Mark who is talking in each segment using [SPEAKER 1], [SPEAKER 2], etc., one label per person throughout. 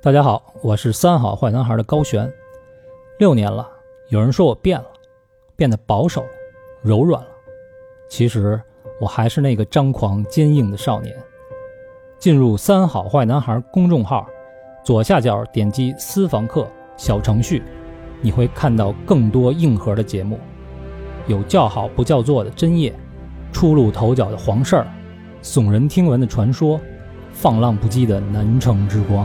[SPEAKER 1] 大家好，我是三好坏男孩的高璇。六年了，有人说我变了，变得保守了，柔软了。其实我还是那个张狂坚硬的少年。进入“三好坏男孩”公众号，左下角点击“私房课”小程序，你会看到更多硬核的节目，有叫好不叫座的真夜，出露头角的黄事儿，耸人听闻的传说，放浪不羁的南城之光。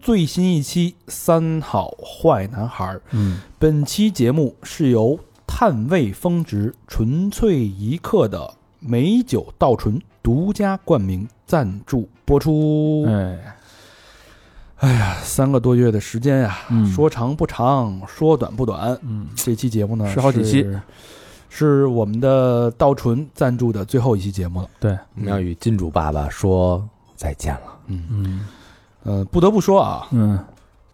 [SPEAKER 2] 最新一期《三好坏男孩儿》，
[SPEAKER 1] 嗯，
[SPEAKER 2] 本期节目是由探味峰值纯粹一刻的美酒稻醇独家冠名赞助播出。
[SPEAKER 3] 嗯
[SPEAKER 1] 哎，
[SPEAKER 2] 三个多月的时间呀、
[SPEAKER 1] 嗯
[SPEAKER 2] 说长不长，说短不短。
[SPEAKER 1] 嗯，
[SPEAKER 2] 这期节目呢
[SPEAKER 3] 是好几期
[SPEAKER 2] 是，是我们的稻醇赞助的最后一期节目了。
[SPEAKER 3] 我们要与金主爸爸说再见了。
[SPEAKER 2] 嗯，
[SPEAKER 1] 嗯
[SPEAKER 2] 呃，不得不说啊，
[SPEAKER 1] 嗯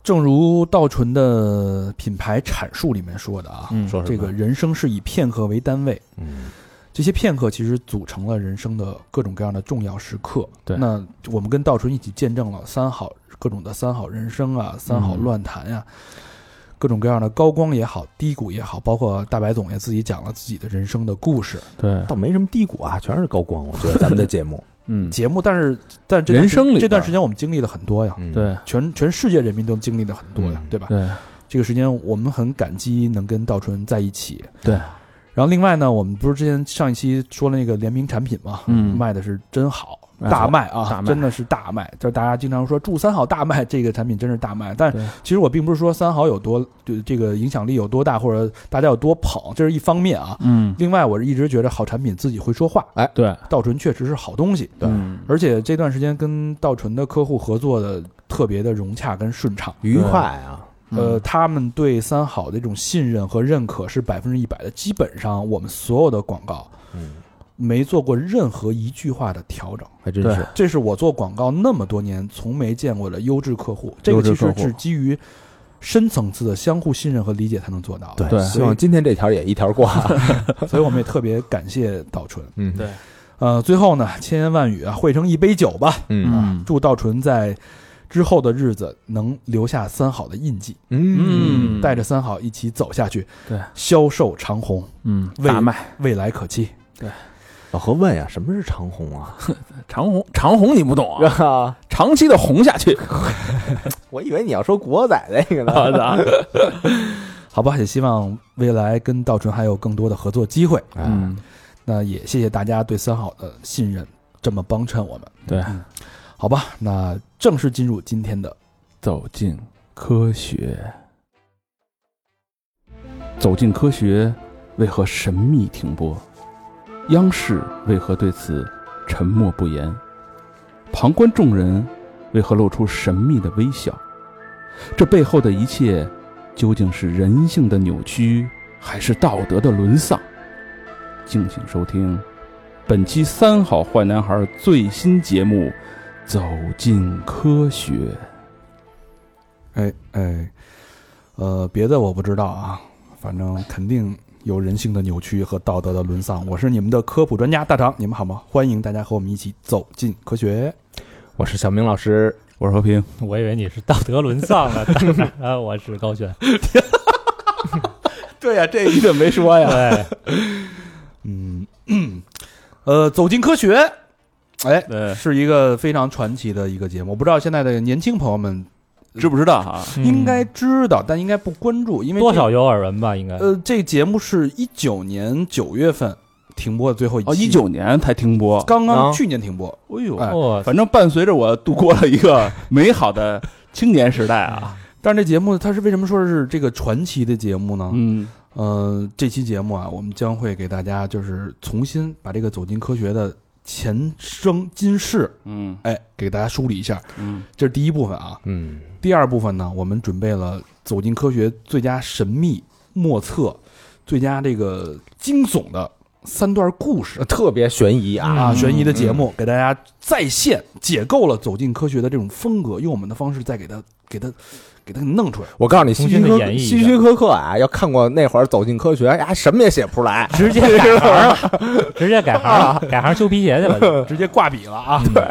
[SPEAKER 2] 正如稻醇的品牌阐述里面说的啊，
[SPEAKER 1] 嗯
[SPEAKER 3] 说什
[SPEAKER 2] 这
[SPEAKER 3] 么
[SPEAKER 2] 个，人生是以片刻为单位，
[SPEAKER 3] 嗯，
[SPEAKER 2] 这些片刻其实组成了人生的各种各样的重要时刻。
[SPEAKER 1] 对
[SPEAKER 2] 那我们跟道纯一起见证了三好各种的三好人生啊，三
[SPEAKER 3] 嗯
[SPEAKER 2] 好乱谈呀、各种各样的高光也好，低谷也好，包括大白总也自己讲了自己的人生的故事。
[SPEAKER 3] 嗯
[SPEAKER 1] 对，
[SPEAKER 3] 倒没什么低谷啊，全是高光。我觉得咱们的节目，
[SPEAKER 1] 嗯
[SPEAKER 2] 节目，但是但这段
[SPEAKER 3] 人生里边
[SPEAKER 2] 这段时间我们经历了很多呀，
[SPEAKER 3] 嗯，
[SPEAKER 1] 对
[SPEAKER 2] 全全世界人民都经历了很多呀，
[SPEAKER 3] 嗯
[SPEAKER 2] 对吧？
[SPEAKER 1] 对，
[SPEAKER 2] 这个时间我们很感激能跟道纯在一起。
[SPEAKER 1] 对
[SPEAKER 2] 然后另外呢，我们不是之前上一期说了那个联名产品嘛，
[SPEAKER 1] 嗯
[SPEAKER 2] 卖的是真好，
[SPEAKER 1] 没错
[SPEAKER 2] 大卖啊，
[SPEAKER 1] 大卖
[SPEAKER 2] 真的是大卖。就是大家经常说祝三好大卖，这个产品真是大卖。但
[SPEAKER 1] 对
[SPEAKER 2] 其实我并不是说三好有多对这个影响力有多大，或者大家有多捧，这是一方面啊。
[SPEAKER 1] 嗯
[SPEAKER 2] 另外，我是一直觉得好产品自己会说话，
[SPEAKER 1] 对
[SPEAKER 2] 道纯确实是好东西。
[SPEAKER 3] 对
[SPEAKER 1] 嗯
[SPEAKER 2] 而且这段时间跟道纯的客户合作的特别的融洽跟顺畅，
[SPEAKER 3] 愉快啊，
[SPEAKER 2] 呃，
[SPEAKER 1] 嗯
[SPEAKER 2] 他们对三好的这种信任和认可是百分之一百的。基本上我们所有的广告
[SPEAKER 3] 嗯，
[SPEAKER 2] 没做过任何一句话的调整，
[SPEAKER 3] 还真
[SPEAKER 1] 对
[SPEAKER 3] 是，
[SPEAKER 2] 这是我做广告那么多年从没见过的优质客户。这个
[SPEAKER 1] 优质
[SPEAKER 2] 其实
[SPEAKER 1] 客户
[SPEAKER 2] 是基于深层次的相互信任和理解才能做到的。
[SPEAKER 1] 对
[SPEAKER 3] 希望今天这条也一条挂。
[SPEAKER 2] 所以我们也特别感谢道纯。
[SPEAKER 3] 嗯，
[SPEAKER 1] 对
[SPEAKER 2] 呃，最后呢，千言万语啊，汇成一杯酒吧。
[SPEAKER 3] 嗯
[SPEAKER 2] 祝道纯在之后的日子能留下三好的印记，
[SPEAKER 3] 嗯，
[SPEAKER 1] 嗯
[SPEAKER 2] 带着三好一起走下去，
[SPEAKER 1] 对，
[SPEAKER 2] 销售长虹，
[SPEAKER 1] 嗯
[SPEAKER 2] 未
[SPEAKER 1] 大卖
[SPEAKER 2] 未来可期。
[SPEAKER 3] 老何问呀，什么是长虹啊？
[SPEAKER 4] 长虹，长虹你不懂 啊，
[SPEAKER 3] 啊，
[SPEAKER 4] 长期的红下去。
[SPEAKER 3] 我以为你要说古惑仔那个
[SPEAKER 1] 啊
[SPEAKER 3] 呢。
[SPEAKER 4] 好的，
[SPEAKER 2] 好吧，也希望未来跟道纯还有更多的合作机会。
[SPEAKER 3] 嗯，
[SPEAKER 1] 嗯
[SPEAKER 2] 那也谢谢大家对三好的信任，这么帮衬我们。
[SPEAKER 4] 对
[SPEAKER 2] 嗯好吧，那正式进入今天的
[SPEAKER 4] 走进科学，走进科学为何神秘停播？央视为何对此沉默不言？旁观众人为何露出神秘的微笑？这背后的一切，究竟是人性的扭曲，还是道德的沦丧？敬请收听本期《三好坏男孩》最新节目《走进科学》。
[SPEAKER 2] 哎哎，呃，别的我不知道啊，反正肯定有人性的扭曲和道德的沦丧。我是你们的科普专家大长，你们好吗？欢迎大家和我们一起走进科学。
[SPEAKER 3] 我是小明老师，
[SPEAKER 4] 我是和平，
[SPEAKER 1] 我以为你是道德沦丧了，当然啊，我是高璇。
[SPEAKER 3] 对呀，这你怎么没说 呀？
[SPEAKER 1] 对，
[SPEAKER 2] 嗯，呃，走进科学，哎，
[SPEAKER 4] 对
[SPEAKER 2] 是一个非常传奇的一个节目。我不知道现在的年轻朋友们
[SPEAKER 4] 知不知道啊哈？
[SPEAKER 2] 应该知道，但应该不关注，因为
[SPEAKER 1] 多少有耳闻吧，应该。
[SPEAKER 2] 呃，这节目是一九年九月份停播的最后一期，
[SPEAKER 4] 哦，一九年才停播。
[SPEAKER 2] 刚刚
[SPEAKER 3] 啊
[SPEAKER 2] 去年停播，
[SPEAKER 4] 哎呦
[SPEAKER 2] 哎
[SPEAKER 1] 哇塞，
[SPEAKER 4] 反正伴随着我度过了一个美好的青年时代啊。
[SPEAKER 2] 但是这节目它是为什么说是这个传奇的节目呢？
[SPEAKER 4] 嗯，
[SPEAKER 2] 呃，这期节目啊，我们将会给大家就是重新把这个走进科学的前生今世，
[SPEAKER 4] 嗯
[SPEAKER 2] 哎，给大家梳理一下，
[SPEAKER 4] 嗯
[SPEAKER 2] 这是第一部分啊。
[SPEAKER 3] 嗯，
[SPEAKER 2] 第二部分呢，我们准备了《走进科学》最佳神秘莫测、最佳这个惊悚的三段故事
[SPEAKER 3] 特别悬疑啊，
[SPEAKER 2] 啊，
[SPEAKER 4] 呃嗯
[SPEAKER 2] 悬疑的节目，给大家再现解构了《走进科学》的这种风格，用我们的方式再给它给它给它弄出来。
[SPEAKER 3] 我告诉你，希
[SPEAKER 1] 重
[SPEAKER 3] 区
[SPEAKER 1] 新地
[SPEAKER 3] 柯
[SPEAKER 1] 演绎一下
[SPEAKER 3] 希区柯克啊，要看过那会儿《走进科学》，呀，什么也写不出来。
[SPEAKER 1] 直接改行了， 直接改行了，改行修皮鞋去了。
[SPEAKER 2] 直接挂笔了啊！对，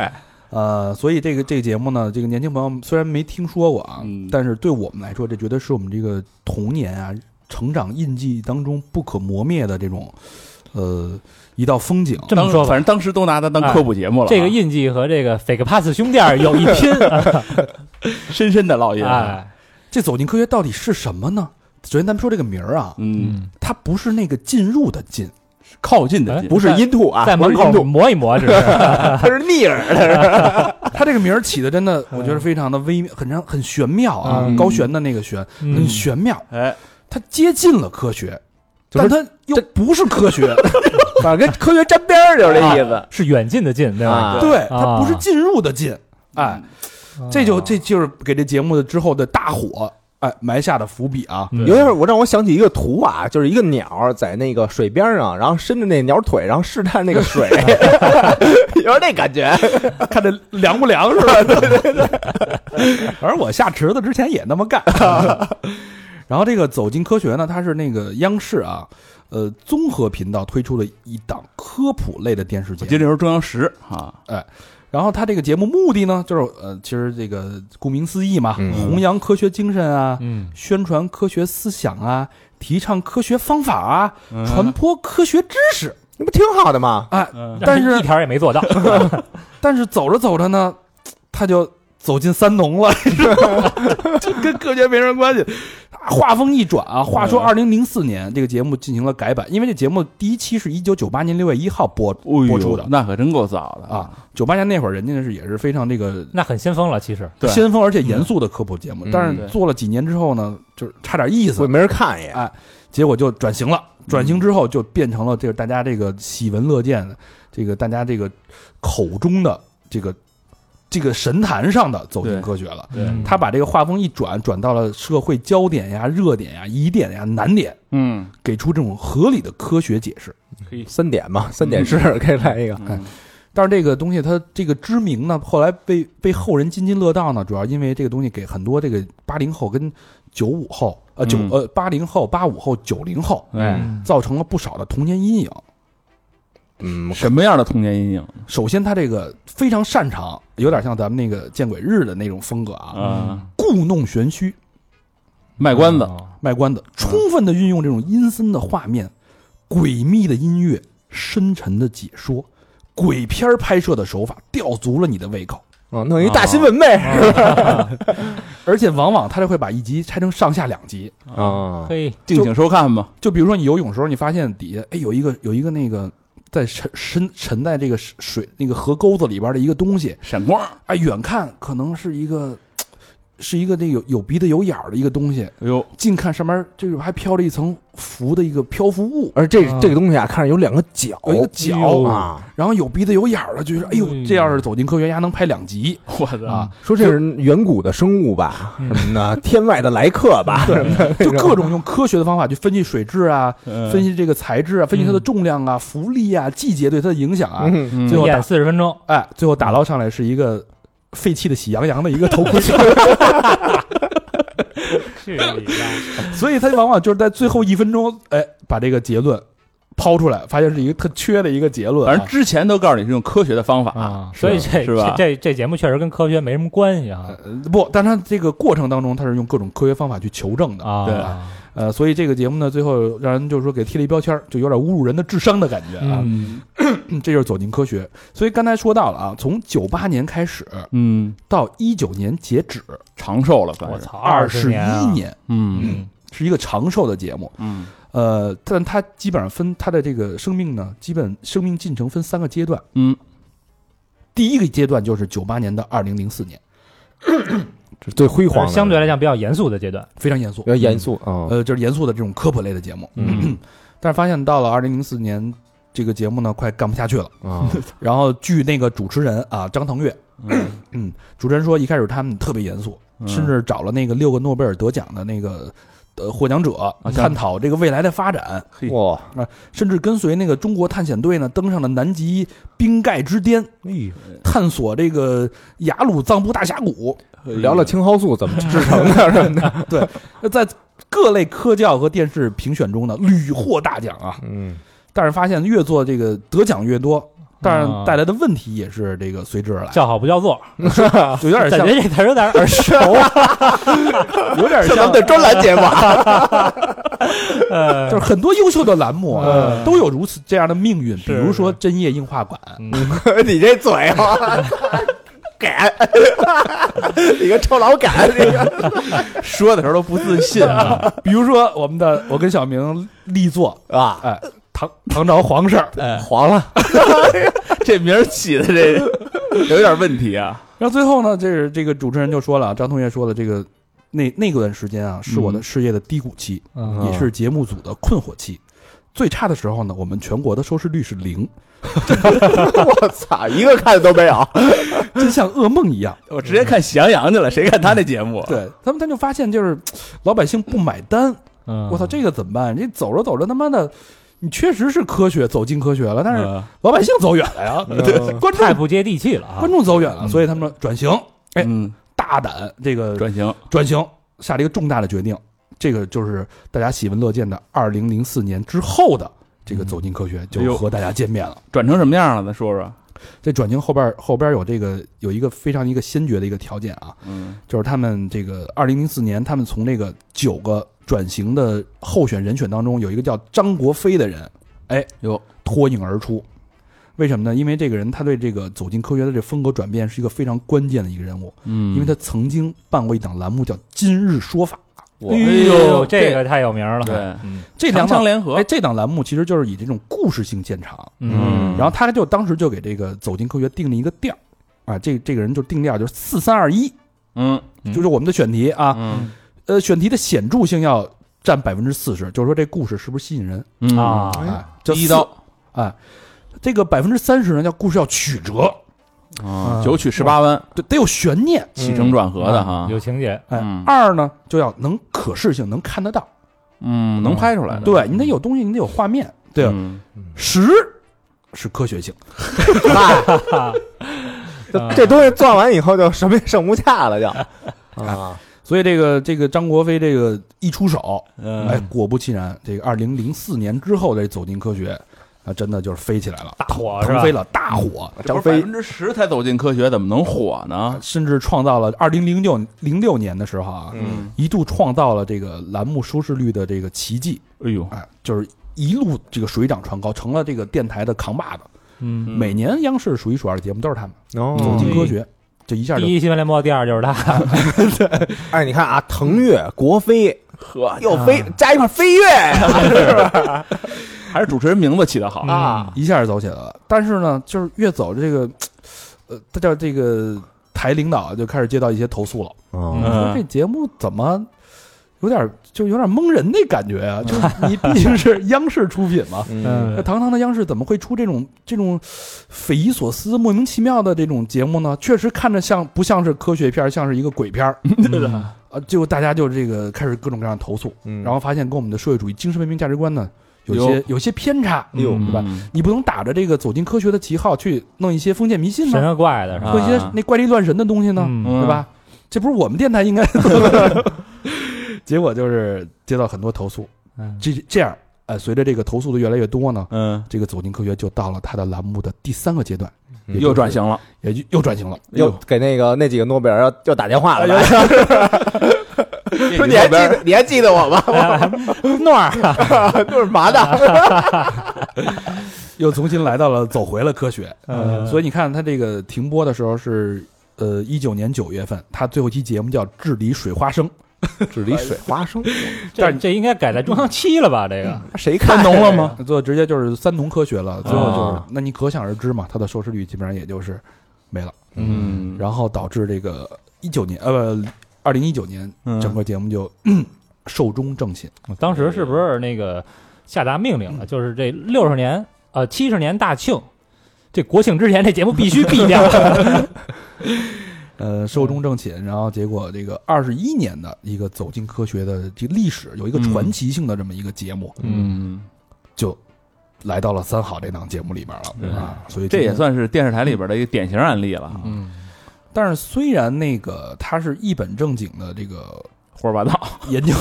[SPEAKER 2] 呃，所以这个这个节目呢，这个年轻朋友们虽然没听说过啊，
[SPEAKER 4] 嗯
[SPEAKER 2] 但是对我们来说，这绝对是我们这个童年啊成长印记当中不可磨灭的这种呃一道风景。
[SPEAKER 1] 这么说吧
[SPEAKER 4] 反，正当时都拿它当科普节目了啊，
[SPEAKER 1] 这个印记和这个 fake pass 胸垫儿有一拼。
[SPEAKER 4] 深深的烙印。啊
[SPEAKER 1] 哎，
[SPEAKER 2] 这走进科学到底是什么呢？首先，咱们说这个名儿啊，
[SPEAKER 4] 嗯，
[SPEAKER 1] 嗯，
[SPEAKER 2] 它不是那个进入的进，
[SPEAKER 4] 靠近的近，
[SPEAKER 3] 不是阴吐啊，
[SPEAKER 1] 嗯在门
[SPEAKER 3] 不是
[SPEAKER 1] 口
[SPEAKER 3] 阴吐，
[SPEAKER 1] 磨一磨，这是
[SPEAKER 3] 它是逆耳的。
[SPEAKER 2] 它这个名儿起的真的，我觉得非常的微妙，很让很玄妙啊，
[SPEAKER 4] 嗯
[SPEAKER 2] 高悬的那个悬，很
[SPEAKER 1] 嗯
[SPEAKER 2] 玄妙。
[SPEAKER 4] 哎，
[SPEAKER 2] 它接近了科学，
[SPEAKER 3] 就
[SPEAKER 2] 但
[SPEAKER 3] 是
[SPEAKER 2] 它又
[SPEAKER 3] 这
[SPEAKER 2] 不是科学。
[SPEAKER 3] 反正跟科学沾边儿就是这意思。
[SPEAKER 1] 是远近的近，对吧？
[SPEAKER 3] 啊
[SPEAKER 2] 对，它
[SPEAKER 1] 啊
[SPEAKER 2] 不是进入的进，哎，这就这就是给这节目的之后的大火哎埋下的伏笔啊。
[SPEAKER 1] 嗯
[SPEAKER 3] 有点儿我让我想起一个图啊，就是一个鸟在那个水边上，然后伸着那鸟腿，然后试探那个水，有点那感 觉。
[SPEAKER 2] 看这凉不凉是吧？对对对。而我下池子之前也那么干。 然后这个《走进科学》呢，它是那个央视啊，呃，综合频道推出了一档科普类的电视
[SPEAKER 4] 我记得
[SPEAKER 2] 节目。
[SPEAKER 4] 那时候中央十啊，
[SPEAKER 2] 然后它这个节目目的呢，就是呃，其实这个顾名思义嘛，
[SPEAKER 3] 嗯
[SPEAKER 2] 弘扬科学精神啊，
[SPEAKER 1] 嗯，
[SPEAKER 2] 宣传科学思想啊，提倡科学方法啊，
[SPEAKER 4] 嗯
[SPEAKER 2] 传播科学知识。
[SPEAKER 3] 那不挺好的吗？
[SPEAKER 2] 哎，
[SPEAKER 4] 嗯
[SPEAKER 2] 但是
[SPEAKER 1] 一条也没做到。
[SPEAKER 2] 但是走着走着呢，他就走进三农了， 你知道吗就跟科学没什么关系。画风一转啊，话说二零零四年这个节目进行了改版，因为这节目第一期是一九九八年六月一号播
[SPEAKER 4] 哎呦
[SPEAKER 2] 播出的
[SPEAKER 4] 那可真够早的
[SPEAKER 2] 啊，，九八年那会儿人家是也是非常这个
[SPEAKER 1] 那很先锋了，其实。
[SPEAKER 4] 对
[SPEAKER 2] 先锋而且严肃的科普节目，
[SPEAKER 3] 嗯
[SPEAKER 2] 但
[SPEAKER 4] 对
[SPEAKER 2] 是做了几年之后呢，就是差点意
[SPEAKER 3] 我
[SPEAKER 2] 思，
[SPEAKER 3] 没人看也。
[SPEAKER 2] 结果就转型了。转型之后就变成了这个大家这个喜闻乐见的，这个大家这个口中的这个这个神坛上的走进
[SPEAKER 4] 对
[SPEAKER 2] 科学了。
[SPEAKER 4] 对，
[SPEAKER 1] 嗯
[SPEAKER 2] 他把这个画风一转，转到了社会焦点呀、热点呀、疑点呀、难点，
[SPEAKER 4] 嗯，
[SPEAKER 2] 给出这种合理的科学解释。
[SPEAKER 4] 可以，
[SPEAKER 3] 三点嘛，三点式可以来一个。
[SPEAKER 4] 哎，
[SPEAKER 2] 但是这个东西它这个知名呢，后来被被后人津津乐道呢，主要因为这个东西给很多这个八零后跟九五后呃九
[SPEAKER 4] 嗯
[SPEAKER 2] 呃八零后、八五后、九零后
[SPEAKER 4] 哎，
[SPEAKER 2] 造成了不少的童年阴影。
[SPEAKER 3] 嗯，
[SPEAKER 4] 什么样的童年阴影
[SPEAKER 2] 首先，他这个非常擅长，有点像咱们那个见鬼日的那种风格啊，
[SPEAKER 4] 啊？
[SPEAKER 2] 故弄玄虚。
[SPEAKER 4] 卖关
[SPEAKER 1] 嗯
[SPEAKER 4] 子，
[SPEAKER 2] 卖关子，充分的运用这种阴森的画面、诡秘的音乐、深沉的解说、鬼片儿拍摄的手法，吊足了你的胃口。
[SPEAKER 3] 哦，弄一大新闻呗。
[SPEAKER 2] 而且往往他就会把一集拆成上下两集。
[SPEAKER 3] 啊，
[SPEAKER 1] 可以，
[SPEAKER 4] 敬请收看吧。
[SPEAKER 2] 就比如说你游泳的时候，你发现底下哎有一个有一个那个在沉深沉在这个水那个河沟子里边的一个东西，
[SPEAKER 4] 闪光，
[SPEAKER 2] 哎，远看可能是一个。是一个那有有鼻子有眼儿的一个东西，
[SPEAKER 4] 哎呦，
[SPEAKER 2] 近看上面这个还飘着一层浮的一个漂浮物，
[SPEAKER 3] 而这
[SPEAKER 1] 啊
[SPEAKER 3] 这个东西啊，看着有两个角，
[SPEAKER 2] 有一个
[SPEAKER 1] 哎呦
[SPEAKER 2] 角
[SPEAKER 3] 啊，
[SPEAKER 2] 然后有鼻子有眼儿的，就是哎呦
[SPEAKER 1] 哎，呦
[SPEAKER 2] 这要是走进科学家能拍两集
[SPEAKER 4] 我操！
[SPEAKER 2] 啊，
[SPEAKER 3] 说这是远古的生物吧，
[SPEAKER 1] 嗯
[SPEAKER 3] 什么的，天外的来客 吧，什么的
[SPEAKER 2] 啊就各种用科学的方法去分析水质啊，分
[SPEAKER 4] 分
[SPEAKER 2] 析这个材质啊，分析它的重量啊、浮力啊、季节对它的影响啊，
[SPEAKER 3] 嗯
[SPEAKER 4] 嗯
[SPEAKER 2] 最后
[SPEAKER 1] 演四十分钟，
[SPEAKER 2] 哎，最后打捞上来是一个废弃的喜羊羊的一个头盔，
[SPEAKER 1] 去你的！
[SPEAKER 2] 所以他往往就是在最后一分钟，哎，把这个结论抛出来，发现是一个特缺的一个结论
[SPEAKER 4] 反
[SPEAKER 2] 啊
[SPEAKER 4] 正。之前都告诉你是用科学的方法
[SPEAKER 1] 啊，所以这
[SPEAKER 4] 是吧
[SPEAKER 1] 这这这节目确实跟科学没什么关系啊
[SPEAKER 2] 呃不，但他这个过程当中，他是用各种科学方法去求证的，
[SPEAKER 1] 啊，
[SPEAKER 4] 对
[SPEAKER 2] 呃，所以这个节目呢，最后让人就是说给贴了一标签儿，就有点侮辱人的智商的感觉啊。
[SPEAKER 1] 嗯
[SPEAKER 2] 嗯这就是走进科学。所以刚才说到了啊，从九八年开始
[SPEAKER 4] 嗯，
[SPEAKER 2] 到一九年截止，
[SPEAKER 4] 长寿了，算
[SPEAKER 1] 我
[SPEAKER 4] 是，
[SPEAKER 1] 操，
[SPEAKER 2] 二
[SPEAKER 1] 十
[SPEAKER 2] 十一
[SPEAKER 1] 啊，
[SPEAKER 2] 年
[SPEAKER 4] 嗯
[SPEAKER 1] 嗯
[SPEAKER 2] 是一个长寿的节目。
[SPEAKER 4] 嗯
[SPEAKER 2] 呃，但它基本上分它的这个生命呢，基本生命进程分三个阶段。
[SPEAKER 4] 嗯，
[SPEAKER 2] 第一个阶段就是九八年到二零零四年，
[SPEAKER 3] 这是最辉煌的，
[SPEAKER 1] 相对来讲比较严肃的阶段，
[SPEAKER 2] 非常严肃
[SPEAKER 3] 比，较严肃啊。
[SPEAKER 2] 呃，就是严肃的这种科普类的节目。
[SPEAKER 1] 嗯
[SPEAKER 2] 但是发现到了二零零四年这个节目呢快干不下去了。
[SPEAKER 3] 啊，
[SPEAKER 2] 然后据那个主持人啊张腾岳，
[SPEAKER 4] 嗯
[SPEAKER 2] 嗯，主持人说一开始他们特别严肃，甚至找了那个六个诺贝尔得奖的那个呃获奖者
[SPEAKER 4] 啊
[SPEAKER 2] 探讨这个未来的发展，
[SPEAKER 4] 嘿
[SPEAKER 3] 哇，
[SPEAKER 2] 甚至跟随那个中国探险队呢登上了南极冰盖之巅，
[SPEAKER 3] 哎
[SPEAKER 2] 探索这个雅鲁藏布大峡谷，
[SPEAKER 3] 聊聊青蒿素怎么制成的什么的，
[SPEAKER 2] 那在各类科教和电视评选中呢屡获大奖啊。
[SPEAKER 3] 嗯，
[SPEAKER 2] 但是发现越做这个得奖越多，但是带来的问题也是这个随之而来，
[SPEAKER 1] 叫好不叫座，
[SPEAKER 2] 就有点
[SPEAKER 1] 感
[SPEAKER 2] 像
[SPEAKER 1] 觉这词儿有点耳 熟。
[SPEAKER 2] 有点
[SPEAKER 3] 这咱
[SPEAKER 2] 像
[SPEAKER 3] 们，的专栏节目 啊，
[SPEAKER 2] 就是很多优秀的栏目啊
[SPEAKER 1] 嗯
[SPEAKER 2] 都有如此这样的命运，比
[SPEAKER 1] 是
[SPEAKER 2] 如说针叶硬化馆。
[SPEAKER 1] 嗯
[SPEAKER 3] 你这嘴啊，敢， 你个臭老敢，你个
[SPEAKER 2] 说的时候都不自信啊。比如说我们的，我跟小明力作，
[SPEAKER 3] 啊，
[SPEAKER 2] 哎，唐唐朝皇上，
[SPEAKER 1] 哎，
[SPEAKER 3] 黄了，
[SPEAKER 4] 这名儿起的这有点问题啊。
[SPEAKER 2] 然后最后呢，这是这个主持人就说了，啊张同学说的这个那那段时间啊，是我的事业的低谷期，
[SPEAKER 1] 嗯
[SPEAKER 2] 也是节目组的困惑期。最差的时候呢，我们全国的收视率是零，
[SPEAKER 3] 我操，一个看的都没有，
[SPEAKER 2] 真像噩梦一样。
[SPEAKER 4] 我直接看喜羊羊去了，谁看他那节目？啊
[SPEAKER 2] 对他们，他就发现就是老百姓不买单，
[SPEAKER 1] 嗯
[SPEAKER 2] 我操，这个怎么办？这走着走着，他妈的，你确实是科学走进科学了，但是
[SPEAKER 4] 嗯
[SPEAKER 2] 老百姓走远了呀，
[SPEAKER 1] 嗯
[SPEAKER 2] 观众
[SPEAKER 1] 太不接地气了啊
[SPEAKER 2] 观！众走远了，所以他们转型，哎
[SPEAKER 4] 嗯，
[SPEAKER 2] 大胆这个
[SPEAKER 4] 转型
[SPEAKER 2] 转型，下了一个重大的决定，这个就是大家喜闻乐见的二零零四年之后的这
[SPEAKER 1] 嗯
[SPEAKER 2] 个走进科学
[SPEAKER 4] 哎呦
[SPEAKER 2] 就和大家见面了。
[SPEAKER 4] 转成什么样了？咱说说。
[SPEAKER 2] 这转型后边后边有这个有一个非常一个先决的一个条件啊，
[SPEAKER 4] 嗯
[SPEAKER 2] 就是他们这个二零零四年，他们从这个九个转型的候选人选当中，有一个叫张国飞的人，哎，
[SPEAKER 4] 哟，
[SPEAKER 2] 脱颖而出。为什么呢？因为这个人他对这个走进科学的这风格转变是一个非常关键的一个人物，
[SPEAKER 4] 嗯
[SPEAKER 2] 因为他曾经办过一档栏目叫《今日说法》，
[SPEAKER 1] 哎
[SPEAKER 4] 哎
[SPEAKER 1] 呦，
[SPEAKER 4] 呦
[SPEAKER 1] 这个太有名了。
[SPEAKER 4] 对
[SPEAKER 2] 这两档
[SPEAKER 4] 两强联合
[SPEAKER 2] 哎，，这档栏目其实就是以这种故事性见长，
[SPEAKER 1] 嗯，
[SPEAKER 2] 然后他就当时就给这个走进科学定了一个调儿啊，这这个人就定调就是四三二一，
[SPEAKER 4] 嗯
[SPEAKER 2] 就是我们的选题啊，
[SPEAKER 4] 嗯
[SPEAKER 2] 呃，选题的显著性要占百分之四十，就是说这故事是不是吸引人
[SPEAKER 4] 嗯
[SPEAKER 1] 啊，
[SPEAKER 2] 啊？这
[SPEAKER 4] 第一刀
[SPEAKER 2] 啊，这个百分之三十呢叫故事要曲折，
[SPEAKER 4] 啊，九曲十八弯，
[SPEAKER 2] 对，得有悬念。
[SPEAKER 4] 起承转合的哈。
[SPEAKER 1] 有情节，
[SPEAKER 2] 哎
[SPEAKER 4] 嗯，
[SPEAKER 2] 二呢就要能可视性，能看得到，
[SPEAKER 4] 嗯，能拍出来的。
[SPEAKER 2] 对你得有东西，你得有画面，对啊吧。
[SPEAKER 4] 嗯
[SPEAKER 2] 十是科学性，
[SPEAKER 3] 这这东西做完以后就什么也剩不下了，就啊，
[SPEAKER 2] 所以这个这个张国飞这个一出手，哎
[SPEAKER 4] 嗯，，
[SPEAKER 2] 果不其然，这个二零零四年之后的《走进科学》啊，真的就是飞起来了，
[SPEAKER 1] 大火是
[SPEAKER 2] 腾
[SPEAKER 1] 吧
[SPEAKER 2] 飞？了，大火，
[SPEAKER 3] 张
[SPEAKER 4] 百
[SPEAKER 3] 飞
[SPEAKER 4] 分之十才走进科学，怎么能火呢？
[SPEAKER 2] 甚至创造了二零零六零六年的时候啊，
[SPEAKER 3] 嗯
[SPEAKER 2] 一度创造了这个栏目收视率的这个奇迹，
[SPEAKER 4] 哎呦，
[SPEAKER 2] 哎，就是一路这个水涨船高，成了这个电台的扛把子。
[SPEAKER 1] 嗯，
[SPEAKER 2] 每年央视数一数二的节目都是他们，《走
[SPEAKER 3] 哦，
[SPEAKER 2] 进科学》这一下就
[SPEAKER 1] 第一新闻联播，第二就是他，
[SPEAKER 3] 哎，你看啊，腾越、国飞
[SPEAKER 4] 呵，
[SPEAKER 3] 又飞加一块飞跃
[SPEAKER 4] 还是主持人名字起得好。
[SPEAKER 1] 嗯
[SPEAKER 3] 啊，
[SPEAKER 2] 一下就走起来了。但是呢，就是越走这个，呃，他叫这个台领导啊就开始接到一些投诉了。
[SPEAKER 3] 嗯
[SPEAKER 2] 说这节目怎么有点就有点蒙人的感觉啊？就是你毕竟是央视出品嘛，
[SPEAKER 3] 嗯
[SPEAKER 2] 那
[SPEAKER 1] 嗯，
[SPEAKER 2] 堂堂的央视怎么会出这种这种匪夷所思、莫名其妙的这种节目呢？确实看着像不像是科学片儿， 像是一个鬼 片儿
[SPEAKER 1] 嗯
[SPEAKER 2] 啊！就大家就这个开始各种各样的投诉，
[SPEAKER 3] 嗯
[SPEAKER 2] 然后发现跟我们的社会主义精神文明价值观呢有些有些偏差，
[SPEAKER 1] 嗯
[SPEAKER 3] 呦
[SPEAKER 2] 对吧？你不能打着这个走进科学的旗号去弄一些封建迷信
[SPEAKER 1] 神
[SPEAKER 2] 呢，
[SPEAKER 1] 和怪的是吧？
[SPEAKER 2] 做一些那怪力乱神的东西呢，
[SPEAKER 1] 啊嗯
[SPEAKER 2] 对吧？ 这不是我们电 台应该做的。结果就是接到很多投诉，
[SPEAKER 1] 嗯
[SPEAKER 2] 这这样，呃，随着这个投诉的越来越多呢，
[SPEAKER 4] 嗯？
[SPEAKER 2] 这个走进科学就到了它的栏目的第三个阶段，
[SPEAKER 4] 嗯，又转型了。
[SPEAKER 2] 也就又转型了。
[SPEAKER 3] 又给那个那几个诺贝尔又又打电话了吧，说 你还记得你还记得 我吗？
[SPEAKER 1] 诺儿，
[SPEAKER 3] 就是嘛的，
[SPEAKER 2] 又重新来到了走回了科 学。
[SPEAKER 1] 嗯
[SPEAKER 2] 呃所以你看它这个停播的时候是。呃，一九年九月份，它最后一期节目叫《治理水花生》，
[SPEAKER 3] 只离水花生，
[SPEAKER 1] 这这应该改在中央七了吧？这个
[SPEAKER 3] 谁看
[SPEAKER 4] 农了
[SPEAKER 3] 这个
[SPEAKER 4] 吗？
[SPEAKER 2] 最后直接就是三农科学了。最后就是，
[SPEAKER 4] 啊
[SPEAKER 2] 那你可想而知嘛，它的收视率基本上也就是没了。
[SPEAKER 4] 嗯，
[SPEAKER 2] 然后导致这个一九年呃不，二零一九年
[SPEAKER 4] 嗯
[SPEAKER 2] 整个节目就、 寿终正寝。
[SPEAKER 1] 当时是不是那个下达命令了？就是这六十年呃七十年大庆，这国庆之前这节目必须毙掉。
[SPEAKER 2] 呃，寿终正寝，然后结果这个二十一年的一个走进科学的这个历史，有一个传奇性的这么一个节目，
[SPEAKER 4] 嗯，
[SPEAKER 2] 就来到了三好这档节目里边了、
[SPEAKER 4] 对
[SPEAKER 2] 啊。所以
[SPEAKER 4] 这也
[SPEAKER 2] 今天，
[SPEAKER 4] 算是电视台里边的一个典型案例了，
[SPEAKER 1] 嗯，
[SPEAKER 2] 但是虽然那个他是一本正经的这个
[SPEAKER 4] 胡说八道。
[SPEAKER 2] 研究，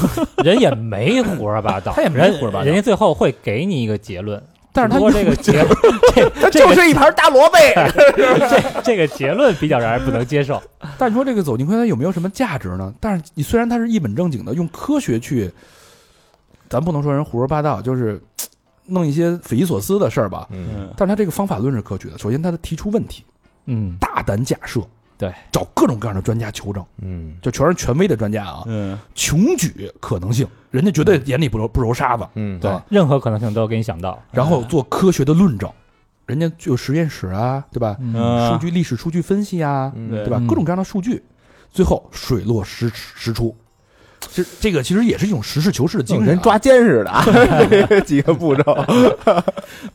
[SPEAKER 1] 人也没胡说八道，
[SPEAKER 2] 他也没
[SPEAKER 1] 人
[SPEAKER 2] 胡说八道
[SPEAKER 1] 人家最后会给你一个结论，
[SPEAKER 2] 但是他
[SPEAKER 1] 只不过这个结
[SPEAKER 3] 它
[SPEAKER 1] 这这
[SPEAKER 3] 就
[SPEAKER 1] 个
[SPEAKER 3] 是一盘大萝卜。
[SPEAKER 1] 这这个结论比较让人不能接受。
[SPEAKER 2] 但你说这个走进科学有没有什么价值呢？但是你虽然它是一本正经的用科学去，咱不能说人胡说八道，就是嘖弄一些匪夷所思的事儿吧。
[SPEAKER 3] 嗯，
[SPEAKER 2] 但是他这个方法论是科学的，首先他的提出问题，
[SPEAKER 1] 嗯，
[SPEAKER 2] 大胆假设，
[SPEAKER 1] 对，
[SPEAKER 2] 找各种各样的专家求证，
[SPEAKER 3] 嗯
[SPEAKER 2] 就全是权威的专家啊，
[SPEAKER 4] 嗯，
[SPEAKER 2] 穷举可能性，人家绝对眼里不揉不揉沙子，
[SPEAKER 3] 嗯，
[SPEAKER 2] 对
[SPEAKER 1] 任何可能性都给你想到。
[SPEAKER 2] 然后做科学的论证，人家就有实验室啊，对吧？
[SPEAKER 4] 嗯
[SPEAKER 2] 数据历史数据分析啊，
[SPEAKER 3] 嗯
[SPEAKER 2] 对吧？
[SPEAKER 1] 嗯
[SPEAKER 2] 各种各样的数据，最后水落石石出。这这个其实也是一种实事求是的精
[SPEAKER 3] 精
[SPEAKER 2] 神
[SPEAKER 3] 神
[SPEAKER 2] 啊，
[SPEAKER 3] 嗯抓奸似的啊，这 几个步骤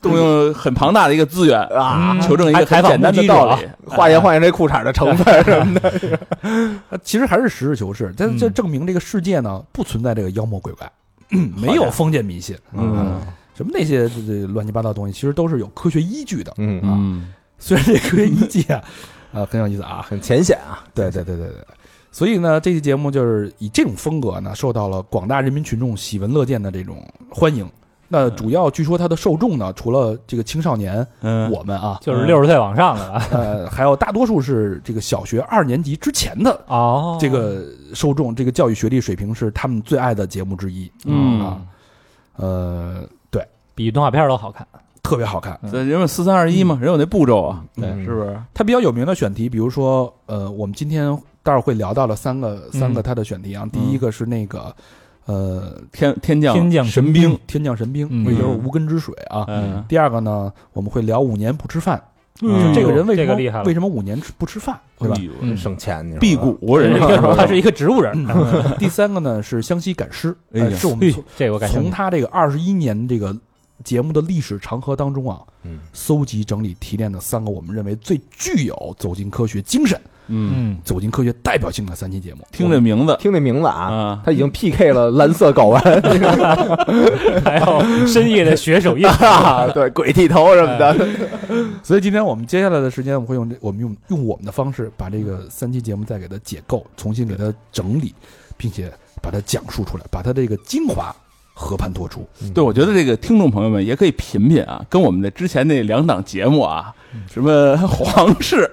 [SPEAKER 4] 动用很庞大的一个资源，
[SPEAKER 3] 啊，
[SPEAKER 4] 求证一
[SPEAKER 1] 还
[SPEAKER 4] 个很
[SPEAKER 1] 采访
[SPEAKER 4] 简单
[SPEAKER 1] 目
[SPEAKER 4] 的
[SPEAKER 1] 击
[SPEAKER 4] 道理
[SPEAKER 1] 者，
[SPEAKER 3] 化验化验这裤衩的成分什么的。
[SPEAKER 2] 呃其实还是实事求是。但是这
[SPEAKER 1] 嗯
[SPEAKER 2] 证明这个世界呢，不存在这个妖魔鬼怪，没有封建迷信，
[SPEAKER 4] 嗯
[SPEAKER 2] 什么那些这这乱七八糟的东西，其实都是有科学依据的。
[SPEAKER 3] 嗯，
[SPEAKER 4] 嗯，
[SPEAKER 2] 虽然这科学依据啊， 啊很有意思啊，
[SPEAKER 3] 很浅显啊。
[SPEAKER 2] 对对对对对。所以呢，这期节目就是以这种风格呢，受到了广大人民群众喜闻乐见的这种欢迎。那主要据说它的受众呢，除了这个青少年，
[SPEAKER 4] 嗯
[SPEAKER 2] 我们啊，
[SPEAKER 1] 就是六十岁往上的了。
[SPEAKER 2] 呃， 还有大多数是这个小学二年级之前的
[SPEAKER 1] 哦，
[SPEAKER 2] 这个受众，这个教育学历水平是他们最爱的节目之一。
[SPEAKER 4] 嗯
[SPEAKER 2] 啊，呃，对，
[SPEAKER 1] 比动画片都好看。
[SPEAKER 2] 特别好看。
[SPEAKER 4] 这人有四三二一嘛，人有那步骤啊，
[SPEAKER 2] 对
[SPEAKER 3] 嗯
[SPEAKER 4] 是不是？
[SPEAKER 2] 它比较有名的选题，比如说，呃，我们今天待会儿会聊到了三个三个
[SPEAKER 1] 嗯
[SPEAKER 2] 它的选题啊。第一个是那个，呃，
[SPEAKER 4] 天天降
[SPEAKER 1] 天降
[SPEAKER 4] 神
[SPEAKER 1] 神
[SPEAKER 4] 兵，
[SPEAKER 2] 天降神兵，
[SPEAKER 1] 嗯
[SPEAKER 2] 也就是无根之水啊。
[SPEAKER 4] 嗯
[SPEAKER 2] 第二个呢，我们会聊五年不吃饭，
[SPEAKER 4] 嗯哎
[SPEAKER 2] 就这个人为什
[SPEAKER 1] 这
[SPEAKER 2] 么、
[SPEAKER 1] 个厉害了
[SPEAKER 2] 为什么五年吃不吃饭，对吧？
[SPEAKER 1] 嗯
[SPEAKER 3] 省钱，你说
[SPEAKER 4] 辟谷人家说
[SPEAKER 1] 他是一个植物人，
[SPEAKER 2] 嗯 第三个呢是湘西赶尸，
[SPEAKER 4] 哎呀
[SPEAKER 2] 呃是我们从
[SPEAKER 1] 这个我感
[SPEAKER 2] 从
[SPEAKER 1] 兴趣。
[SPEAKER 2] 他这个二十一年这个节目的历史长河当中啊，
[SPEAKER 3] 嗯
[SPEAKER 2] 搜集整理提炼的三个我们认为最具有走进科学精神、
[SPEAKER 4] 嗯，
[SPEAKER 1] 嗯，
[SPEAKER 2] 走进科学代表性的三期节目。
[SPEAKER 4] 听这名字
[SPEAKER 3] 听这名字啊，
[SPEAKER 4] 啊，
[SPEAKER 3] 他已经 PK 了蓝色睾丸，
[SPEAKER 2] 嗯
[SPEAKER 1] 还有深夜的血 手印，
[SPEAKER 3] 啊对，鬼剃头什么的。
[SPEAKER 2] 所以今天我们接下来的时间，我们会用这我们用用我们的方式把这
[SPEAKER 1] 嗯
[SPEAKER 2] 个三期节目再给它解构，重新给它整理，并且把它讲述出来，把它这个精华和盘托出。
[SPEAKER 4] 对，我觉得这个听众朋友们也可以品品啊，跟我们的之前那两档节目啊，什么皇室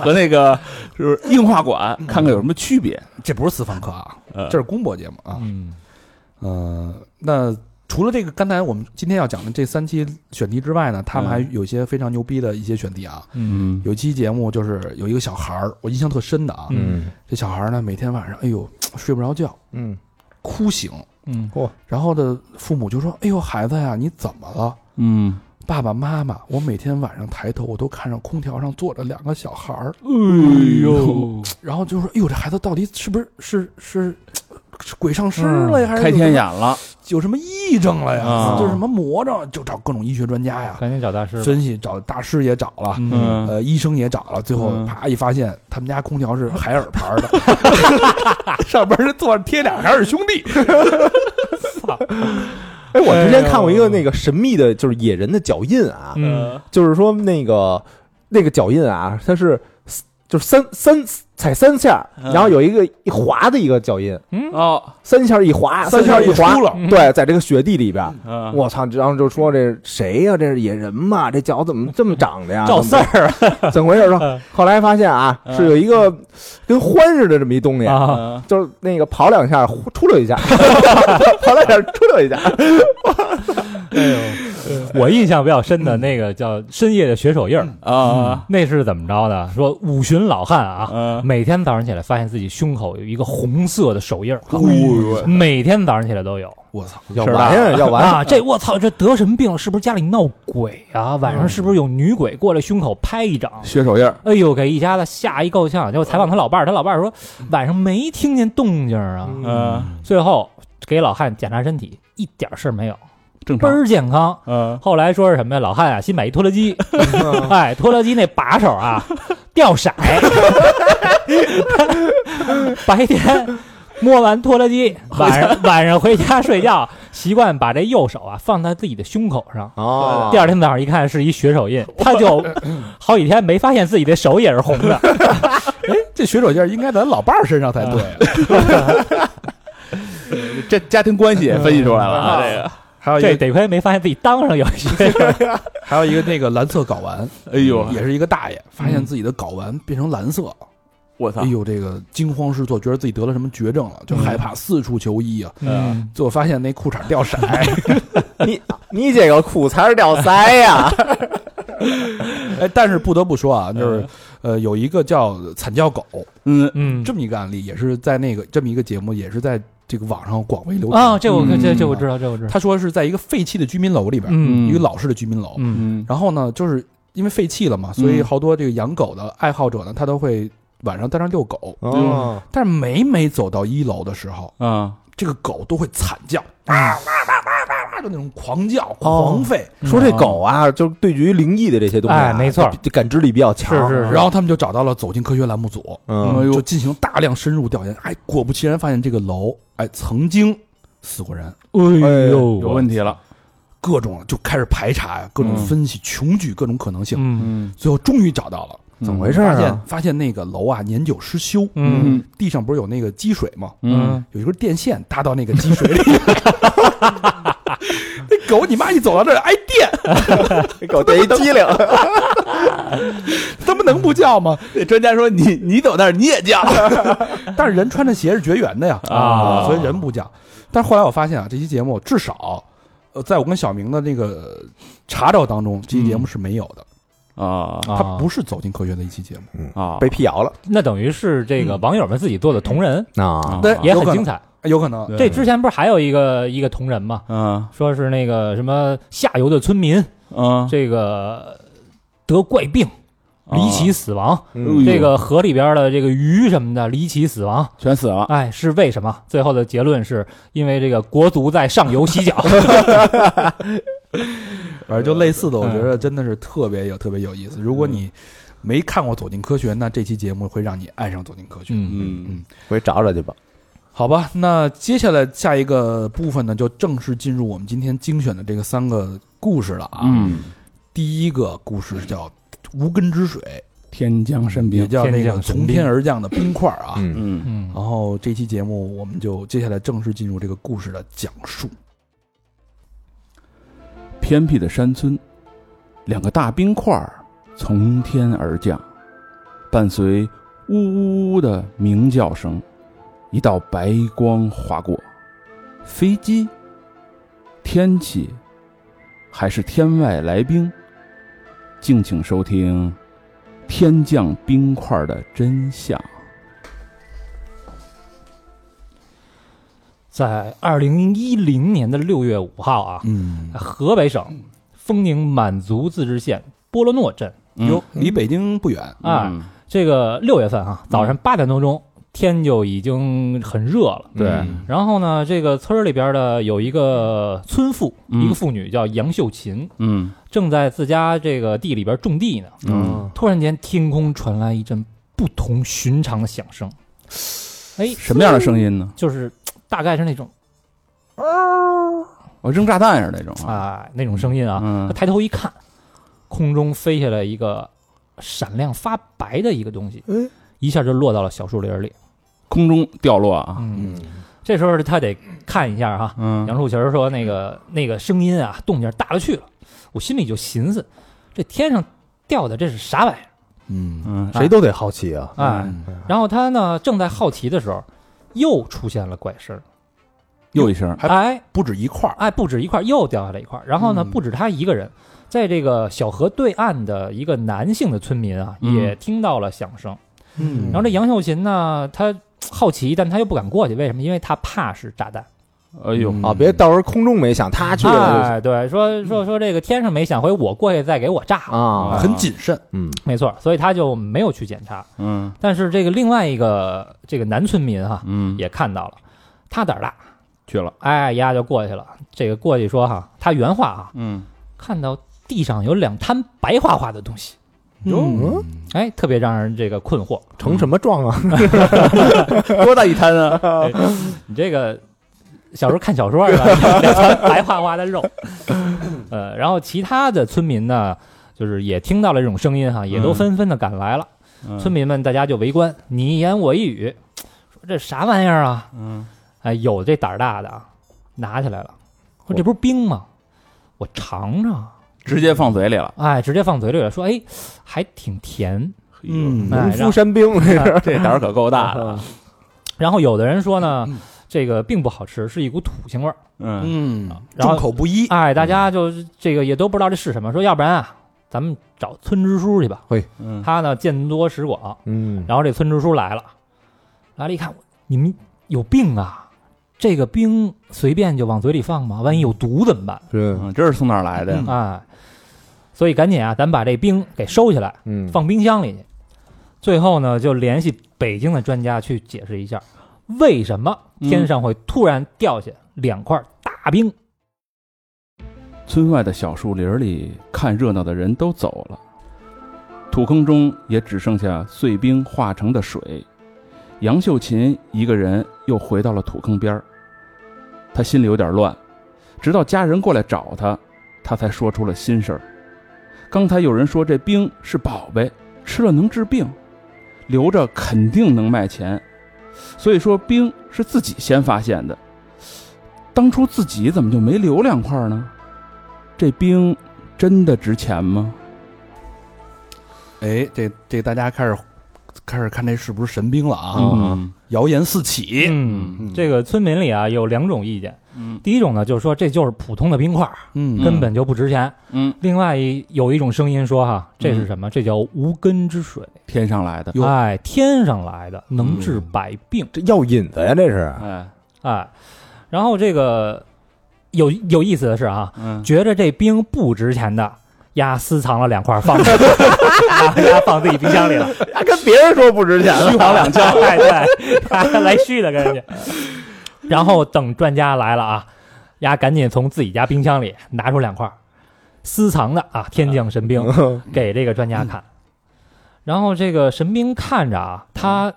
[SPEAKER 4] 和那个就是硬化馆，看看有什么区别。
[SPEAKER 2] 这不是私房课啊，
[SPEAKER 4] 呃
[SPEAKER 2] 这是公播节目啊。
[SPEAKER 1] 嗯，
[SPEAKER 2] 呃，那除了这个刚才我们今天要讲的这三期选题之外呢，他们还
[SPEAKER 4] 嗯
[SPEAKER 2] 有一些非常牛逼的一些选题啊。
[SPEAKER 4] 嗯，
[SPEAKER 2] 有一期节目就是有一个小孩儿，我印象特深的啊。
[SPEAKER 1] 嗯
[SPEAKER 2] 这小孩儿呢，每天晚上哎呦睡不着觉，
[SPEAKER 3] 嗯
[SPEAKER 2] 哭醒，
[SPEAKER 1] 嗯，
[SPEAKER 2] 然后的父母就说：“哎呦，孩子呀，你怎么了？”
[SPEAKER 4] 嗯，
[SPEAKER 2] 爸爸妈妈，我每天晚上抬头，我都看上空调上坐着两个小孩儿，
[SPEAKER 4] 哎呦，
[SPEAKER 2] 然后就说：“哎呦，这孩子到底是不是是是是鬼上身了呀？还是
[SPEAKER 4] 嗯开
[SPEAKER 2] 有
[SPEAKER 4] 天
[SPEAKER 2] 什么
[SPEAKER 4] 眼了，
[SPEAKER 2] 有什么癔症了呀？
[SPEAKER 4] 啊
[SPEAKER 2] 就是什么魔症？就找各种医学专家呀，
[SPEAKER 1] 赶紧找大师吧。
[SPEAKER 2] 分析找大师也找了。
[SPEAKER 1] 嗯，
[SPEAKER 4] 嗯，
[SPEAKER 2] 呃，医生也找了，最后
[SPEAKER 4] 嗯
[SPEAKER 2] 啪一发现，他们家空调是海尔牌 的，上边是坐着贴俩海尔兄弟，
[SPEAKER 3] 哎，我之前看过一个那个神秘的，就是野人的脚印啊，
[SPEAKER 1] 嗯
[SPEAKER 3] 就是说那个那个脚印啊，它是就是三三踩三下，
[SPEAKER 4] 嗯
[SPEAKER 3] 然后有一个一滑的一个脚印，
[SPEAKER 4] 哦，
[SPEAKER 3] 三下一滑，
[SPEAKER 2] 三
[SPEAKER 3] 下
[SPEAKER 2] 下一
[SPEAKER 3] 滑
[SPEAKER 2] 出了，
[SPEAKER 3] 对，在这个雪地里边。
[SPEAKER 4] 嗯，
[SPEAKER 3] 我操！然后就说这谁呀、这是野人嘛？这脚怎么这么长的呀？
[SPEAKER 1] 赵四儿
[SPEAKER 3] 怎么回事？说后来发现啊，
[SPEAKER 4] 嗯
[SPEAKER 3] 是有一个跟獾似的这么一东
[SPEAKER 2] 嗯
[SPEAKER 3] 西，
[SPEAKER 1] 啊，
[SPEAKER 4] 啊，
[SPEAKER 3] 就是那个跑两下，呼出溜一下， 跑两下出溜一下。
[SPEAKER 2] 哎
[SPEAKER 1] 我印象比较深的那个叫《深夜的血手印》
[SPEAKER 2] 嗯
[SPEAKER 1] 儿，
[SPEAKER 4] 啊，
[SPEAKER 1] 那是怎么着呢？说五旬老汉啊，
[SPEAKER 4] 嗯，
[SPEAKER 1] 每天早上起来发现自己胸口有一个红色的手印儿，
[SPEAKER 2] 哎
[SPEAKER 4] 呦
[SPEAKER 1] 每天早上起来都有。
[SPEAKER 2] 我操！
[SPEAKER 3] 要
[SPEAKER 1] 是吧
[SPEAKER 3] 完呀，要完
[SPEAKER 1] 啊！这我操，这得什么病了？是不是家里闹鬼啊？晚上是不是有女鬼过来胸口拍一掌？
[SPEAKER 4] 血手印儿，
[SPEAKER 1] 哎呦，给一家子吓一够呛。结果采访他老伴儿，他老伴儿说晚上没听见动静啊。
[SPEAKER 4] 嗯，
[SPEAKER 1] 最后给老汉检查身体，一点事儿没有，
[SPEAKER 4] 正
[SPEAKER 1] 倍
[SPEAKER 4] 常。
[SPEAKER 1] 儿健康。
[SPEAKER 4] 嗯，
[SPEAKER 1] 后来说是什么呀？老汉啊，新买一拖拉机， 哎，拖拉机那把手啊掉色， 白天摸完拖拉机，晚上晚上回家睡觉，习惯把这右手啊放在自己的胸口上。
[SPEAKER 3] 哦，
[SPEAKER 1] 第二天早上一看是一血手印，他就好几天没发现自己的手也是红的。
[SPEAKER 2] 这血手印儿应该在老伴儿身上才对。
[SPEAKER 4] 这家庭关系也分析出来了啊，这个，
[SPEAKER 2] 还有一
[SPEAKER 1] 这
[SPEAKER 2] 个，
[SPEAKER 1] 得亏没发现自己裆上有血手。
[SPEAKER 2] 还有一个那个蓝色睾丸，嗯
[SPEAKER 4] 哎呦，
[SPEAKER 2] 也是一个大爷，发现自己的睾丸变成蓝色，
[SPEAKER 4] 我操
[SPEAKER 2] 哎，呦，这个惊慌失措，觉得自己得了什么绝症了，就害怕，四处求医啊。
[SPEAKER 1] 嗯，
[SPEAKER 2] 最后发现那裤衩掉色，哎
[SPEAKER 3] 你你这个裤衩儿掉腮呀！
[SPEAKER 2] 哎，但是不得不说啊，就是呃，有一个叫惨叫狗
[SPEAKER 4] 嗯，
[SPEAKER 1] 嗯，
[SPEAKER 2] 这么一个案例，也是在那个这么一个节目，也是在这个网上广为流
[SPEAKER 1] 啊，
[SPEAKER 2] 传。
[SPEAKER 1] 这我这这我
[SPEAKER 2] 嗯
[SPEAKER 1] 知道，这我知道。
[SPEAKER 2] 他说是在一个废弃的居民楼里边，
[SPEAKER 1] 嗯
[SPEAKER 2] 一个老式的居民楼，
[SPEAKER 1] 嗯
[SPEAKER 4] 嗯
[SPEAKER 2] 然后呢，就是因为废弃了嘛，所以
[SPEAKER 4] 嗯
[SPEAKER 2] 好多这个养狗的爱好者呢，他都会晚上在那儿遛狗，
[SPEAKER 3] 哦，
[SPEAKER 2] 但是每每走到一楼的时候，
[SPEAKER 4] 啊，
[SPEAKER 2] 这个狗都会惨叫，哇哇哇哇哇，就那种狂叫、狂吠，
[SPEAKER 3] 说这狗啊，就是对于灵异的这些东西啊，
[SPEAKER 1] 嗯哎没错
[SPEAKER 3] 它比，感知力比较强。
[SPEAKER 1] 是是
[SPEAKER 2] 然后他们就找到了走进科学栏目组，
[SPEAKER 3] 嗯，
[SPEAKER 2] 就进行大量深入调研。哎，果不其然，发现这个楼哎曾经死过人，
[SPEAKER 1] 哎
[SPEAKER 3] 呦
[SPEAKER 4] 有问题了，
[SPEAKER 2] 各种就开始排查呀，各种
[SPEAKER 4] 嗯
[SPEAKER 2] 分析，穷举各种可能性，
[SPEAKER 1] 嗯
[SPEAKER 4] 嗯，
[SPEAKER 2] 最后终于找到了。
[SPEAKER 4] 怎么
[SPEAKER 3] 回事
[SPEAKER 2] 发
[SPEAKER 3] 儿
[SPEAKER 2] 现
[SPEAKER 3] 啊？
[SPEAKER 2] 发现那个楼啊年久失修，
[SPEAKER 1] 嗯
[SPEAKER 2] 地上不是有那个积水吗？
[SPEAKER 4] 嗯，
[SPEAKER 2] 有一根电线搭到那个积水里。 那狗你妈一走到这儿挨电，
[SPEAKER 3] 这狗这一机灵，
[SPEAKER 2] 他们能不叫吗？
[SPEAKER 4] 那专家说你你走那儿你也叫，
[SPEAKER 2] 但是人穿着鞋是绝缘的呀
[SPEAKER 1] 啊
[SPEAKER 2] 所以人不叫。但是后来我发现啊，这期节目至少，呃，在我跟小明的那个呃查找当中，这期节目是没有的，
[SPEAKER 4] 啊
[SPEAKER 2] 它
[SPEAKER 1] 啊，
[SPEAKER 2] 不是走进科学的一期节目。
[SPEAKER 4] 啊，
[SPEAKER 3] 被辟谣了
[SPEAKER 1] 那等于是这个网友们自己做的同人，
[SPEAKER 3] 啊！
[SPEAKER 2] 对
[SPEAKER 4] 嗯
[SPEAKER 1] 也
[SPEAKER 2] 有
[SPEAKER 1] 很
[SPEAKER 2] 可能
[SPEAKER 1] 精彩。
[SPEAKER 2] 有可能，
[SPEAKER 1] 这之前不是还有一个一个同人嘛，
[SPEAKER 4] 嗯
[SPEAKER 1] 说是那个什么下游的村民，
[SPEAKER 4] 嗯，
[SPEAKER 1] 这个得怪病，
[SPEAKER 4] 啊
[SPEAKER 1] 离奇死亡。
[SPEAKER 4] 哎
[SPEAKER 3] 嗯
[SPEAKER 4] 呦
[SPEAKER 1] 这个河里边的这个鱼什么的离奇死亡，
[SPEAKER 4] 全死了，
[SPEAKER 1] 哎，是为什么？最后的结论是因为这个国足在上游洗脚。
[SPEAKER 2] 反正就类似的，我觉得真的是特别有特别有意思。如果你没看过《走进科学》，那这期节目会让你爱上《走进科学》。
[SPEAKER 1] 嗯，
[SPEAKER 4] 嗯
[SPEAKER 3] 回去找找去吧。
[SPEAKER 2] 好吧，那接下来下一个部分呢，就正式进入我们今天精选的这个三个故事了啊。，
[SPEAKER 4] 嗯，
[SPEAKER 2] 第一个故事叫无根之水，
[SPEAKER 4] 天降神
[SPEAKER 2] 也
[SPEAKER 4] 兵，
[SPEAKER 2] 叫那
[SPEAKER 1] 天
[SPEAKER 2] 个
[SPEAKER 1] 降神
[SPEAKER 2] 从
[SPEAKER 1] 兵
[SPEAKER 2] 天而降的冰块啊。
[SPEAKER 3] 嗯
[SPEAKER 4] 嗯
[SPEAKER 1] 嗯
[SPEAKER 2] 然后这期节目我们就接下来正式进入这个故事的讲述。
[SPEAKER 4] 偏僻的山村，两个大冰块儿从天而降，伴随呜呜呜的鸣叫声，一道白光划过。飞机、天气，还是天外来宾？敬请收听《天降冰块儿的真相》。
[SPEAKER 1] 在二零一零年的六月五号啊，
[SPEAKER 2] 嗯，
[SPEAKER 1] 河北省丰宁满族自治县波罗诺镇
[SPEAKER 2] 哟，离北京不远，
[SPEAKER 1] 啊，
[SPEAKER 4] 嗯
[SPEAKER 1] 这个六月份啊，早上八点多钟，天就已经很热了。
[SPEAKER 4] 对
[SPEAKER 3] 嗯
[SPEAKER 1] 然后呢，这个村儿里边的有一个村妇，
[SPEAKER 4] 嗯
[SPEAKER 1] 一个妇女叫杨秀琴，
[SPEAKER 4] 嗯
[SPEAKER 1] 正在自家这个地里边种地呢。
[SPEAKER 4] 嗯，
[SPEAKER 1] 突然间，天空传来一阵不同寻常的响声。哎，
[SPEAKER 4] 什么样的声音呢？
[SPEAKER 1] 就是大概是那种
[SPEAKER 4] 我哦扔炸弹似的那种啊。
[SPEAKER 1] 啊、那种声音啊。
[SPEAKER 4] 嗯
[SPEAKER 1] 他抬头一看，空中飞下来一个闪亮发白的一个东西，
[SPEAKER 3] 哎
[SPEAKER 1] 一下就落到了小树林里。
[SPEAKER 4] 空中掉落啊。
[SPEAKER 1] 嗯，这时候他得看一下哈、
[SPEAKER 4] 嗯
[SPEAKER 1] 杨树琴儿说：“那个那个声音啊，动静大了去了。”我心里就寻思，这天上掉的这是啥玩意儿
[SPEAKER 2] 嗯，
[SPEAKER 4] 嗯，
[SPEAKER 3] 谁都得好奇啊。
[SPEAKER 1] 啊、
[SPEAKER 2] 嗯
[SPEAKER 1] 然后他呢正在好奇的时候，又出现了怪声儿。
[SPEAKER 4] 又一声，
[SPEAKER 2] 还
[SPEAKER 1] 哎
[SPEAKER 2] 不止一块儿，
[SPEAKER 1] 哎，不止一块儿，又掉下来一块儿。然后呢，
[SPEAKER 2] 嗯
[SPEAKER 1] 不止他一个人，在这个小河对岸的一个男性的村民啊，
[SPEAKER 4] 嗯
[SPEAKER 1] 也听到了响声。
[SPEAKER 2] 嗯
[SPEAKER 1] 然后这杨秀琴呢，她好奇，但她又不敢过去，为什么？因为她怕是炸弹。
[SPEAKER 4] 哎呦，
[SPEAKER 2] 嗯
[SPEAKER 3] 啊，别到时候空中没响，他去了
[SPEAKER 1] 哎，对，说说说这个天上没响，回我过去再给我炸。
[SPEAKER 3] 就啊。
[SPEAKER 2] 很谨慎，
[SPEAKER 3] 嗯，
[SPEAKER 1] 没错，所以他就没有去检查。
[SPEAKER 4] 嗯
[SPEAKER 1] 但是这个另外一个这个男村民哈、
[SPEAKER 4] 嗯，
[SPEAKER 1] 也看到了，他胆儿大，
[SPEAKER 4] 去了，
[SPEAKER 1] 哎，丫就过去了。这个过去说哈，他原话啊，
[SPEAKER 4] 嗯，
[SPEAKER 1] 看到地上有两滩白花花的东西，
[SPEAKER 2] 嗯
[SPEAKER 3] 哟，
[SPEAKER 1] 哎，特别让人这个困惑。
[SPEAKER 3] 成什么状啊？
[SPEAKER 4] 多大一摊啊？
[SPEAKER 1] 你这个小时候看小说 是吧？两团白花花的肉，呃，然后其他的村民呢，就是也听到了这种声音哈，也都
[SPEAKER 4] 嗯
[SPEAKER 1] 纷纷的赶来了。村
[SPEAKER 4] 嗯
[SPEAKER 1] 民们大家就围观，你一言我一语，说这啥玩意儿啊？
[SPEAKER 4] 嗯，
[SPEAKER 1] 哎，有这胆儿大的啊，拿起来了，说这不是冰吗？我尝尝，
[SPEAKER 4] 直接放嘴里了，
[SPEAKER 1] 哎，直接放嘴里了，说哎，还挺甜。
[SPEAKER 4] 嘿呦
[SPEAKER 2] 嗯，
[SPEAKER 1] 哎
[SPEAKER 3] 农夫山冰这是
[SPEAKER 4] 这胆儿可够大的，
[SPEAKER 1] 然后有的人说呢，这个并不好吃，是一股土腥味儿。
[SPEAKER 4] 嗯
[SPEAKER 2] 嗯，
[SPEAKER 1] 然后
[SPEAKER 2] 众口不一，
[SPEAKER 1] 哎，大家就是这个也都不知道这是什么，说要不然啊，咱们找村支书去吧。
[SPEAKER 4] 嗯，
[SPEAKER 1] 他呢见多识广，
[SPEAKER 3] 嗯，
[SPEAKER 1] 然后这村支书来了，来了一看，你们有病啊！这个冰随便就往嘴里放吗？万一有毒怎么办？
[SPEAKER 3] 是
[SPEAKER 4] 嗯，这是从哪儿来的呀？
[SPEAKER 1] 哎，所以赶紧啊，咱把这冰给收起来，
[SPEAKER 3] 嗯，
[SPEAKER 1] 放冰箱里去。最后呢，就联系北京的专家去解释一下，为什么
[SPEAKER 4] 嗯
[SPEAKER 1] 天上会突然掉下两块大冰？
[SPEAKER 4] 村外的小树林儿里，看热闹的人都走了，土坑中也只剩下碎冰化成的水。杨秀琴一个人又回到了土坑边儿，她心里有点乱，直到家人过来找她，她才说出了心事儿。刚才有人说这冰是宝贝，吃了能治病，留着肯定能卖钱，所以说冰是自己先发现的。当初自己怎么就没留两块呢？这冰真的值钱吗？
[SPEAKER 2] 哎，这这大家开始开始看这是不是神兵了啊？
[SPEAKER 4] 嗯
[SPEAKER 2] 谣言四起，
[SPEAKER 1] 嗯
[SPEAKER 2] 嗯
[SPEAKER 1] 这个村民里啊有两种意见，
[SPEAKER 4] 嗯
[SPEAKER 1] 第一种呢就是说这就是普通的冰块儿，
[SPEAKER 2] 嗯
[SPEAKER 1] 根本就不值钱。
[SPEAKER 4] 嗯，
[SPEAKER 1] 另外一有一种声音说哈，这是什么？这叫无根之水，
[SPEAKER 4] 天上来的，
[SPEAKER 2] 哟
[SPEAKER 1] 哎，天上来的，能治百病，
[SPEAKER 3] 这药引子呀，这是
[SPEAKER 4] 哎，
[SPEAKER 1] 哎。然后这个有有意思的是啊，
[SPEAKER 4] 嗯，
[SPEAKER 1] 觉着这冰不值钱的。丫私藏了两块放，丫放自己冰箱里了，
[SPEAKER 3] 还跟别人说不值钱
[SPEAKER 1] 虚晃两枪，哎对，他还来虚的跟人家。然后等专家来了啊，丫赶紧从自己家冰箱里拿出两块私藏的啊天降神兵， 给这个专家看。然后这个神兵看着啊，它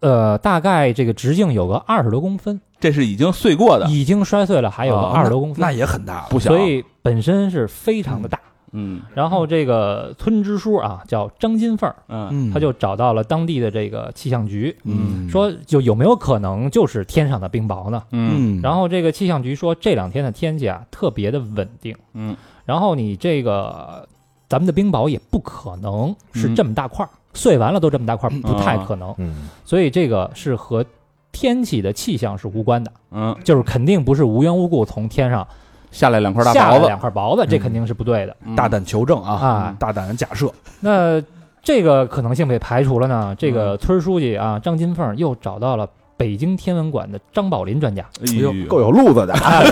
[SPEAKER 1] 呃大概这个直径有个二十多公分，
[SPEAKER 4] 这是已经碎过的，
[SPEAKER 1] 已经摔碎了，还有
[SPEAKER 4] 哦
[SPEAKER 1] 二十多公
[SPEAKER 2] 那
[SPEAKER 1] 分，
[SPEAKER 2] 也很大了。
[SPEAKER 4] 不小，
[SPEAKER 1] 所以本身是非常的大。
[SPEAKER 4] 嗯
[SPEAKER 1] 然后这个村支书啊叫张金凤儿，
[SPEAKER 4] 嗯
[SPEAKER 2] 嗯
[SPEAKER 1] 他就找到了当地的这个气象局，
[SPEAKER 2] 嗯
[SPEAKER 1] 说就有没有可能就是天上的冰雹呢？
[SPEAKER 4] 嗯
[SPEAKER 2] 嗯，
[SPEAKER 1] 然后这个气象局说这两天的天气啊特别的稳定，
[SPEAKER 4] 嗯，
[SPEAKER 1] 然后你这个咱们的冰雹也不可能是
[SPEAKER 4] 嗯啊
[SPEAKER 1] 这么大块儿，碎完了都这么大块儿，
[SPEAKER 2] 嗯
[SPEAKER 1] 不太可能，
[SPEAKER 3] 嗯，
[SPEAKER 1] 所以这个是和天气的气象是无关的，
[SPEAKER 4] 嗯，
[SPEAKER 1] 就是肯定不是无缘无故从天上
[SPEAKER 4] 下来两块大
[SPEAKER 1] 下
[SPEAKER 4] 雹
[SPEAKER 1] 了
[SPEAKER 4] 子
[SPEAKER 1] 两块雹子，这肯定是不对的，
[SPEAKER 4] 嗯
[SPEAKER 2] 大胆求证啊，
[SPEAKER 1] 啊。
[SPEAKER 2] 大胆假设，
[SPEAKER 1] 那这个可能性被排除了呢，这个村书记啊张金凤又找到了北京天文馆的张宝林专家。
[SPEAKER 4] 哎呦，
[SPEAKER 3] 够有路子的，啊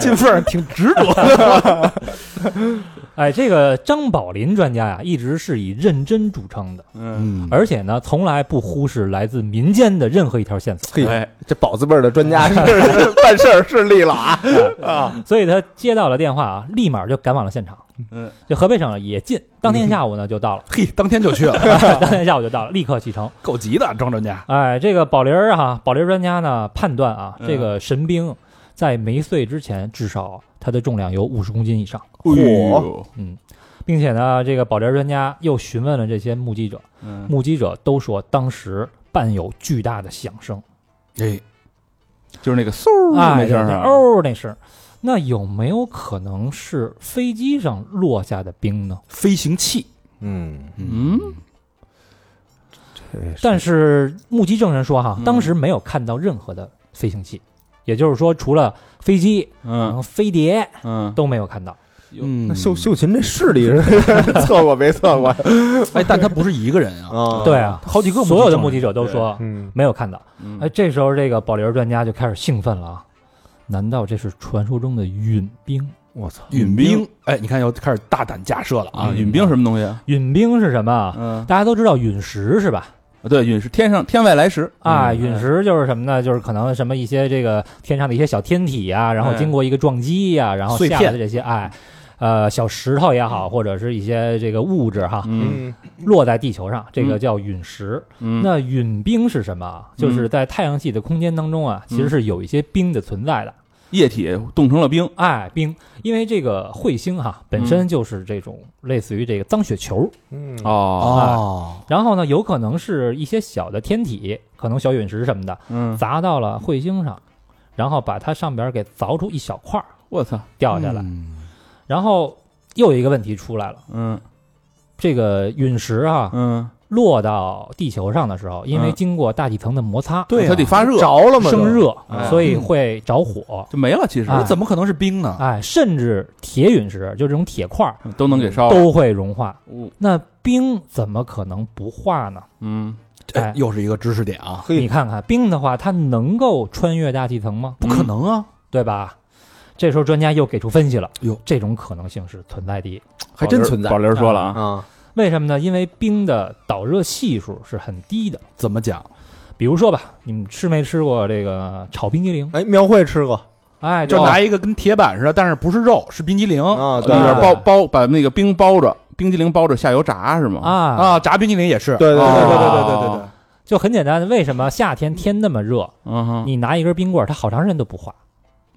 [SPEAKER 2] 金凤挺执着。
[SPEAKER 1] 哎，这个张宝林专家呀、一直是以认真著称的，
[SPEAKER 4] 嗯，
[SPEAKER 2] 嗯，
[SPEAKER 1] 而且呢，从来不忽视来自民间的任何一条线索。
[SPEAKER 3] 嘿，
[SPEAKER 4] 哎，
[SPEAKER 3] 这宝字辈儿的专家是 办事儿顺利了啊！
[SPEAKER 1] 所以他接到了电话啊，立马就赶往了现场。
[SPEAKER 4] 嗯，
[SPEAKER 1] 这河北省也近，当天下午呢就到 了，
[SPEAKER 2] 嘿，当天就去了，
[SPEAKER 1] 当天下午就到了，立刻启程。
[SPEAKER 2] 够急的，庄专家。
[SPEAKER 1] 哎，这个宝林儿哈，宝林儿专家呢判断啊，
[SPEAKER 4] 嗯
[SPEAKER 1] 这个神兵在没碎之前，至少它的重量有五十公斤以上，
[SPEAKER 4] 哎呦，
[SPEAKER 1] 嗯，并且呢，这个宝林儿专家又询问了这些目击者，
[SPEAKER 4] 嗯
[SPEAKER 1] 目击者都说当时伴有巨大的响声，
[SPEAKER 2] 哎，
[SPEAKER 4] 就是那个嗖
[SPEAKER 1] 啊，
[SPEAKER 4] 那声
[SPEAKER 1] 对
[SPEAKER 4] 哦儿啊，
[SPEAKER 1] 哦那声儿，那有没有可能是飞机上落下的冰呢？
[SPEAKER 2] 飞行器，
[SPEAKER 3] 嗯，
[SPEAKER 4] 嗯，
[SPEAKER 1] 但是目击证人说哈
[SPEAKER 4] 嗯，
[SPEAKER 1] 当时没有看到任何的飞行器，也就是说，除了飞机、然后
[SPEAKER 4] 嗯
[SPEAKER 1] 飞碟
[SPEAKER 4] 嗯，
[SPEAKER 1] 都没有看到。
[SPEAKER 2] 嗯
[SPEAKER 3] 那秀秀琴这视力是测过没 测过
[SPEAKER 2] 哎，但他不是一个人啊，
[SPEAKER 3] 啊？
[SPEAKER 1] 对，啊，
[SPEAKER 2] 好几个
[SPEAKER 1] 所有的
[SPEAKER 2] 目
[SPEAKER 1] 目
[SPEAKER 2] 击
[SPEAKER 1] 击者都说
[SPEAKER 3] 嗯，
[SPEAKER 1] 没有看到。哎，
[SPEAKER 4] 哎，
[SPEAKER 1] 这时候这个保龄专家就开始兴奋了啊！难道这是传说中的陨冰？
[SPEAKER 3] 我操，
[SPEAKER 2] 允兵。哎，你看又开始大胆假设了
[SPEAKER 4] 啊，
[SPEAKER 1] 嗯
[SPEAKER 2] 啊，
[SPEAKER 4] 陨冰什么东西啊？
[SPEAKER 1] 陨冰是什么啊？
[SPEAKER 4] 嗯
[SPEAKER 1] 大家都知道陨石是吧？
[SPEAKER 4] 啊对，陨石天上天外来石
[SPEAKER 1] 啊，
[SPEAKER 4] 嗯
[SPEAKER 1] 陨石就是什么呢？就是可能什么一些这个天上的一些小天体啊，然后
[SPEAKER 4] 哎
[SPEAKER 1] 经过一个撞击呀、然后
[SPEAKER 3] 碎
[SPEAKER 1] 下来的
[SPEAKER 3] 片
[SPEAKER 1] 这些哎，呃，小石头也好，或者是一些这个物质哈，
[SPEAKER 4] 嗯
[SPEAKER 1] 落在地球上，这个
[SPEAKER 4] 嗯
[SPEAKER 1] 叫陨石。
[SPEAKER 4] 嗯，
[SPEAKER 1] 那陨冰是什么啊？就是在太阳系的空间当中啊，其实是有一些冰的存在的。
[SPEAKER 4] 液体冻成了冰，
[SPEAKER 1] 哎，冰，因为这个彗星哈本身就是这种类似于这个脏雪球，
[SPEAKER 3] 嗯
[SPEAKER 4] 哦，
[SPEAKER 1] 啊
[SPEAKER 2] 哦，
[SPEAKER 1] 然后呢，有可能是一些小的天体，可能小陨石什么的，
[SPEAKER 4] 嗯，
[SPEAKER 1] 砸到了彗星上，然后把它上边给凿出一小块儿
[SPEAKER 4] 我操，
[SPEAKER 1] 掉下来。
[SPEAKER 2] 嗯
[SPEAKER 1] 然后又有一个问题出来了，
[SPEAKER 4] 嗯
[SPEAKER 1] 这个陨石啊
[SPEAKER 4] 嗯，
[SPEAKER 1] 落到地球上的时候，因为
[SPEAKER 4] 嗯
[SPEAKER 1] 经过大气层的摩擦，
[SPEAKER 2] 对啊
[SPEAKER 4] 它得发热，
[SPEAKER 3] 着了吗？
[SPEAKER 1] 生热
[SPEAKER 4] 哎，
[SPEAKER 1] 所以会着火。
[SPEAKER 4] 就没了，其实
[SPEAKER 1] 啊
[SPEAKER 2] 那哎怎么可能是冰呢？
[SPEAKER 1] 哎，甚至铁陨石，就这种铁块儿
[SPEAKER 4] 都能给烧了，
[SPEAKER 1] 都会融化。
[SPEAKER 4] 哦
[SPEAKER 1] 那冰怎么可能不化呢？
[SPEAKER 4] 嗯，
[SPEAKER 1] 哎，
[SPEAKER 2] 又是一个知识点啊，
[SPEAKER 1] 你看看冰的话，它能够穿越大气层吗？
[SPEAKER 2] 不可能啊，
[SPEAKER 1] 对吧？这时候专家又给出分析了，
[SPEAKER 2] 哟
[SPEAKER 1] 这种可能性是存在的。
[SPEAKER 3] 还真存在
[SPEAKER 4] 宝林说了啊，
[SPEAKER 3] 啊，
[SPEAKER 1] 为什么呢？因为冰的导热系数是很低的。
[SPEAKER 2] 怎么讲？
[SPEAKER 1] 比如说吧，你们吃没吃过这个炒冰激凌？
[SPEAKER 3] 哎，庙会吃过
[SPEAKER 1] 哎，
[SPEAKER 2] 就
[SPEAKER 1] 这
[SPEAKER 2] 拿一个跟铁板似的，但是不是肉，是冰激凌
[SPEAKER 3] 啊，
[SPEAKER 4] 里
[SPEAKER 3] 对
[SPEAKER 4] 边
[SPEAKER 1] 啊
[SPEAKER 4] 包包把那个冰包着，冰激凌包着下油炸是吗？，
[SPEAKER 1] 啊，
[SPEAKER 2] 啊，炸冰激凌也是。
[SPEAKER 3] 对对对啊
[SPEAKER 2] 对对
[SPEAKER 3] 对
[SPEAKER 2] 对
[SPEAKER 3] 对
[SPEAKER 2] 对对对对，
[SPEAKER 1] 就很简单。为什么夏天天那么热，
[SPEAKER 4] 嗯哼，
[SPEAKER 1] 你拿一根冰棍儿，它好长时间都不化？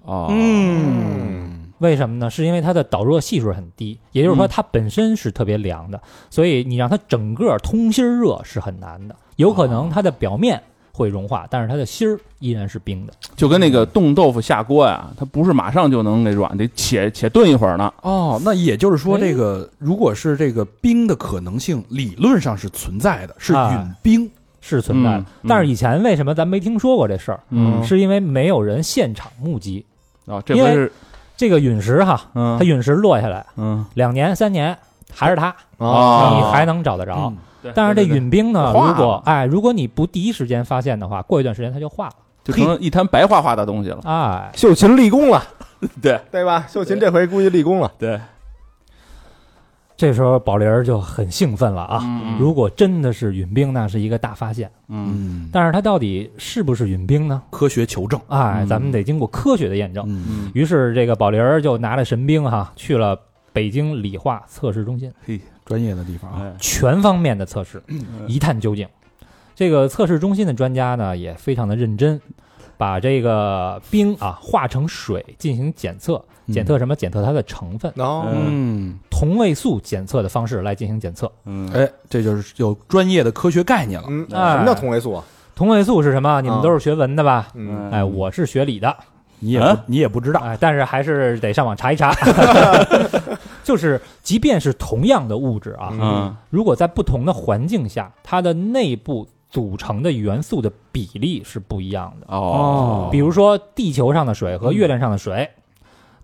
[SPEAKER 4] 哦，
[SPEAKER 2] 嗯，
[SPEAKER 1] 为什么呢？是因为它的导热系数很低，也就是说
[SPEAKER 4] 嗯
[SPEAKER 1] 它本身是特别凉的，所以你让它整个通心儿热是很难的。有可能它的表面会融化，但是它的心儿依然是冰的。
[SPEAKER 4] 就跟那个冻豆腐下锅呀，它不是马上就能给软，得且且炖一会儿呢。
[SPEAKER 2] 哦，那也就是说，
[SPEAKER 1] 哎
[SPEAKER 2] 这个如果是这个冰的可能性，理论上是存在的，是
[SPEAKER 1] 啊
[SPEAKER 2] 陨冰。
[SPEAKER 1] 是存在的。
[SPEAKER 4] 嗯嗯
[SPEAKER 1] 但是以前为什么咱没听说过这事儿？
[SPEAKER 4] 嗯
[SPEAKER 1] 是因为没有人现场目击
[SPEAKER 4] 啊，这回是
[SPEAKER 1] 这个陨石哈，
[SPEAKER 4] 嗯
[SPEAKER 1] 它陨石落下来
[SPEAKER 4] 嗯
[SPEAKER 1] 两年三年还是它，
[SPEAKER 4] 啊
[SPEAKER 1] 你还能找得着。
[SPEAKER 2] 嗯
[SPEAKER 1] 但是这陨冰呢，
[SPEAKER 4] 化了
[SPEAKER 1] 如果哎，如果你不第一时间发现的话，过一段时间它就化了。
[SPEAKER 4] 就成了一滩白花花的东西了。
[SPEAKER 1] 哎，
[SPEAKER 3] 秀琴立功了，
[SPEAKER 4] 对
[SPEAKER 3] 对吧？秀琴这回估计立功了，
[SPEAKER 4] 对
[SPEAKER 1] 这时候宝林儿就很兴奋了啊！
[SPEAKER 4] 嗯
[SPEAKER 1] 如果真的是陨冰，那是一个大发现。
[SPEAKER 4] 嗯
[SPEAKER 2] 嗯，
[SPEAKER 1] 但是它到底是不是陨冰呢？
[SPEAKER 2] 科学求证。
[SPEAKER 1] 哎，
[SPEAKER 4] 嗯
[SPEAKER 1] 咱们得经过科学的验证。
[SPEAKER 2] 嗯，
[SPEAKER 4] 嗯，
[SPEAKER 1] 于是这个宝林儿就拿着神兵哈，去了北京理化测试中心，
[SPEAKER 2] 专业的地方啊，
[SPEAKER 4] 哎
[SPEAKER 1] 全方面的测试，一探究竟。这个测试中心的专家呢，也非常的认真，把这个冰啊化成水进行检测，
[SPEAKER 2] 嗯
[SPEAKER 1] 检测什么？检测它的成分，
[SPEAKER 3] 能
[SPEAKER 4] 嗯
[SPEAKER 1] 同位素检测的方式来进行检测。
[SPEAKER 4] 嗯
[SPEAKER 2] 哎，这就是有专业的科学概念了。
[SPEAKER 3] 嗯，
[SPEAKER 1] 哎
[SPEAKER 3] 什么叫同位素啊？
[SPEAKER 1] 同位素是什么？你们都是学文的吧？
[SPEAKER 3] 嗯，
[SPEAKER 1] 哎，我是学理的，
[SPEAKER 2] 你也不
[SPEAKER 4] 啊
[SPEAKER 2] 你也不知道，
[SPEAKER 1] 哎，但是还是得上网查一 查。就是，即便是同样的物质啊，
[SPEAKER 4] 嗯
[SPEAKER 1] 如果在不同的环境下，它的内部组成的元素的比例是不一样的。
[SPEAKER 4] 哦，嗯
[SPEAKER 1] 比如说，地球上的水和月亮上的水，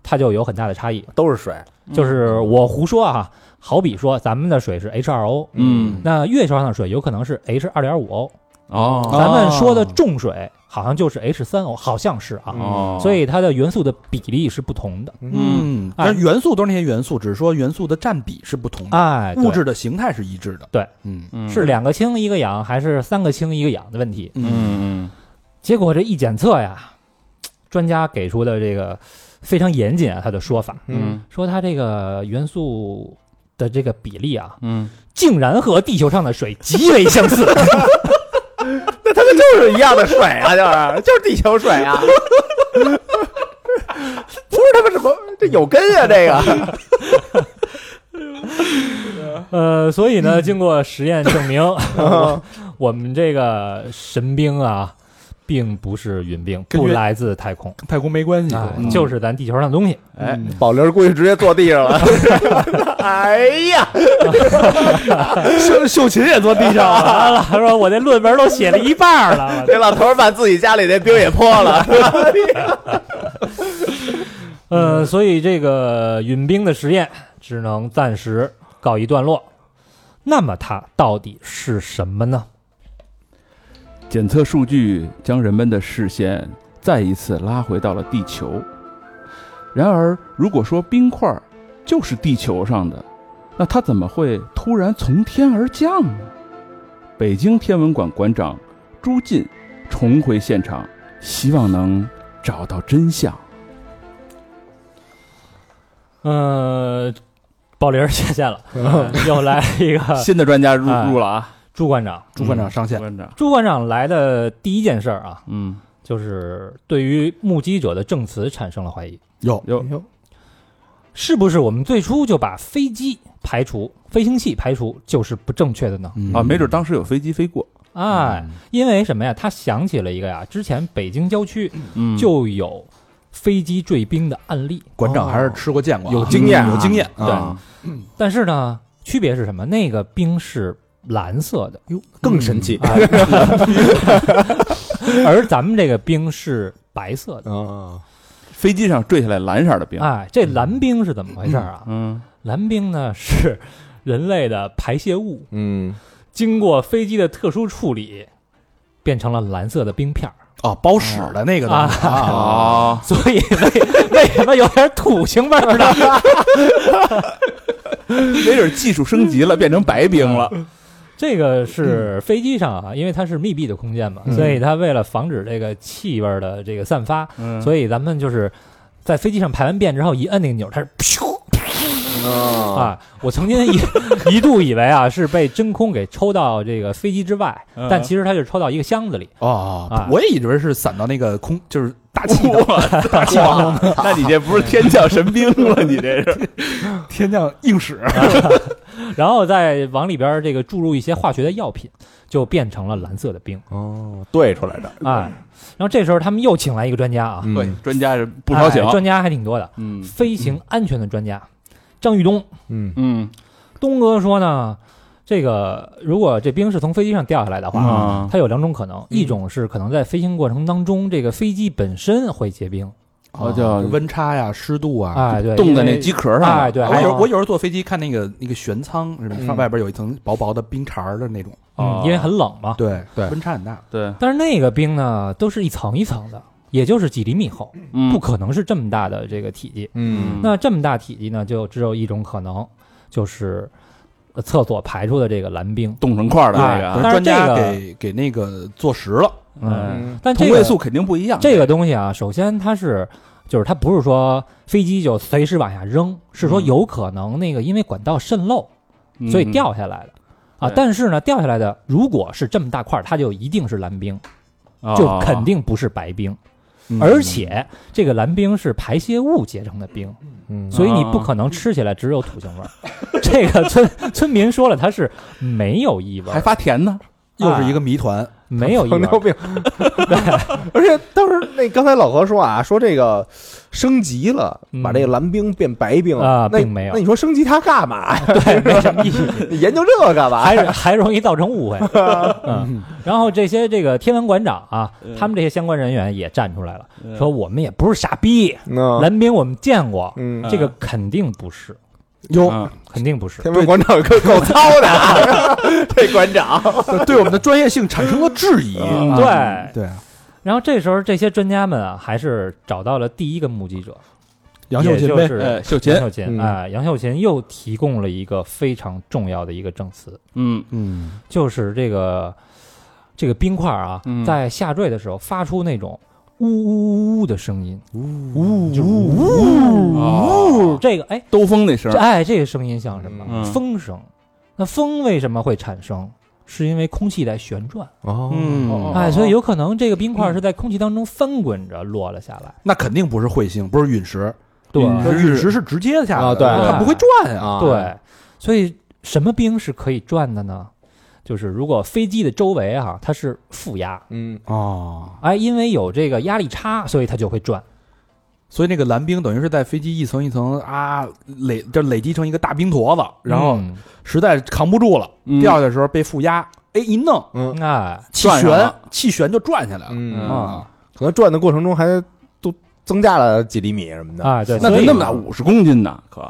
[SPEAKER 1] 它就有很大的差异。
[SPEAKER 3] 都是水，
[SPEAKER 4] 嗯
[SPEAKER 1] 就是我胡说啊，好比说咱们的水是 H2O，
[SPEAKER 4] 嗯
[SPEAKER 1] 那月球上的水有可能是 H2.5O，
[SPEAKER 4] 哦
[SPEAKER 1] 咱们说的重水好像就是 H3O，好像是啊。
[SPEAKER 4] 哦，
[SPEAKER 1] 所以它的元素的比例是不同的。
[SPEAKER 2] 嗯，但是元素都是那些元素，只是说元素的占比是不同的，
[SPEAKER 1] 哎，对
[SPEAKER 2] 物质的形态是一致的。
[SPEAKER 1] 对，
[SPEAKER 2] 嗯
[SPEAKER 4] 嗯
[SPEAKER 1] 是两个氢一个氧，还是三个氢一个氧的问题。
[SPEAKER 2] 嗯
[SPEAKER 4] 嗯嗯
[SPEAKER 1] 结果这一检测呀，专家给出的这个非常严谨啊，他的说法
[SPEAKER 4] 嗯
[SPEAKER 1] 说它这个元素的这个比例啊，
[SPEAKER 4] 嗯
[SPEAKER 1] 竟然和地球上的水极为相似。
[SPEAKER 3] 那他们就是一样的水啊， 就是就是地球水啊，不是他们什么这有根啊，这个
[SPEAKER 1] 呃，所以呢，经过实验证 明，我我们这个神兵啊，并不是陨冰，
[SPEAKER 2] 跟
[SPEAKER 1] 不
[SPEAKER 2] 月
[SPEAKER 1] 来自太空，
[SPEAKER 2] 太空没关系，
[SPEAKER 1] 哎
[SPEAKER 2] 嗯
[SPEAKER 1] 就是咱地球上的东西。
[SPEAKER 4] 哎
[SPEAKER 3] 嗯宝林估计直接坐地上了，哎呀，
[SPEAKER 2] 秀秀琴也坐地上了。
[SPEAKER 1] 完了，他 说我这论文都写了一半儿了，
[SPEAKER 3] 这老头儿把自己家里那冰也泼了，
[SPEAKER 1] 呃，所以这个陨冰的实验只能暂时告一段落。那么它到底是什么呢？
[SPEAKER 4] 检测数据将人们的视线再一次拉回到了地球。然而，如果说冰块儿就是地球上的，那它怎么会突然从天而降呢？北京天文馆馆长朱进重回现场，希望能找到真相。
[SPEAKER 1] 呃，鲍林儿 下线了，呃又来一个
[SPEAKER 4] 新的专家入
[SPEAKER 1] 哎
[SPEAKER 4] 入了啊，
[SPEAKER 1] 朱馆长。
[SPEAKER 2] 朱馆长上
[SPEAKER 4] 朱
[SPEAKER 2] 线，
[SPEAKER 4] 馆长，
[SPEAKER 1] 朱馆长来的第一件事儿啊，
[SPEAKER 4] 嗯，
[SPEAKER 1] 就是对于目击者的证词产生了怀疑，
[SPEAKER 2] 有
[SPEAKER 4] 哟，
[SPEAKER 3] 呦，
[SPEAKER 1] 是不是我们最初就把飞机排除、飞行器排除就是不正确的呢？
[SPEAKER 2] 嗯哦
[SPEAKER 4] 啊，没准当时有飞机飞过，
[SPEAKER 1] 哎，因为什么呀？他想起了一个呀，之前北京郊区
[SPEAKER 4] 嗯
[SPEAKER 1] 就有飞机坠冰的案例，
[SPEAKER 2] 馆长还是吃过见过啊，
[SPEAKER 3] 有经验啊
[SPEAKER 2] 有经验。
[SPEAKER 1] 对
[SPEAKER 4] 啊
[SPEAKER 1] 但是呢，区别是什么？那个冰是蓝色 的，
[SPEAKER 3] 哟，更神奇哎
[SPEAKER 1] 啊而咱们这个冰是白色的。
[SPEAKER 3] 啊！
[SPEAKER 4] 飞机上坠下来蓝色的冰，
[SPEAKER 1] 哎，这蓝冰是怎么回事啊？
[SPEAKER 4] 嗯，
[SPEAKER 1] 蓝冰呢是人类的排泄物，
[SPEAKER 3] 嗯，
[SPEAKER 1] 经过飞机的特殊处理，变成了蓝色的冰片儿。
[SPEAKER 2] 哦，包屎的那个东西啊，
[SPEAKER 4] 啊，
[SPEAKER 1] 所以为为什么有点土腥味儿呢？
[SPEAKER 4] 没准技术升级了，变成白冰了，
[SPEAKER 1] 这个是
[SPEAKER 4] 嗯
[SPEAKER 1] 飞机上啊，因为它是密闭的空间嘛，所以它为了防止这个气味儿的这个散发，
[SPEAKER 4] 嗯
[SPEAKER 1] 所以咱们就是在飞机上排完便之后一摁那个钮儿，它是噗
[SPEAKER 3] 啊，
[SPEAKER 1] 啊！我曾经一 一度以为啊是被真空给抽到这个飞机之外，
[SPEAKER 4] 嗯
[SPEAKER 1] 但其实它就抽到一个箱子里。
[SPEAKER 2] 哦
[SPEAKER 1] 啊，
[SPEAKER 2] 我也以为是散到那个空，就是大气的
[SPEAKER 4] 大气王，那你这不是天降神兵了？你这是
[SPEAKER 2] 天降硬屎，
[SPEAKER 1] 然后再往里边儿这个注入一些化学的药品，就变成了蓝色的冰。
[SPEAKER 3] 哦，兑出来的，
[SPEAKER 1] 哎，
[SPEAKER 4] 嗯
[SPEAKER 1] 然后这时候他们又请来一个专家啊，
[SPEAKER 4] 对
[SPEAKER 3] 嗯
[SPEAKER 4] 专家是不少请
[SPEAKER 1] 哎，专家还挺多的，
[SPEAKER 4] 嗯
[SPEAKER 1] 飞行安全的专家张玉东。
[SPEAKER 3] 嗯
[SPEAKER 4] 嗯
[SPEAKER 1] 东哥说呢，这个如果这冰是从飞机上掉下来的话，
[SPEAKER 4] 啊
[SPEAKER 1] 它有两种可能，一种是可能在飞行过程当中，这个飞机本身会结冰，
[SPEAKER 4] 哦叫
[SPEAKER 2] 温差呀、湿度啊。
[SPEAKER 1] 哎，对，
[SPEAKER 4] 冻在
[SPEAKER 1] 因
[SPEAKER 4] 那
[SPEAKER 1] 为
[SPEAKER 4] 机壳上
[SPEAKER 1] 哎，
[SPEAKER 4] 了，哦
[SPEAKER 1] 对，
[SPEAKER 2] 我
[SPEAKER 1] 还
[SPEAKER 2] 有
[SPEAKER 1] 有
[SPEAKER 2] 我有时候坐飞机看那个那个舷舱是吧？
[SPEAKER 3] 嗯
[SPEAKER 2] 上外边有一层薄薄的冰碴儿的那种，
[SPEAKER 1] 嗯，因为很冷
[SPEAKER 4] 哦
[SPEAKER 1] 嘛。
[SPEAKER 2] 对
[SPEAKER 3] 对
[SPEAKER 2] 温差很大。
[SPEAKER 4] 对，
[SPEAKER 1] 但是那个冰呢，都是一层一层的，也就是几厘米厚，
[SPEAKER 4] 嗯
[SPEAKER 1] 不可能是这么大的这个体积。
[SPEAKER 3] 嗯
[SPEAKER 1] 那这么大体积呢，就只有一种可能，就是呃厕所排出的这个蓝冰。
[SPEAKER 4] 冻成块儿的
[SPEAKER 1] 哎
[SPEAKER 4] 这
[SPEAKER 2] 可
[SPEAKER 4] 个啊，
[SPEAKER 1] 但
[SPEAKER 2] 能
[SPEAKER 1] 是
[SPEAKER 2] 专
[SPEAKER 1] 这
[SPEAKER 2] 家
[SPEAKER 1] 个
[SPEAKER 2] 给给那个坐实了，
[SPEAKER 1] 嗯，
[SPEAKER 4] 嗯，
[SPEAKER 1] 但这
[SPEAKER 4] 同
[SPEAKER 1] 个
[SPEAKER 4] 位素肯定不一样。
[SPEAKER 1] 这个东西啊，首先它是，就是它不是说飞机就随时往下扔，是说
[SPEAKER 4] 嗯
[SPEAKER 1] 有可能那个因为管道渗漏，所以掉下来的。啊
[SPEAKER 4] 对，
[SPEAKER 1] 但是呢，掉下来的如果是这么大块儿，它就一定是蓝冰，
[SPEAKER 4] 嗯
[SPEAKER 1] 就肯定不是白冰，
[SPEAKER 2] 嗯
[SPEAKER 1] 而且这个蓝冰是排泄物结成的冰，
[SPEAKER 3] 嗯
[SPEAKER 1] 所以你不可能吃起来只有土腥
[SPEAKER 4] 啊
[SPEAKER 1] 味儿。这个村村民说了，它是没有异味
[SPEAKER 4] 还
[SPEAKER 1] 儿，
[SPEAKER 4] 发甜呢。
[SPEAKER 2] 又是一个谜团。
[SPEAKER 1] 没有异
[SPEAKER 3] 糖
[SPEAKER 1] 味
[SPEAKER 3] 尿
[SPEAKER 1] 儿，
[SPEAKER 3] 病。 而且当时那刚才老何说啊，说这个升级了，
[SPEAKER 1] 嗯
[SPEAKER 3] 把这个蓝冰变白冰
[SPEAKER 1] 啊
[SPEAKER 3] 那
[SPEAKER 1] 并没有
[SPEAKER 3] 那你说升级它干嘛？
[SPEAKER 1] 对，没什么意义。
[SPEAKER 3] 你研究这个干嘛
[SPEAKER 1] 还？是还容易造成误会。嗯，然后这些这个天文馆长啊，他们这些相关人员也站出来了，说我们也不是傻逼，
[SPEAKER 3] 嗯
[SPEAKER 1] 蓝冰我们见过，
[SPEAKER 3] 嗯，
[SPEAKER 1] 这个肯定不是，
[SPEAKER 2] 哟，
[SPEAKER 4] 嗯
[SPEAKER 1] 肯定不是。
[SPEAKER 3] 天文馆长够够糙的啊，这馆长。
[SPEAKER 2] 对我们的专业性产生了质疑。
[SPEAKER 4] 嗯
[SPEAKER 1] 对，
[SPEAKER 2] 对，
[SPEAKER 1] 然后这时候这些专家们啊，还是找到了第一个目击者，
[SPEAKER 2] 杨秀
[SPEAKER 1] 也
[SPEAKER 2] 琴
[SPEAKER 1] 就
[SPEAKER 2] 呗，
[SPEAKER 1] 是
[SPEAKER 4] 呃，秀琴
[SPEAKER 1] 杨，秀琴
[SPEAKER 3] 嗯
[SPEAKER 1] 啊，杨秀琴又提供了一个非常重要的一个证词，
[SPEAKER 4] 嗯
[SPEAKER 2] 嗯，
[SPEAKER 1] 就是这个这个冰块啊
[SPEAKER 4] 嗯，
[SPEAKER 1] 在下坠的时候发出那种呜呜呜呜的声音，
[SPEAKER 2] 呜
[SPEAKER 1] 呜
[SPEAKER 4] 哦
[SPEAKER 1] 呜，这个哎，
[SPEAKER 4] 兜风那声
[SPEAKER 1] 这，哎，这个声音像什么？
[SPEAKER 4] 嗯
[SPEAKER 1] 风声。那风为什么会产生？是因为空气在旋转，
[SPEAKER 3] 哦
[SPEAKER 4] 嗯
[SPEAKER 1] 哎，所以有可能这个冰块是在空气当中翻滚着落了下来。
[SPEAKER 2] 那肯定不是彗星，不是陨石，
[SPEAKER 1] 对
[SPEAKER 4] 嗯
[SPEAKER 2] 就是陨石是直接下来的，
[SPEAKER 3] 啊对
[SPEAKER 2] 它不会转啊。
[SPEAKER 3] 啊，
[SPEAKER 1] 对，所以什么冰是可以转的呢？就是如果飞机的周围哈、它是负压，
[SPEAKER 3] 嗯，
[SPEAKER 4] 啊
[SPEAKER 2] 哦，
[SPEAKER 1] 哎，因为有这个压力差，所以它就会转。
[SPEAKER 2] 所以那个蓝冰等于是在飞机一层一层啊累，就累积成一个大冰坨子，然后
[SPEAKER 1] 嗯
[SPEAKER 2] 实在扛不住了，
[SPEAKER 4] 嗯
[SPEAKER 2] 掉下来的时候被负压，哎一弄
[SPEAKER 3] 嗯
[SPEAKER 1] 哎，
[SPEAKER 2] 气
[SPEAKER 4] 转上
[SPEAKER 2] 旋
[SPEAKER 4] 了，
[SPEAKER 2] 气旋就转下来了
[SPEAKER 3] 嗯
[SPEAKER 2] 啊。
[SPEAKER 3] 可能转的过程中还都增加了几厘米什么的。
[SPEAKER 1] 啊，对，
[SPEAKER 4] 那
[SPEAKER 1] 所
[SPEAKER 4] 得
[SPEAKER 1] 以
[SPEAKER 4] 那么大五十公斤呢，可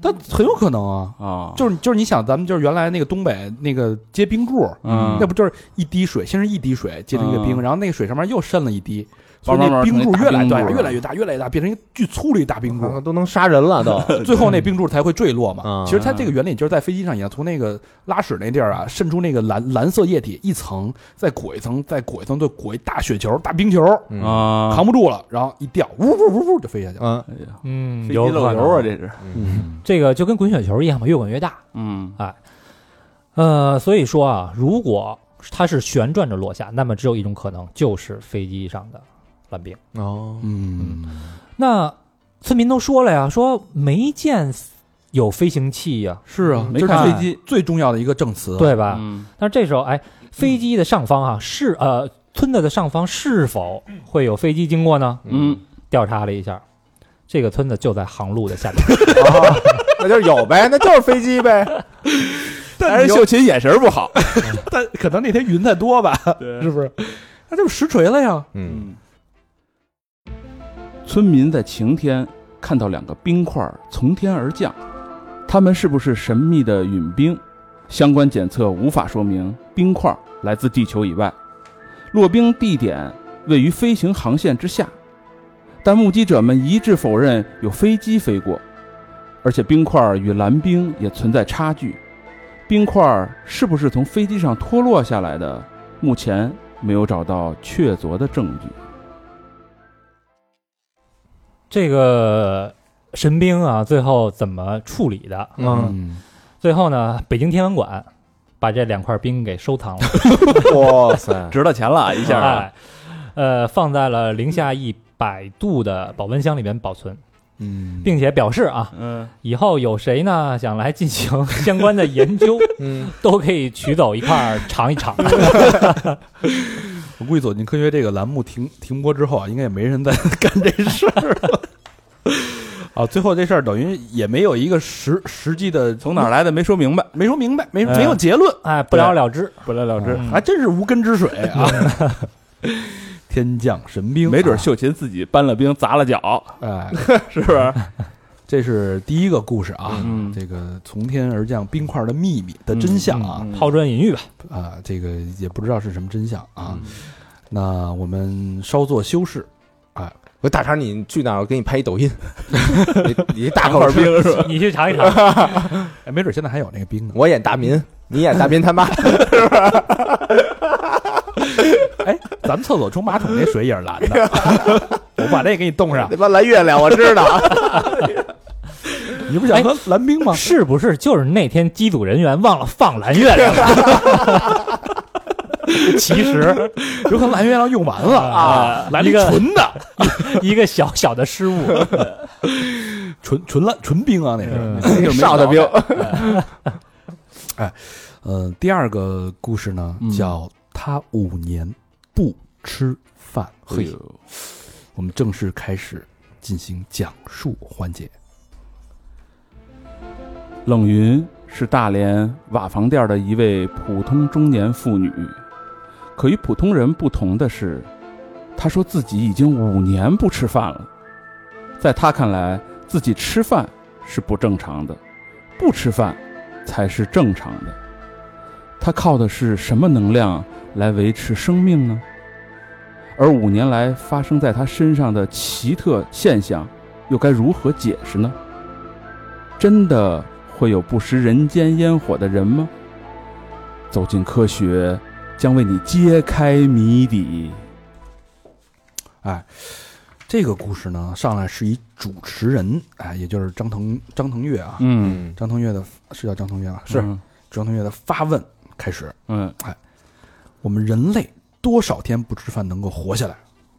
[SPEAKER 2] 但很有可能啊，
[SPEAKER 4] 啊，
[SPEAKER 2] 就是就是你想，咱们就是原来那个东北那个结冰柱，
[SPEAKER 4] 嗯
[SPEAKER 2] 那不就是一滴水，先是一滴水结成一个冰，
[SPEAKER 4] 嗯
[SPEAKER 2] 然后那个水上面又渗了一滴，所以
[SPEAKER 4] 慢慢
[SPEAKER 2] 那
[SPEAKER 4] 慢
[SPEAKER 2] 冰
[SPEAKER 4] 成一
[SPEAKER 2] 柱越
[SPEAKER 4] 大
[SPEAKER 2] 来越大，
[SPEAKER 4] 冰柱
[SPEAKER 2] 越来越大，越来越大，变成一个巨粗的一大冰柱。
[SPEAKER 3] 啊都能杀人了都。
[SPEAKER 2] 最后那冰柱才会坠落嘛。
[SPEAKER 3] 嗯
[SPEAKER 2] 其实它这个原理就是在飞机上一样，从那个拉屎那地儿啊渗出那个蓝蓝色液体，一层再裹一层，再裹一层，再裹一大雪球、大冰球，
[SPEAKER 3] 嗯
[SPEAKER 4] 啊，
[SPEAKER 2] 扛不住了，然后一掉，呜呜呜呜就飞下去了。
[SPEAKER 3] 嗯，
[SPEAKER 4] 哎呀，
[SPEAKER 1] 嗯
[SPEAKER 4] 飞机漏油啊，这是，
[SPEAKER 1] 这个就跟滚雪球一样嘛，越滚越大。
[SPEAKER 4] 嗯
[SPEAKER 1] 呃，所以说啊，如果它是旋转着落下，那么只有一种可能，就是飞机上的烂冰。
[SPEAKER 3] 哦，
[SPEAKER 2] 嗯，
[SPEAKER 1] 那村民都说了呀，说没见有飞行器呀、
[SPEAKER 2] 是啊，
[SPEAKER 4] 没
[SPEAKER 2] 这
[SPEAKER 4] 看
[SPEAKER 2] 是飞机最重要的一个证词。，啊
[SPEAKER 1] 对吧？
[SPEAKER 4] 嗯
[SPEAKER 1] 但是这时候，哎，飞机的上方啊，是呃村子的上方是否会有飞机经过呢？
[SPEAKER 4] 嗯，
[SPEAKER 1] 调查了一下，这个村子就在航路的下面。
[SPEAKER 3] 哦那就是有呗，那就是飞机呗。
[SPEAKER 2] 但是
[SPEAKER 4] 琴眼神不好，
[SPEAKER 2] 但可能那天云太多吧， 是不是？那就实锤了呀。
[SPEAKER 3] 嗯，
[SPEAKER 4] 村民在晴天看到两个冰块儿从天而降，它们是不是神秘的陨冰？相关检测无法说明冰块儿来自地球以外，落冰地点位于飞行航线之下，但目击者们一致否认有飞机飞过，而且冰块儿与蓝冰也存在差距。冰块儿是不是从飞机上脱落下来的？目前没有找到确凿的证据。
[SPEAKER 1] 这个神兵啊，最后怎么处理的？
[SPEAKER 3] 嗯，
[SPEAKER 1] 最后呢，北京天文馆把这两块冰给收 藏了，
[SPEAKER 3] 嗯哇塞，
[SPEAKER 5] 值了钱了，一下啊
[SPEAKER 1] 哎，呃，放在了零下一百度的保温箱里面保存，
[SPEAKER 2] 嗯，
[SPEAKER 1] 并且表示啊，
[SPEAKER 4] 嗯，
[SPEAKER 1] 以后有谁呢想来进行相关的研 究，
[SPEAKER 3] 嗯，
[SPEAKER 1] 都可以取走一块儿尝一尝。
[SPEAKER 2] 我估计《走进科学》这个栏目停停播之后啊，应该也没人再干这事儿了。啊，最后这事儿等于也没有一个实实际的
[SPEAKER 4] 从哪儿来的没说明白。
[SPEAKER 2] 没说明白，没
[SPEAKER 4] 嗯
[SPEAKER 2] 没有结论，
[SPEAKER 1] 哎，不了了之。
[SPEAKER 2] 不了了之，
[SPEAKER 1] 嗯
[SPEAKER 2] 还真是无根之水啊！ 天降神兵，
[SPEAKER 4] 嗯
[SPEAKER 2] 啊
[SPEAKER 4] 没准秀琴自己搬了兵砸了脚，
[SPEAKER 2] 哎，
[SPEAKER 4] 是不是？
[SPEAKER 2] 这是第一个故事啊。
[SPEAKER 4] 嗯
[SPEAKER 2] 这个从天而降冰块的秘密的真相啊、
[SPEAKER 4] 嗯
[SPEAKER 1] 抛砖引玉吧，
[SPEAKER 2] 啊，这个也不知道是什么真相
[SPEAKER 4] 嗯
[SPEAKER 2] 啊。那我们稍作修饰，
[SPEAKER 3] 我大肠，你去哪儿？我给你拍一 抖音，你你大口
[SPEAKER 4] 块
[SPEAKER 3] 吃
[SPEAKER 4] 冰是吧？
[SPEAKER 1] 你去尝一尝。
[SPEAKER 2] 哎，没准现在还有那个冰呢。
[SPEAKER 3] 我演大民，你演大民他妈。
[SPEAKER 2] 哎，咱们厕所冲马桶那水也是蓝的， 我把那给你冻上。
[SPEAKER 3] 那妈蓝月亮，我知 道。
[SPEAKER 2] 你不想喝蓝冰吗？
[SPEAKER 1] 是不是就是那天机组人员忘了放蓝月亮了？ 其实
[SPEAKER 2] 有可能蓝月亮用完呃了
[SPEAKER 1] 啊
[SPEAKER 2] 蓝
[SPEAKER 1] 一个
[SPEAKER 2] 纯的，
[SPEAKER 1] 一个小小的失误，
[SPEAKER 2] 纯纯蓝纯冰啊，那
[SPEAKER 1] 嗯
[SPEAKER 2] 是。
[SPEAKER 4] 就没
[SPEAKER 3] 少的
[SPEAKER 4] 辙
[SPEAKER 3] 兵，
[SPEAKER 2] 呃，第二个故事呢
[SPEAKER 4] 嗯
[SPEAKER 2] 叫他五年不吃饭，
[SPEAKER 4] 哎
[SPEAKER 2] 嘿，
[SPEAKER 4] 呦，
[SPEAKER 2] 我们正式开始进行讲述环节。
[SPEAKER 4] 冷云是大连瓦房店的一位普通中年妇女，可与普通人不同的是，她说自己已经五年不吃饭了。在她看来，自己吃饭是不正常的，不吃饭才是正常的。她靠的是什么能量来维持生命呢？而五年来发生在她身上的奇特现象，又该如何解释呢？真的会有不食人间烟火的人吗？走进科学，将为你揭开谜底。
[SPEAKER 2] 哎，这个故事呢，上来是以主持人，哎，也就是张腾张腾岳啊，
[SPEAKER 4] 嗯，
[SPEAKER 2] 张腾岳的是叫张腾岳吧？
[SPEAKER 4] 嗯
[SPEAKER 2] 张腾岳的发问开始。
[SPEAKER 4] 嗯
[SPEAKER 2] 我们人类多少天不吃饭能够活下来？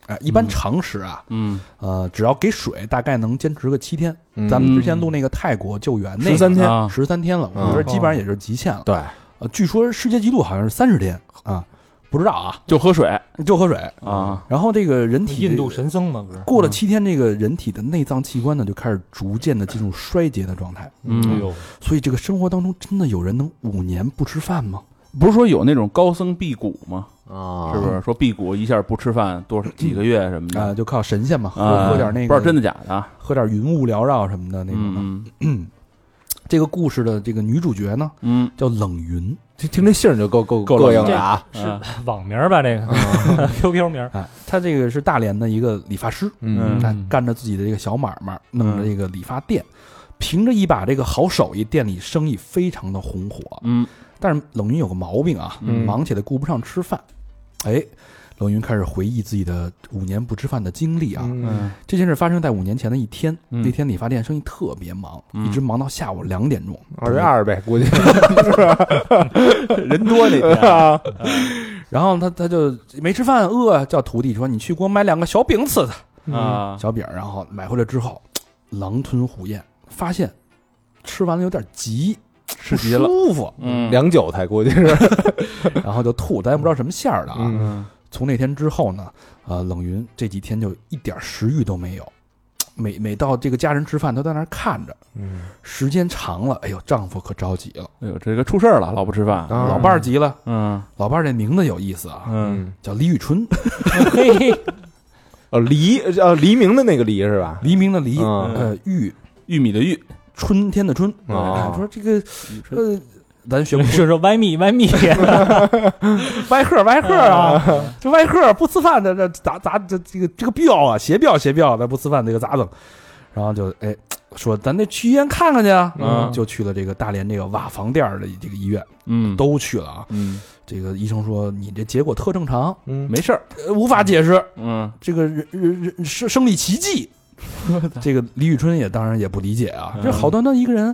[SPEAKER 2] 哎，一般常识啊，
[SPEAKER 4] 嗯
[SPEAKER 2] 呃，只要给水，大概能坚持个七天。
[SPEAKER 3] 嗯
[SPEAKER 2] 咱们之前录那个泰国救援那
[SPEAKER 3] 13天
[SPEAKER 4] 啊
[SPEAKER 2] 十三天了，我觉得基本上也就是极限了。
[SPEAKER 3] 对，
[SPEAKER 2] 呃，据说世界纪录好像是三十天啊，不知道啊，
[SPEAKER 4] 就喝水
[SPEAKER 2] 就喝水。
[SPEAKER 4] 啊，
[SPEAKER 2] 然后这个人体
[SPEAKER 1] 印度神僧嘛，不是？嗯
[SPEAKER 2] 过了七天，这个人体的内脏器官呢就开始逐渐的进入衰竭的状态。
[SPEAKER 1] 哎
[SPEAKER 4] 嗯，
[SPEAKER 1] 呦，
[SPEAKER 2] 所以这个生活当中真的有人能五年不吃饭吗？
[SPEAKER 4] 不是说有那种高僧辟谷吗？
[SPEAKER 3] 啊
[SPEAKER 4] 是不是说辟谷一下不吃饭多少几个月什么
[SPEAKER 2] 啊、
[SPEAKER 4] 的？
[SPEAKER 2] 就靠神仙嘛，喝、
[SPEAKER 4] 啊，
[SPEAKER 2] 喝点那个，
[SPEAKER 4] 不知道真的假的啊。
[SPEAKER 1] 嗯
[SPEAKER 2] 喝点云雾缭绕什么的那种的。
[SPEAKER 4] 嗯，嗯
[SPEAKER 2] 这个故事的这个女主角呢
[SPEAKER 4] 嗯，
[SPEAKER 2] 叫冷云，
[SPEAKER 3] 听听这姓儿就够够
[SPEAKER 4] 够
[SPEAKER 3] 膈应
[SPEAKER 1] 这
[SPEAKER 3] 了啊！
[SPEAKER 2] 嗯
[SPEAKER 1] 是网名儿吧？这个 QQ 名儿，
[SPEAKER 2] 哎，她这个是大连的一个理发师，
[SPEAKER 4] 嗯
[SPEAKER 2] 哎，干着自己的这个小买卖，弄着这个理发店，凭着一把这个好手艺，店里生意非常的红火。
[SPEAKER 4] 嗯
[SPEAKER 2] 但是冷云有个毛病啊，
[SPEAKER 3] 嗯
[SPEAKER 2] 忙起来顾不上吃饭。哎，冷云开始回忆自己的五年不吃饭的经历啊。
[SPEAKER 3] 嗯
[SPEAKER 4] 嗯
[SPEAKER 2] 这件事发生在五年前的一天，
[SPEAKER 4] 嗯
[SPEAKER 2] 那天理发店生意特别忙，
[SPEAKER 4] 嗯
[SPEAKER 2] 一直忙到下午两点钟。
[SPEAKER 3] 二月二呗，估计
[SPEAKER 2] 嗯
[SPEAKER 4] 人多那 天，
[SPEAKER 2] 然后他他就没吃饭，饿，叫徒弟说：“你去给我买两个小饼吃的。
[SPEAKER 4] 啊，
[SPEAKER 2] 小饼，然后买回来之后，狼吞虎咽，发现吃完了有点急，吃
[SPEAKER 4] 急了
[SPEAKER 2] 舒服，
[SPEAKER 4] 嗯，
[SPEAKER 3] 两韭菜估计是。
[SPEAKER 2] 然后就吐，咱也不知道什么馅儿的啊。
[SPEAKER 3] 嗯
[SPEAKER 4] 嗯
[SPEAKER 2] 从那天之后呢，呃，冷云这几天就一点食欲都没有，每每到这个家人吃饭，都在那儿看着。
[SPEAKER 3] 嗯
[SPEAKER 2] 时间长了，哎呦，丈夫可着急了，
[SPEAKER 4] 哎呦，这个出事儿了，老不吃饭，
[SPEAKER 3] 啊
[SPEAKER 2] 老伴儿急了。
[SPEAKER 4] 嗯
[SPEAKER 2] 老伴儿这名字有意思啊，
[SPEAKER 4] 嗯，
[SPEAKER 2] 叫李宇 春，
[SPEAKER 1] 嘿，
[SPEAKER 3] 哦，黎呃黎明的那个黎是吧？
[SPEAKER 2] 黎明的黎，
[SPEAKER 3] 嗯
[SPEAKER 2] 呃，玉
[SPEAKER 4] 玉米的玉，
[SPEAKER 2] 春天的春。
[SPEAKER 3] 哦
[SPEAKER 2] 哎说这个呃，咱学不出
[SPEAKER 1] 是说歪蜜歪蜜，
[SPEAKER 2] 歪客歪客 啊，这歪客不吃饭的这咋咋这这个这个彪啊，邪彪邪彪，咱不吃饭这个咋整？然后就哎说咱得去医院看看去啊，
[SPEAKER 4] 嗯
[SPEAKER 2] 就去了这个大连这个瓦房店儿的这个医院，
[SPEAKER 4] 嗯，
[SPEAKER 2] 都去了啊。
[SPEAKER 4] 嗯
[SPEAKER 2] 这个医生说你这结果特正常，
[SPEAKER 3] 嗯，
[SPEAKER 4] 没事儿，
[SPEAKER 2] 呃无法解释，
[SPEAKER 4] 嗯
[SPEAKER 2] 这个人人人生生理奇迹。这个李宇春也当然也不理解啊，这
[SPEAKER 4] 嗯
[SPEAKER 2] 好端端一个人，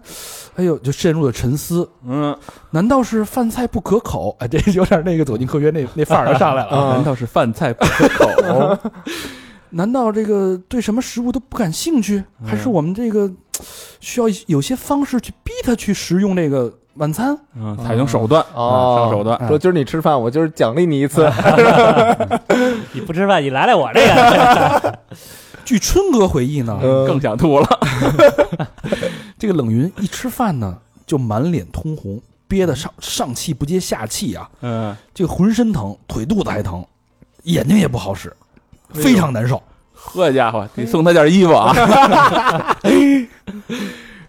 [SPEAKER 2] 哎呦就陷入了沉思，
[SPEAKER 4] 嗯，
[SPEAKER 2] 难道是饭菜不可口？哎，这有点那个走进科学那那范儿就上来了
[SPEAKER 1] 嗯
[SPEAKER 2] 啊。
[SPEAKER 4] 难道是饭菜不可 口？
[SPEAKER 2] 难道这个对什么食物都不感兴趣？
[SPEAKER 4] 嗯
[SPEAKER 2] 还是我们这个嘖需要有些方式去逼他去食用这个晚餐？
[SPEAKER 4] 嗯，采用手段，
[SPEAKER 3] 哦
[SPEAKER 4] 上手段，
[SPEAKER 3] 说今儿你吃饭，我今儿奖励你一次。
[SPEAKER 1] 你不吃饭，你来来我这个，
[SPEAKER 2] 据春哥回忆呢，
[SPEAKER 3] 嗯
[SPEAKER 4] 更想吐了，
[SPEAKER 2] 这个冷云一吃饭呢就满脸通红，憋得上上气不接下气啊，
[SPEAKER 4] 嗯，
[SPEAKER 2] 这个浑身疼，腿肚子还疼，眼睛也不好使，
[SPEAKER 4] 哎呦
[SPEAKER 2] 非常难受。
[SPEAKER 4] 呵家伙，得送他件衣服 啊，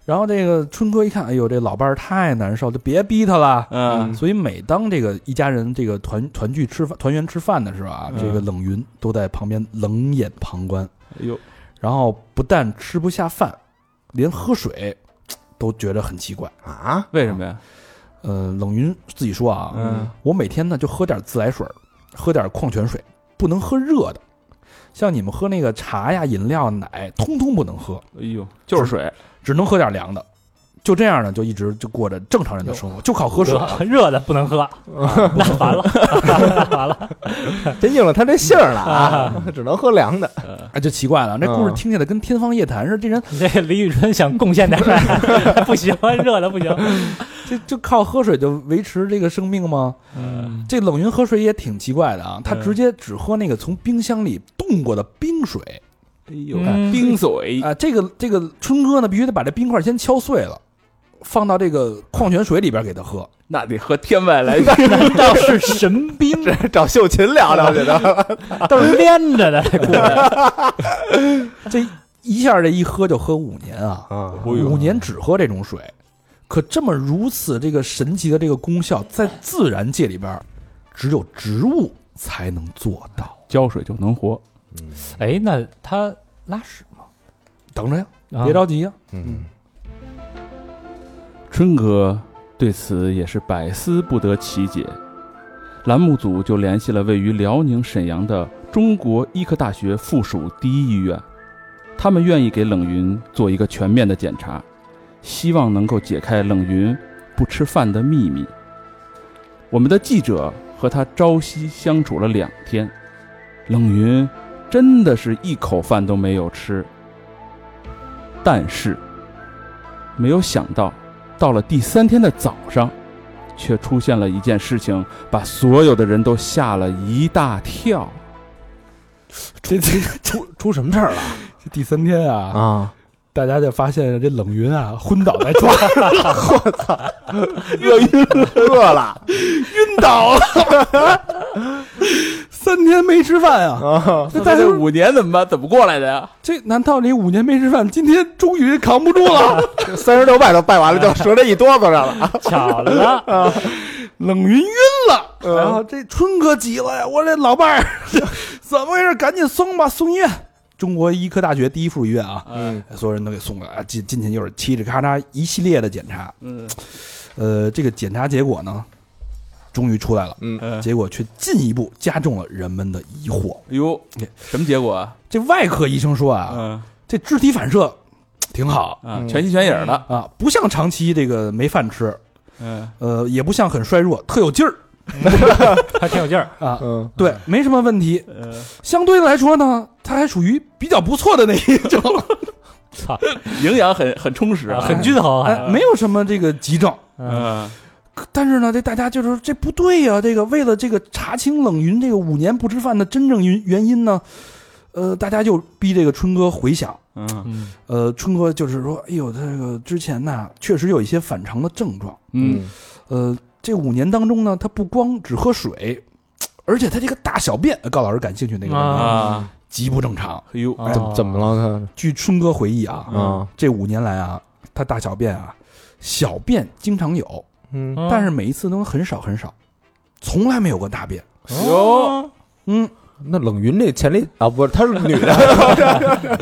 [SPEAKER 2] 然后这个春哥一看，哎呦，这老伴儿太难受，就别逼他了。
[SPEAKER 4] 嗯
[SPEAKER 2] 所以每当这个一家人这个团团聚吃饭团圆吃饭的时候啊，
[SPEAKER 4] 嗯
[SPEAKER 2] 这个冷云都在旁边冷眼旁观，
[SPEAKER 4] 哎呦，
[SPEAKER 2] 然后不但吃不下饭，连喝水嘖都觉得很奇怪。
[SPEAKER 3] 啊，
[SPEAKER 4] 为什么呀？
[SPEAKER 2] 呃，冷云自己说啊，
[SPEAKER 4] 嗯
[SPEAKER 2] 我每天呢就喝点自来水，喝点矿泉水，不能喝热的。像你们喝那个茶呀、饮料、奶，通通不能喝，
[SPEAKER 4] 哎呦，就是水，
[SPEAKER 2] 只能喝点凉的。就这样呢，就一直就过着正常人的生活，就靠喝水。
[SPEAKER 1] 热的不嗯能喝，啊那完了，那完了，
[SPEAKER 3] 真应了他这姓儿了啊， 只能喝凉的。
[SPEAKER 2] 哎，就奇怪了，这故事
[SPEAKER 3] 嗯
[SPEAKER 2] 听起来跟天方夜谭似的，这人
[SPEAKER 1] 这李宇春想贡献点儿， 不行，热的不行，
[SPEAKER 2] 这就靠喝水就维持这个生命吗？
[SPEAKER 1] 嗯，
[SPEAKER 2] 这冷云喝水也挺奇怪的啊，他
[SPEAKER 4] 嗯
[SPEAKER 2] 直接只喝那个从冰箱里冻过的冰水
[SPEAKER 4] 哎呦
[SPEAKER 1] 嗯
[SPEAKER 4] 冰水，
[SPEAKER 2] 啊、这个这个春哥呢，必须得把这冰块先敲碎了，放到这个矿泉水里边给他喝。
[SPEAKER 4] 那得喝天外来
[SPEAKER 1] 难道是神 兵？
[SPEAKER 3] 这找秀琴聊聊去的。
[SPEAKER 1] 啊都是连着的，这故事，
[SPEAKER 2] 这一下这一喝就喝五年啊，
[SPEAKER 3] 啊
[SPEAKER 4] 哎呦
[SPEAKER 2] 五年只喝这种水。可这么如此这个神奇的这个功效，在自然界里边，只有植物才能做到。
[SPEAKER 4] 浇水就能活，
[SPEAKER 1] 哎，那他拉屎吗？
[SPEAKER 2] 等着呀，
[SPEAKER 1] 啊
[SPEAKER 2] 别着急呀、
[SPEAKER 3] 嗯
[SPEAKER 4] 春哥对此也是百思不得其解，栏目组就联系了位于辽宁沈阳的中国医科大学附属第一医院，他们愿意给冷云做一个全面的检查，希望能够解开冷云不吃饭的秘密。我们的记者和他朝夕相处了两天，冷云真的是一口饭都没有吃，但是没有想到。到了第三天的早上，却出现了一件事情，把所有的人都吓了一大跳。
[SPEAKER 2] 这这
[SPEAKER 3] 出出什么事儿了
[SPEAKER 2] 这第三天啊
[SPEAKER 3] 啊？
[SPEAKER 2] 大家就发现这冷云啊 昏倒在床，
[SPEAKER 3] 热晕了，热了，
[SPEAKER 2] 晕倒了， 三天没吃饭啊！
[SPEAKER 3] 啊，
[SPEAKER 2] 那大
[SPEAKER 4] 但
[SPEAKER 2] 家
[SPEAKER 4] 是五年怎么办？怎么过来的呀？
[SPEAKER 2] 这难道你五年没吃饭，今天终于扛不住了？
[SPEAKER 3] 三十六拜都拜完了，就折在一哆嗦上了。
[SPEAKER 1] 巧 了，
[SPEAKER 2] 冷云晕了，然后这春哥急了呀！我这老伴 儿怎么回事？赶紧送吧，送医院。中国医科大学第一附属医院啊，
[SPEAKER 3] 嗯，
[SPEAKER 2] 所有人都给送过啊来，进进去就是嘁哩咔嚓一系列的检查。
[SPEAKER 4] 嗯
[SPEAKER 2] 呃，这个检查结果呢，终于出来了，
[SPEAKER 4] 嗯，
[SPEAKER 2] 结果却进一步加重了人们的疑惑。
[SPEAKER 4] 哟，什么结果啊？
[SPEAKER 2] 这外科医生说啊，
[SPEAKER 4] 嗯
[SPEAKER 2] 这肢体反射挺好
[SPEAKER 4] 啊，全心全影的，
[SPEAKER 2] 啊，不像长期这个没饭吃，
[SPEAKER 4] 嗯
[SPEAKER 2] 呃，也不像很衰弱，特有劲儿
[SPEAKER 1] 还挺有劲儿。
[SPEAKER 2] 啊。
[SPEAKER 3] 嗯，
[SPEAKER 2] 对，没什么问题。
[SPEAKER 4] 呃，
[SPEAKER 2] 相对来说呢，他还属于比较不错的那一种，
[SPEAKER 1] 操，
[SPEAKER 4] 营养很很充实啊，
[SPEAKER 1] 很均衡，还
[SPEAKER 2] 哎，没有什么这个急症。
[SPEAKER 1] 嗯
[SPEAKER 4] 嗯
[SPEAKER 2] 可但是呢，这大家就是说这不对呀、这个为了这个查清冷云这个五年不吃饭的真正原原因呢，呃，大家就逼这个春哥回想。
[SPEAKER 4] 嗯
[SPEAKER 1] 嗯
[SPEAKER 2] 呃，春哥就是说，哎呦，这个之前呐、确实有一些反常的症状。
[SPEAKER 4] 嗯，
[SPEAKER 2] 呃，这五年当中呢，他不光只喝水，而且他这个大小便，呃高老师感兴趣那个问题
[SPEAKER 1] 啊
[SPEAKER 4] 啊，
[SPEAKER 2] 极不正常。
[SPEAKER 4] 哎呦，
[SPEAKER 1] 啊
[SPEAKER 3] 怎么怎么了
[SPEAKER 2] 据春哥回忆啊，
[SPEAKER 3] 他？啊，
[SPEAKER 2] 这五年来啊，他大小便啊，小便经常有，
[SPEAKER 3] 嗯
[SPEAKER 1] 嗯
[SPEAKER 2] 但是每一次都很少很少，从来没有过大便。
[SPEAKER 4] 哟，
[SPEAKER 2] 嗯，
[SPEAKER 3] 那冷云这前列啊，不是，她是女 的。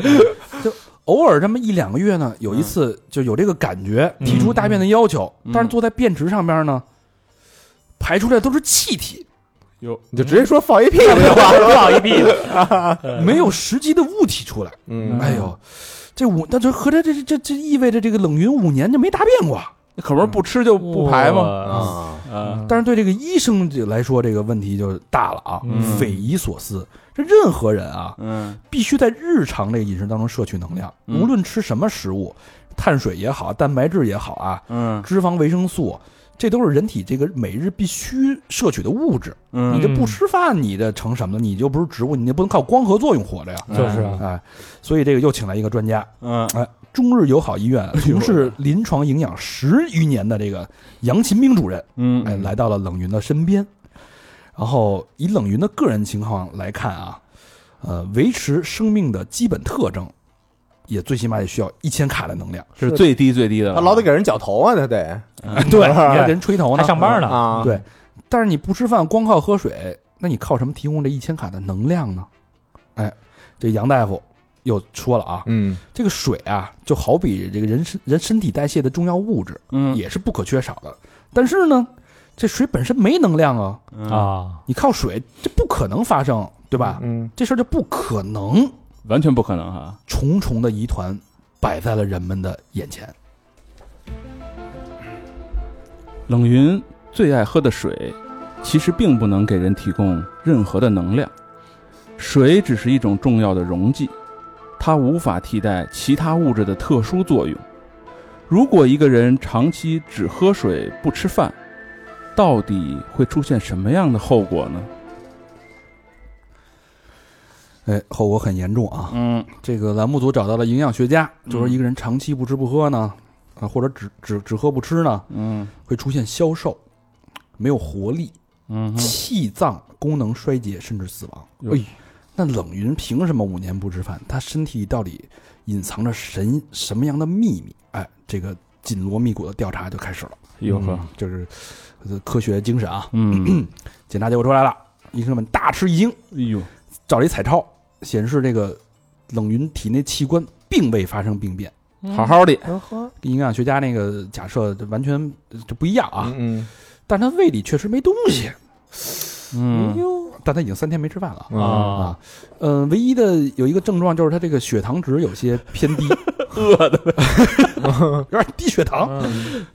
[SPEAKER 2] 偶尔这么一两个月呢，有一次就有这个感觉，提出大便的要求，
[SPEAKER 4] 嗯
[SPEAKER 2] 但是坐在便池上边呢，排出来都是气体，
[SPEAKER 3] 你就直接说放一屁股就完了。
[SPEAKER 1] 放一屁 股，
[SPEAKER 2] 没有实际的物体出来。
[SPEAKER 3] 嗯
[SPEAKER 2] 哎呦，这五那就合着这这这这意味着这个冷云五年就没大便过。
[SPEAKER 4] 那可不是不吃就不排吗？
[SPEAKER 1] 吗？
[SPEAKER 3] 啊，
[SPEAKER 1] 嗯
[SPEAKER 4] 啊，
[SPEAKER 2] 但是对这个医生这来说，这个问题就大了啊，
[SPEAKER 1] 嗯
[SPEAKER 2] 匪夷所思。这任何人啊，
[SPEAKER 4] 嗯
[SPEAKER 2] 必须在日常这个饮食当中摄取能量，
[SPEAKER 4] 嗯
[SPEAKER 2] 无论吃什么食物，碳水也好，蛋白质也好啊，
[SPEAKER 4] 嗯
[SPEAKER 2] 脂肪、维生素，这都是人体这个每日必须摄取的物质。你
[SPEAKER 4] 嗯
[SPEAKER 2] 这不吃饭，你这成什么呢？你就不是植物，你这不能靠光合作用活着呀。
[SPEAKER 1] 就是啊
[SPEAKER 2] 哎，所以这个又请来一个专家，
[SPEAKER 4] 嗯
[SPEAKER 2] 哎，中日友好医
[SPEAKER 1] 哎
[SPEAKER 2] 院从事临床营养十余年的这个杨勤兵主任，
[SPEAKER 4] 嗯，
[SPEAKER 2] 哎，来到了冷云的身边。然后以冷云的个人情况来看啊，呃，维持生命的基本特征，也最起码也需要一千卡的能量。
[SPEAKER 4] 是最低最低的了，
[SPEAKER 3] 他老得给人绞头啊，他得
[SPEAKER 2] 对，你还给人吹
[SPEAKER 1] 嗯哎
[SPEAKER 2] 头
[SPEAKER 1] 还
[SPEAKER 2] 呢，
[SPEAKER 1] 上班
[SPEAKER 2] 呢。
[SPEAKER 1] 呢，
[SPEAKER 3] 啊，
[SPEAKER 2] 对，但是你不吃饭，光靠喝水，那你靠什么提供这一千卡的能量呢？哎，这杨大夫又说了啊，
[SPEAKER 3] 嗯
[SPEAKER 2] 这个水啊，就好比这个人身人身体代谢的重要物质，
[SPEAKER 4] 嗯
[SPEAKER 2] 也是不可缺少的。但是呢，这水本身没能量啊，
[SPEAKER 4] 啊，
[SPEAKER 1] 啊，
[SPEAKER 2] 你靠水，这不可能发生，对吧？
[SPEAKER 3] 嗯，
[SPEAKER 2] 这事儿就不可能，
[SPEAKER 4] 完全不可能哈。
[SPEAKER 2] 重重的疑团摆在了人们的眼前。
[SPEAKER 4] 冷云最爱喝的水，其实并不能给人提供任何的能量，水只是一种重要的溶剂，它无法替代其他物质的特殊作用。如果一个人长期只喝水不吃饭，到底会出现什么样的后果呢？
[SPEAKER 2] 哎，后果很严重啊！
[SPEAKER 4] 嗯
[SPEAKER 2] 这个栏目组找到了营养学家，就说一个人长期不吃不喝呢，啊，或者只只只喝不吃呢，
[SPEAKER 4] 嗯
[SPEAKER 2] 会出现消瘦、没有活力、
[SPEAKER 4] 嗯
[SPEAKER 2] 气脏功能衰竭，甚至死亡。
[SPEAKER 4] 哟
[SPEAKER 2] 哎，那冷云凭什么五年不吃饭？他身体到底隐藏着神什么样的秘密？哎，这个紧锣密鼓的调查就开始了。嗯
[SPEAKER 4] 哟呵，
[SPEAKER 2] 就是呃科学精神啊。
[SPEAKER 4] 嗯，
[SPEAKER 2] 检查结果出来了，医生们大吃一惊，
[SPEAKER 4] 哎呦，
[SPEAKER 2] 照了一彩超，显示这个冷云体内器官并未发生病变，
[SPEAKER 1] 嗯
[SPEAKER 4] 好好的，
[SPEAKER 2] 跟营养学家那个假设完全就不一样啊。
[SPEAKER 3] 嗯
[SPEAKER 2] 但是他胃里确实没东西，哎
[SPEAKER 4] 嗯
[SPEAKER 2] 但他已经三天没吃饭了。
[SPEAKER 3] 啊，
[SPEAKER 1] 啊，
[SPEAKER 2] 呃，唯一的有一个症状就是他这个血糖值有些偏低，
[SPEAKER 4] 饿的， 嗯
[SPEAKER 2] 有点低血糖。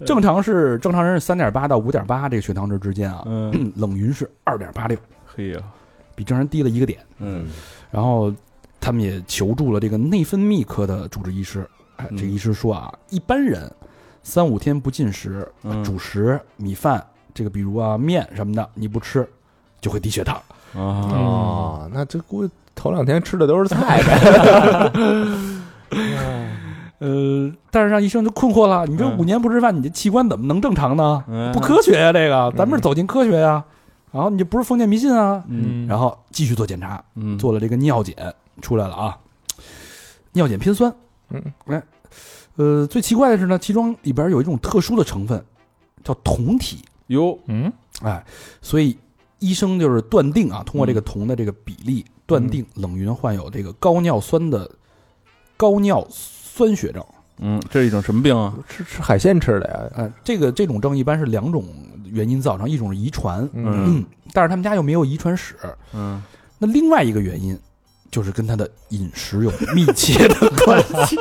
[SPEAKER 2] 正常是正常人是三点八到五点八这个血糖值之间啊，
[SPEAKER 4] 嗯，
[SPEAKER 2] 冷云是二点八六，
[SPEAKER 4] 嘿呀，
[SPEAKER 2] 比正常人低了一个点。
[SPEAKER 4] 嗯
[SPEAKER 2] 然后他们也求助了这个内分泌科的主治医师。哎，
[SPEAKER 4] 嗯
[SPEAKER 2] 这个医师说啊，一般人三五天不进食，
[SPEAKER 4] 嗯
[SPEAKER 2] 主食、米饭，这个比如啊面什么的，你不吃就会低血糖。
[SPEAKER 4] 啊，
[SPEAKER 3] 哦，那这估计头两天吃的都是菜呗。
[SPEAKER 2] 呃，但是让医生就困惑了，你这
[SPEAKER 4] 嗯
[SPEAKER 2] 五年不吃饭，你这器官怎么能正常呢？
[SPEAKER 4] 嗯
[SPEAKER 2] 不科学呀、这个咱们是走进科学呀、然后你就不是封建迷信啊。
[SPEAKER 4] 嗯
[SPEAKER 2] 然后继续做检查，
[SPEAKER 4] 嗯，
[SPEAKER 2] 做了这个尿检出来了啊，尿检偏酸，
[SPEAKER 3] 嗯，
[SPEAKER 2] 哎，呃，最奇怪的是呢，其中里边有一种特殊的成分叫酮体，
[SPEAKER 4] 哟，
[SPEAKER 1] 嗯，
[SPEAKER 2] 哎，所以医生就是断定啊，通过这
[SPEAKER 4] 嗯
[SPEAKER 2] 个酮的这个比例断定冷云患有这个高尿酸的高尿酸血症。
[SPEAKER 4] 嗯，这是一种什么病啊？
[SPEAKER 3] 吃吃海鲜吃的呀，
[SPEAKER 2] 哎，这个这种症一般是两种原因造成，一种是遗传，
[SPEAKER 4] 嗯
[SPEAKER 2] 但是他们家又没有遗传史，
[SPEAKER 4] 嗯，
[SPEAKER 2] 那另外一个原因就是跟他的饮食有密切的关系。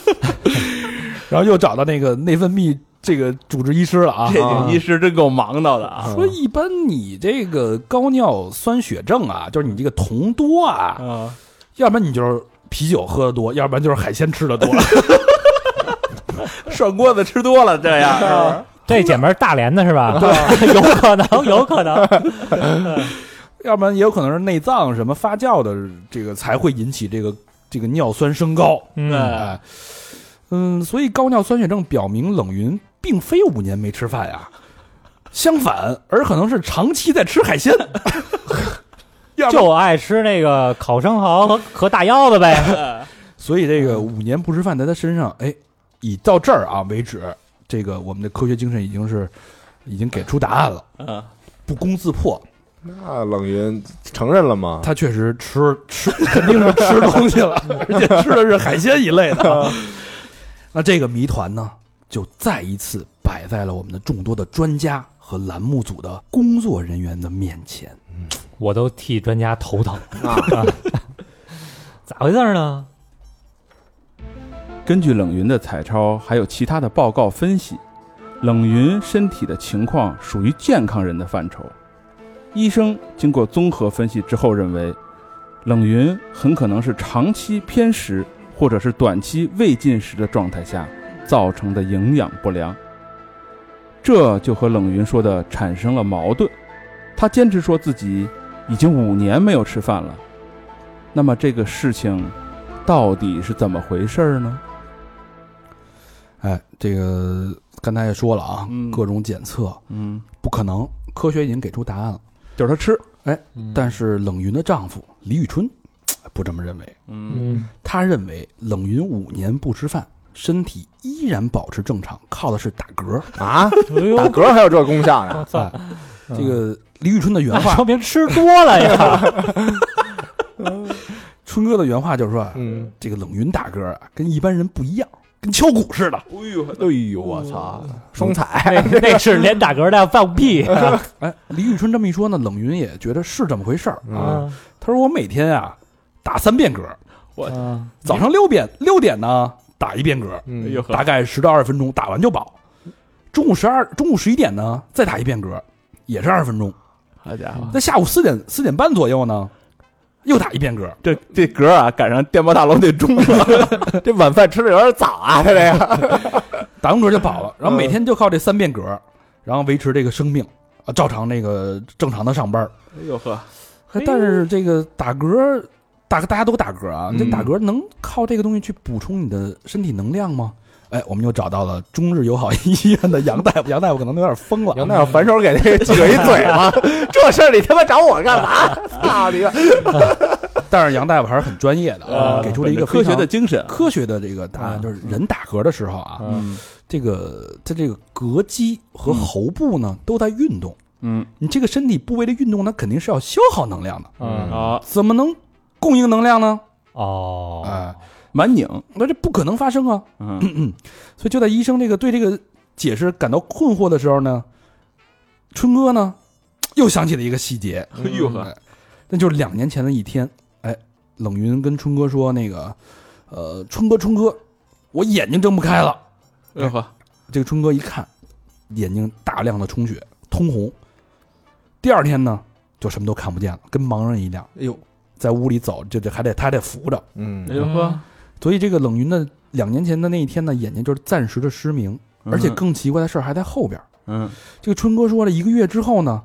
[SPEAKER 2] 然后又找到那个内分泌这个主治医师了啊
[SPEAKER 4] 这，个医师真够忙到的啊！
[SPEAKER 2] 说一般你这个高尿酸血症啊，就是你这个酮多啊，
[SPEAKER 4] 啊，
[SPEAKER 2] 要不然你就是啤酒喝的多，要不然就是海鲜吃的多。
[SPEAKER 4] 涮锅子吃多了，
[SPEAKER 3] 哎
[SPEAKER 4] 这样
[SPEAKER 1] 这姐们儿大连的是吧？ 有可能，有可能。
[SPEAKER 2] 要不然也有可能是内脏什么发酵的，这个才会引起这个这个尿酸升高。
[SPEAKER 1] 嗯，
[SPEAKER 2] 哎，嗯，所以高尿酸血症表明冷云并非五年没吃饭呀，相反，而可能是长期在吃海鲜。 要不
[SPEAKER 1] 就爱吃那个烤生蚝和和大腰子呗。
[SPEAKER 2] 所以这个五年不吃饭在他身上，哎，以到这儿啊为止，这个我们的科学精神已经是已经给出答案了，
[SPEAKER 4] 嗯，
[SPEAKER 2] 不攻自破。
[SPEAKER 3] 那冷云承认了
[SPEAKER 4] 啊
[SPEAKER 3] 吗？
[SPEAKER 2] 他确实吃吃， 肯定是吃东西 了，而且吃的是海鲜一类
[SPEAKER 4] 啊
[SPEAKER 2] 的。 那这个谜团呢，就再一次摆在了我们的众多的专家和栏目组的工作人员的面前。
[SPEAKER 1] 我都替专家头疼，
[SPEAKER 3] 啊，
[SPEAKER 1] 咋回事呢？
[SPEAKER 4] 根据冷云的彩超还有其他的报告分析，冷云身体的情况属于健康人的范畴。医生经过综合分析之后认为，冷云很可能是长期偏食或者是短期未进食的状态下造成的营养不良。这就和冷云说的产生了矛盾。他坚持说自己已经五年没有吃饭了，那么这个事情到底是怎么回事儿呢？
[SPEAKER 2] 哎，这个刚才也说了啊，
[SPEAKER 4] 嗯
[SPEAKER 2] 各种检测
[SPEAKER 4] 嗯，
[SPEAKER 2] 不可能，科学已经给出答案了。
[SPEAKER 4] 就是他吃，
[SPEAKER 2] 但是冷云的丈夫李宇春不这么认为，
[SPEAKER 4] 嗯
[SPEAKER 1] 嗯，
[SPEAKER 2] 他认为冷云五年不吃饭，身体依然保持正常，靠的是打嗝。
[SPEAKER 3] 啊，
[SPEAKER 1] 哎呦，
[SPEAKER 3] 打嗝还有这功效
[SPEAKER 1] 我
[SPEAKER 3] 呢？
[SPEAKER 1] 操！
[SPEAKER 2] 这个李宇春的原
[SPEAKER 1] 那
[SPEAKER 2] 话
[SPEAKER 1] 说明吃多了呀。
[SPEAKER 2] 春哥的原话就是说，
[SPEAKER 3] 嗯，
[SPEAKER 2] 这个冷云大哥啊，跟一般人不一样，跟敲鼓似的。
[SPEAKER 3] 哎呦，哎呦，我操，嗯哎双彩，
[SPEAKER 1] 那 那是连打嗝带放 屁啊！
[SPEAKER 2] 哎，李宇春这么一说呢，冷云也觉得是这么回事儿。
[SPEAKER 3] 嗯
[SPEAKER 2] 他说我每天啊打三遍嗝，
[SPEAKER 1] 啊
[SPEAKER 2] 早上六遍六点呢打一遍嗝，
[SPEAKER 4] 哎
[SPEAKER 3] 嗯，
[SPEAKER 2] 大概十到二十分钟，打完就饱。中午十二中午十一点呢再打一遍嗝，也是二十分钟。
[SPEAKER 4] 好家伙，
[SPEAKER 2] 那下午四点四点半左右呢，又打一遍嗝。
[SPEAKER 4] 这这嗝啊赶上电报大楼那钟了，
[SPEAKER 3] 这晚饭吃的有点早啊，他这个，
[SPEAKER 2] 打完嗝就饱
[SPEAKER 4] 嗯
[SPEAKER 2] 了，然后每天就靠这三遍嗝，然后维持这个生命啊，照常那个正常的上班。
[SPEAKER 4] 哎呦呵，
[SPEAKER 1] 哎
[SPEAKER 2] 但是这个打嗝，打大家都打嗝
[SPEAKER 4] 嗯
[SPEAKER 2] 啊，这打嗝能靠这个东西去补充你的身体能量吗？哎，我们又找到了中日友好医院的杨大夫， 杨大夫可能有点疯了。啊
[SPEAKER 3] 杨大夫反手给那个记者一嘴巴，嗯 这事儿你他妈找我干 嘛？操你妈！
[SPEAKER 2] 但是杨大夫还是很专业的啊，给出了一个
[SPEAKER 4] 呃科
[SPEAKER 2] 非
[SPEAKER 4] 学
[SPEAKER 2] 常
[SPEAKER 4] 的精神，
[SPEAKER 2] 科学的这个答案，
[SPEAKER 1] 啊
[SPEAKER 2] 就是人打嗝的时候啊，
[SPEAKER 4] 嗯
[SPEAKER 2] 这个它这个膈肌和喉部呢都在运动，
[SPEAKER 4] 嗯
[SPEAKER 2] 你这个身体部位的运动，它肯定是要消耗能量的。
[SPEAKER 1] 嗯
[SPEAKER 4] 啊，
[SPEAKER 2] 怎么能供应能量呢？
[SPEAKER 1] 哦
[SPEAKER 2] 哎
[SPEAKER 4] 满拧，
[SPEAKER 2] 那这不可能发生啊！
[SPEAKER 4] 嗯
[SPEAKER 2] 所以就在医生这个对这个解释感到困惑的时候呢，春哥呢又想起了一个细节，嗯
[SPEAKER 4] 哎呦呵，
[SPEAKER 2] 那就是两年前的一天，哎，冷云跟春哥说那个，呃，春哥，春哥，我眼睛睁不开了。
[SPEAKER 4] 哎呦呵，
[SPEAKER 2] 这个春哥一看，眼睛大量的充血，通红。第二天呢，就什么都看不见了，跟盲人一样。
[SPEAKER 3] 哎呦，
[SPEAKER 2] 在屋里走，这这还得他还得扶着。
[SPEAKER 4] 哎
[SPEAKER 3] 嗯，
[SPEAKER 4] 呦呵，
[SPEAKER 2] 所以这个冷云的两年前的那一天呢，眼睛就是暂时的失明，
[SPEAKER 3] 嗯
[SPEAKER 2] 而且更奇怪的事儿还在后边儿。
[SPEAKER 4] 嗯
[SPEAKER 2] 这个春哥说了一个月之后呢，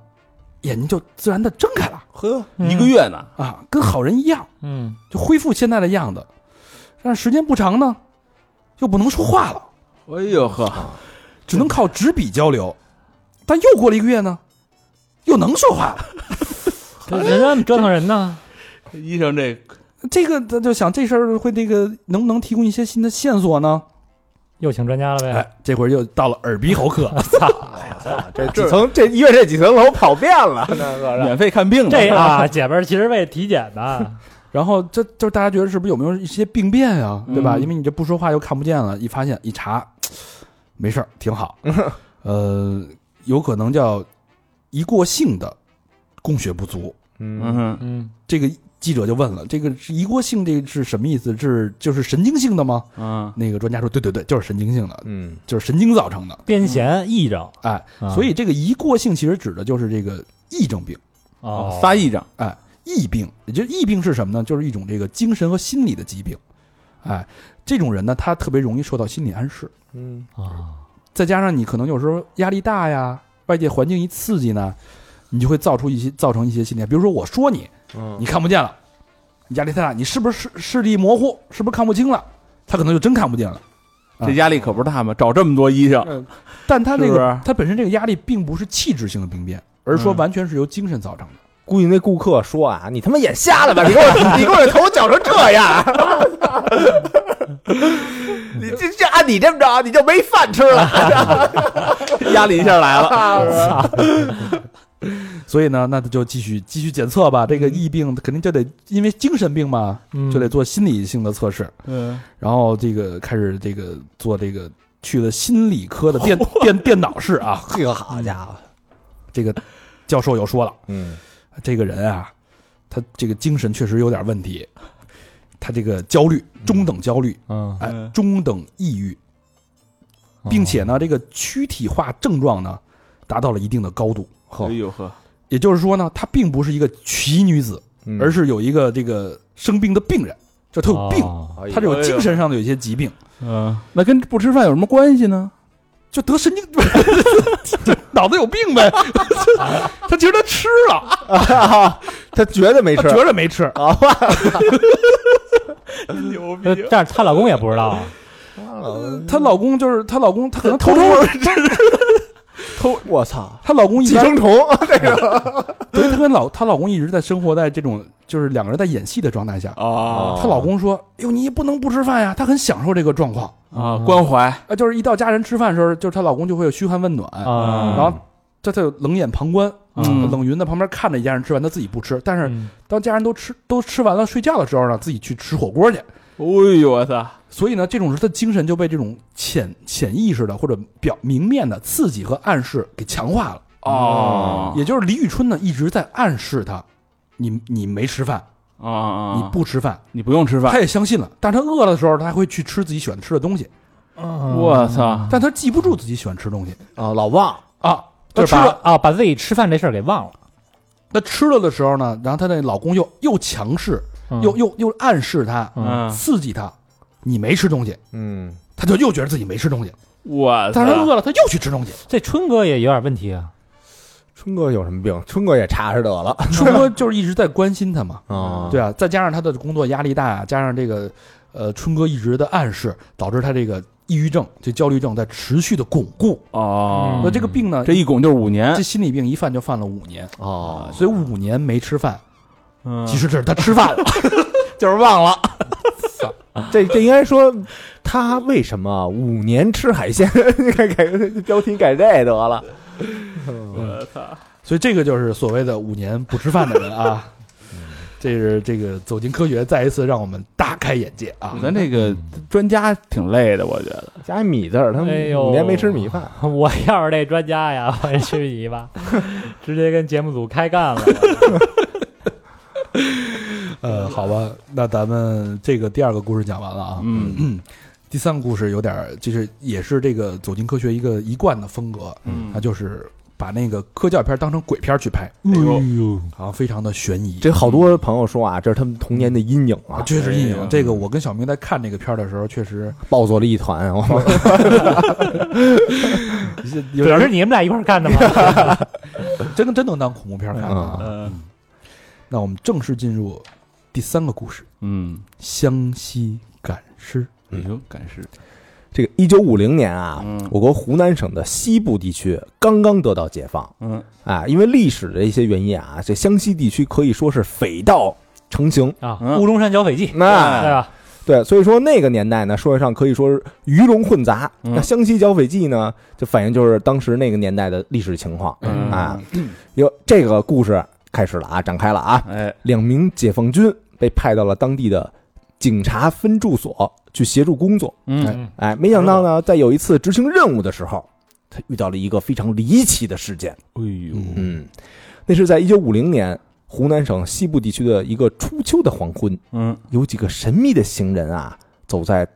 [SPEAKER 2] 眼睛就自然的睁开了
[SPEAKER 3] 呵，
[SPEAKER 4] 一个月呢，
[SPEAKER 2] 啊，跟好人一样，
[SPEAKER 1] 嗯
[SPEAKER 2] 就恢复现在的样子。但是时间不长呢，又不能说话了，
[SPEAKER 4] 哎呦呵，
[SPEAKER 2] 只能靠纸笔交流。但又过了一个月呢，又能说话。
[SPEAKER 1] 这人家怎么折腾人呢？
[SPEAKER 4] 医生这
[SPEAKER 2] 这个他就想这事儿会那个能不能提供一些新的线索呢？
[SPEAKER 1] 又请专家了呗？
[SPEAKER 2] 哎，这会儿又到了耳鼻喉科，
[SPEAKER 3] 哎这几层这医院这几层楼跑遍了，那个是
[SPEAKER 4] 免费看病的，
[SPEAKER 1] 这啊，姐们儿其实为体检的，
[SPEAKER 2] 然后这就是大家觉得是不是有没有一些病变啊，对吧？因为你这不说话又看不见了，一发现一查，没事儿，挺 好。呃，有可能叫一过性的供血不足。
[SPEAKER 4] 嗯
[SPEAKER 3] 嗯，
[SPEAKER 4] 哼，
[SPEAKER 1] 嗯，
[SPEAKER 2] 这个记者就问了，这个是一过性这个是什么意思？是就是神经性的吗？
[SPEAKER 4] 嗯，
[SPEAKER 2] 那个专家说，对对对，就是神经性的，
[SPEAKER 3] 嗯，
[SPEAKER 2] 就是神经造成的。
[SPEAKER 1] 癫痫、癔症，
[SPEAKER 2] 哎，
[SPEAKER 1] 啊
[SPEAKER 2] 所以这个一过性其实指的就是这个癔症病，
[SPEAKER 1] 哦，
[SPEAKER 4] 仨癔症，
[SPEAKER 2] 哎，癔病，也就是癔病是什么呢？就是一种这个精神和心理的疾病，哎，这种人呢，他特别容易受到心理暗示，
[SPEAKER 3] 嗯
[SPEAKER 1] 啊，
[SPEAKER 2] 再加上你可能有时候压力大呀，外界环境一刺激呢，你就会造出一些造成一些心理，比如说我说你，
[SPEAKER 3] 嗯
[SPEAKER 2] 你看不见了，你压力太大，你是不是视视力模糊？是不是看不清了？他可能就真看不见了。
[SPEAKER 4] 这压力可不是大吗？找这么多医生，
[SPEAKER 2] 但他这
[SPEAKER 4] 是不
[SPEAKER 2] 个
[SPEAKER 4] 是
[SPEAKER 2] 他本身这个压力并不是器质性的病变，而是说
[SPEAKER 4] 嗯
[SPEAKER 2] 完全是由精神造成的。
[SPEAKER 3] 估计那顾客说啊，你他妈眼瞎 了吧？你给我，你给我头绞成这 样，你这这按你这么着，你就没饭吃了。
[SPEAKER 4] 压力一下来了，
[SPEAKER 2] 所以呢，那就继续继续检测吧。这
[SPEAKER 4] 嗯
[SPEAKER 2] 个疫病肯定就得因为精神病嘛，
[SPEAKER 1] 嗯
[SPEAKER 2] 就得做心理性的测试。
[SPEAKER 4] 嗯，
[SPEAKER 2] 然后这个开始这个做这个去了心理科的 电电电脑室啊，
[SPEAKER 3] 这个好家伙，
[SPEAKER 2] 这个教授又说了，
[SPEAKER 3] 嗯
[SPEAKER 2] 这个人啊，他这个精神确实有点问题，他这个焦虑中等焦虑，
[SPEAKER 1] 嗯，
[SPEAKER 2] 哎
[SPEAKER 4] 嗯，
[SPEAKER 2] 中等抑郁，并且呢，这个躯体化症状呢达到了一定的高度。
[SPEAKER 4] 哎呦呵，
[SPEAKER 2] 也就是说呢，她并不是一个奇女子，
[SPEAKER 3] 嗯
[SPEAKER 2] 而是有一个这个生病的病人，就她有病，
[SPEAKER 1] 哦
[SPEAKER 3] 哎
[SPEAKER 2] 她这有精神上的有一些疾病，
[SPEAKER 4] 嗯，那跟不吃饭有什么关系呢？
[SPEAKER 2] 就得神经， 就脑子有病呗。她觉得吃了，
[SPEAKER 3] 啊，他绝对没
[SPEAKER 2] 她
[SPEAKER 3] 吃，
[SPEAKER 2] 觉着没吃，
[SPEAKER 4] 牛逼
[SPEAKER 1] 呃但是她老公也不知道啊，
[SPEAKER 2] 她老公就是她老公，她可能偷偷，
[SPEAKER 3] 偷，我操，
[SPEAKER 2] 她老公一
[SPEAKER 3] 寄
[SPEAKER 2] 般
[SPEAKER 3] 生，虫，
[SPEAKER 2] 对，她跟老她老公一直在生活在这种就是两个人在演戏的状态下。
[SPEAKER 4] 啊
[SPEAKER 3] 哦
[SPEAKER 2] 她老公说：“哎呦，你也不能不吃饭呀！”她很享受这个状况，
[SPEAKER 1] 嗯
[SPEAKER 4] 啊，关怀，
[SPEAKER 2] 啊，就是一到家人吃饭的时候，就是她老公就会有嘘寒问暖，
[SPEAKER 1] 啊，
[SPEAKER 2] 然后这他就冷眼旁观，
[SPEAKER 4] 嗯
[SPEAKER 2] 冷云在旁边看着一家人吃完，他自己不吃。但是
[SPEAKER 1] 嗯
[SPEAKER 2] 当家人都吃都吃完了睡觉的时候呢，自己去吃火锅去。
[SPEAKER 4] 哎呦我操，
[SPEAKER 2] 所以呢，这种时他精神就被这种潜潜意识的或者表明面的刺激和暗示给强化了。
[SPEAKER 4] 哦，
[SPEAKER 2] 也就是李宇春呢一直在暗示他，你你没吃饭，
[SPEAKER 4] 啊啊，
[SPEAKER 2] 你不吃饭，
[SPEAKER 4] 你不用吃
[SPEAKER 2] 他
[SPEAKER 4] 饭，
[SPEAKER 2] 也相信了。但是他饿了的时候，他还会去吃自己喜欢吃的东西，
[SPEAKER 1] 嗯
[SPEAKER 4] 我操，
[SPEAKER 2] 但他记不住自己喜欢吃东西
[SPEAKER 3] 啊，老忘，
[SPEAKER 2] 啊。他
[SPEAKER 1] 就是
[SPEAKER 2] 吃
[SPEAKER 1] 把
[SPEAKER 2] 了，
[SPEAKER 1] 啊把自己吃饭这事儿给忘了，
[SPEAKER 2] 他吃了的时候呢，然后她那老公又又强势，
[SPEAKER 1] 嗯
[SPEAKER 2] 又又又暗示她，
[SPEAKER 4] 嗯，
[SPEAKER 2] 刺激她，你没吃东西，
[SPEAKER 3] 嗯，
[SPEAKER 2] 她就又觉得自己没吃东西，
[SPEAKER 4] 嗯我操
[SPEAKER 2] 但，是她饿了，她又去吃东西。
[SPEAKER 1] 这春哥也有点问题啊，
[SPEAKER 3] 春哥有什么病？春哥也查查得了
[SPEAKER 4] 嗯
[SPEAKER 2] 春哥就是一直在关心她嘛，
[SPEAKER 3] 啊
[SPEAKER 2] 对啊，再加上她的工作压力大啊，加上这个，呃，春哥一直的暗示，导致她这个抑郁症、这焦虑症在持续的巩固。
[SPEAKER 4] 哦
[SPEAKER 2] 那、，这个病呢，
[SPEAKER 4] 这一拱就是五年
[SPEAKER 2] 这，心理病一犯就犯了五年，
[SPEAKER 3] 哦，
[SPEAKER 2] 所以五年没吃饭，
[SPEAKER 4] 嗯
[SPEAKER 2] 其实这是她吃饭了，就是忘了。
[SPEAKER 3] 这这应该说他为什么五年吃海鲜？ 改改标题改这得了，
[SPEAKER 4] 我操，
[SPEAKER 2] 所以这个就是所谓的五年不吃饭的人 啊。这是这个走进科学，再一次让我们大开眼界啊！
[SPEAKER 4] 咱这个专家挺累的，我觉得，
[SPEAKER 3] 加一米字儿，他
[SPEAKER 1] 哎呦
[SPEAKER 3] 五年没吃米饭，
[SPEAKER 1] 我要是那专家呀， 我也去你 吧，直接跟节目组开干了，
[SPEAKER 2] 呃，好吧，那咱们这个第二个故事讲完了啊。
[SPEAKER 4] 嗯
[SPEAKER 2] 第三个故事有点儿，就是也是这个走进科学一个一贯的风格，
[SPEAKER 4] 嗯
[SPEAKER 2] 它就是把那个科教片当成鬼片去拍，
[SPEAKER 4] 哎呦
[SPEAKER 2] 好像非常的悬疑。
[SPEAKER 3] 这好多朋友说啊，这是他们童年的阴影
[SPEAKER 2] 啊，
[SPEAKER 3] 啊，
[SPEAKER 2] 确实阴
[SPEAKER 4] 哎呀
[SPEAKER 2] 影。这个我跟小明在看这个片儿的时候，确实
[SPEAKER 3] 抱作了一 团。我们
[SPEAKER 2] 有
[SPEAKER 1] 主要
[SPEAKER 2] 点
[SPEAKER 1] 是
[SPEAKER 2] 儿
[SPEAKER 1] 你们俩一块儿干 的吗？
[SPEAKER 2] 真真能当恐怖片儿看啊。
[SPEAKER 4] 嗯
[SPEAKER 2] 那我们正式进入第三个故事《
[SPEAKER 4] 嗯，
[SPEAKER 2] 湘西赶尸》。
[SPEAKER 4] 哎呦，感是，
[SPEAKER 3] 这个一九五零年啊，
[SPEAKER 4] 嗯
[SPEAKER 3] 我国湖南省的西部地区刚刚得到解放
[SPEAKER 4] 嗯
[SPEAKER 3] 啊，因为历史的一些原因啊，这湘西地区可以说是匪盗成型。
[SPEAKER 1] 啊，
[SPEAKER 4] 嗯
[SPEAKER 1] 乌龙山剿匪记，对
[SPEAKER 3] 那
[SPEAKER 1] 吧？
[SPEAKER 3] 对，所以说那个年代呢，社会上可以说是鱼龙混杂。
[SPEAKER 4] 嗯
[SPEAKER 3] 那湘西剿匪记呢，就反映就是当时那个年代的历史情况
[SPEAKER 4] 嗯
[SPEAKER 3] 啊。有这个故事开始了啊，展开了啊。
[SPEAKER 4] 哎，
[SPEAKER 3] 两名解放军被派到了当地的警察分驻所去协助工作。
[SPEAKER 4] 嗯
[SPEAKER 1] 嗯
[SPEAKER 3] 哎，没想到呢，在有一次执行任务的时候，他遇到了一个非常离奇的事件。
[SPEAKER 4] 哎呦，
[SPEAKER 3] 嗯，那是在一九五零年湖南省西部地区的一个初秋的黄昏，
[SPEAKER 4] 嗯
[SPEAKER 3] 有几个神秘的行人啊，走在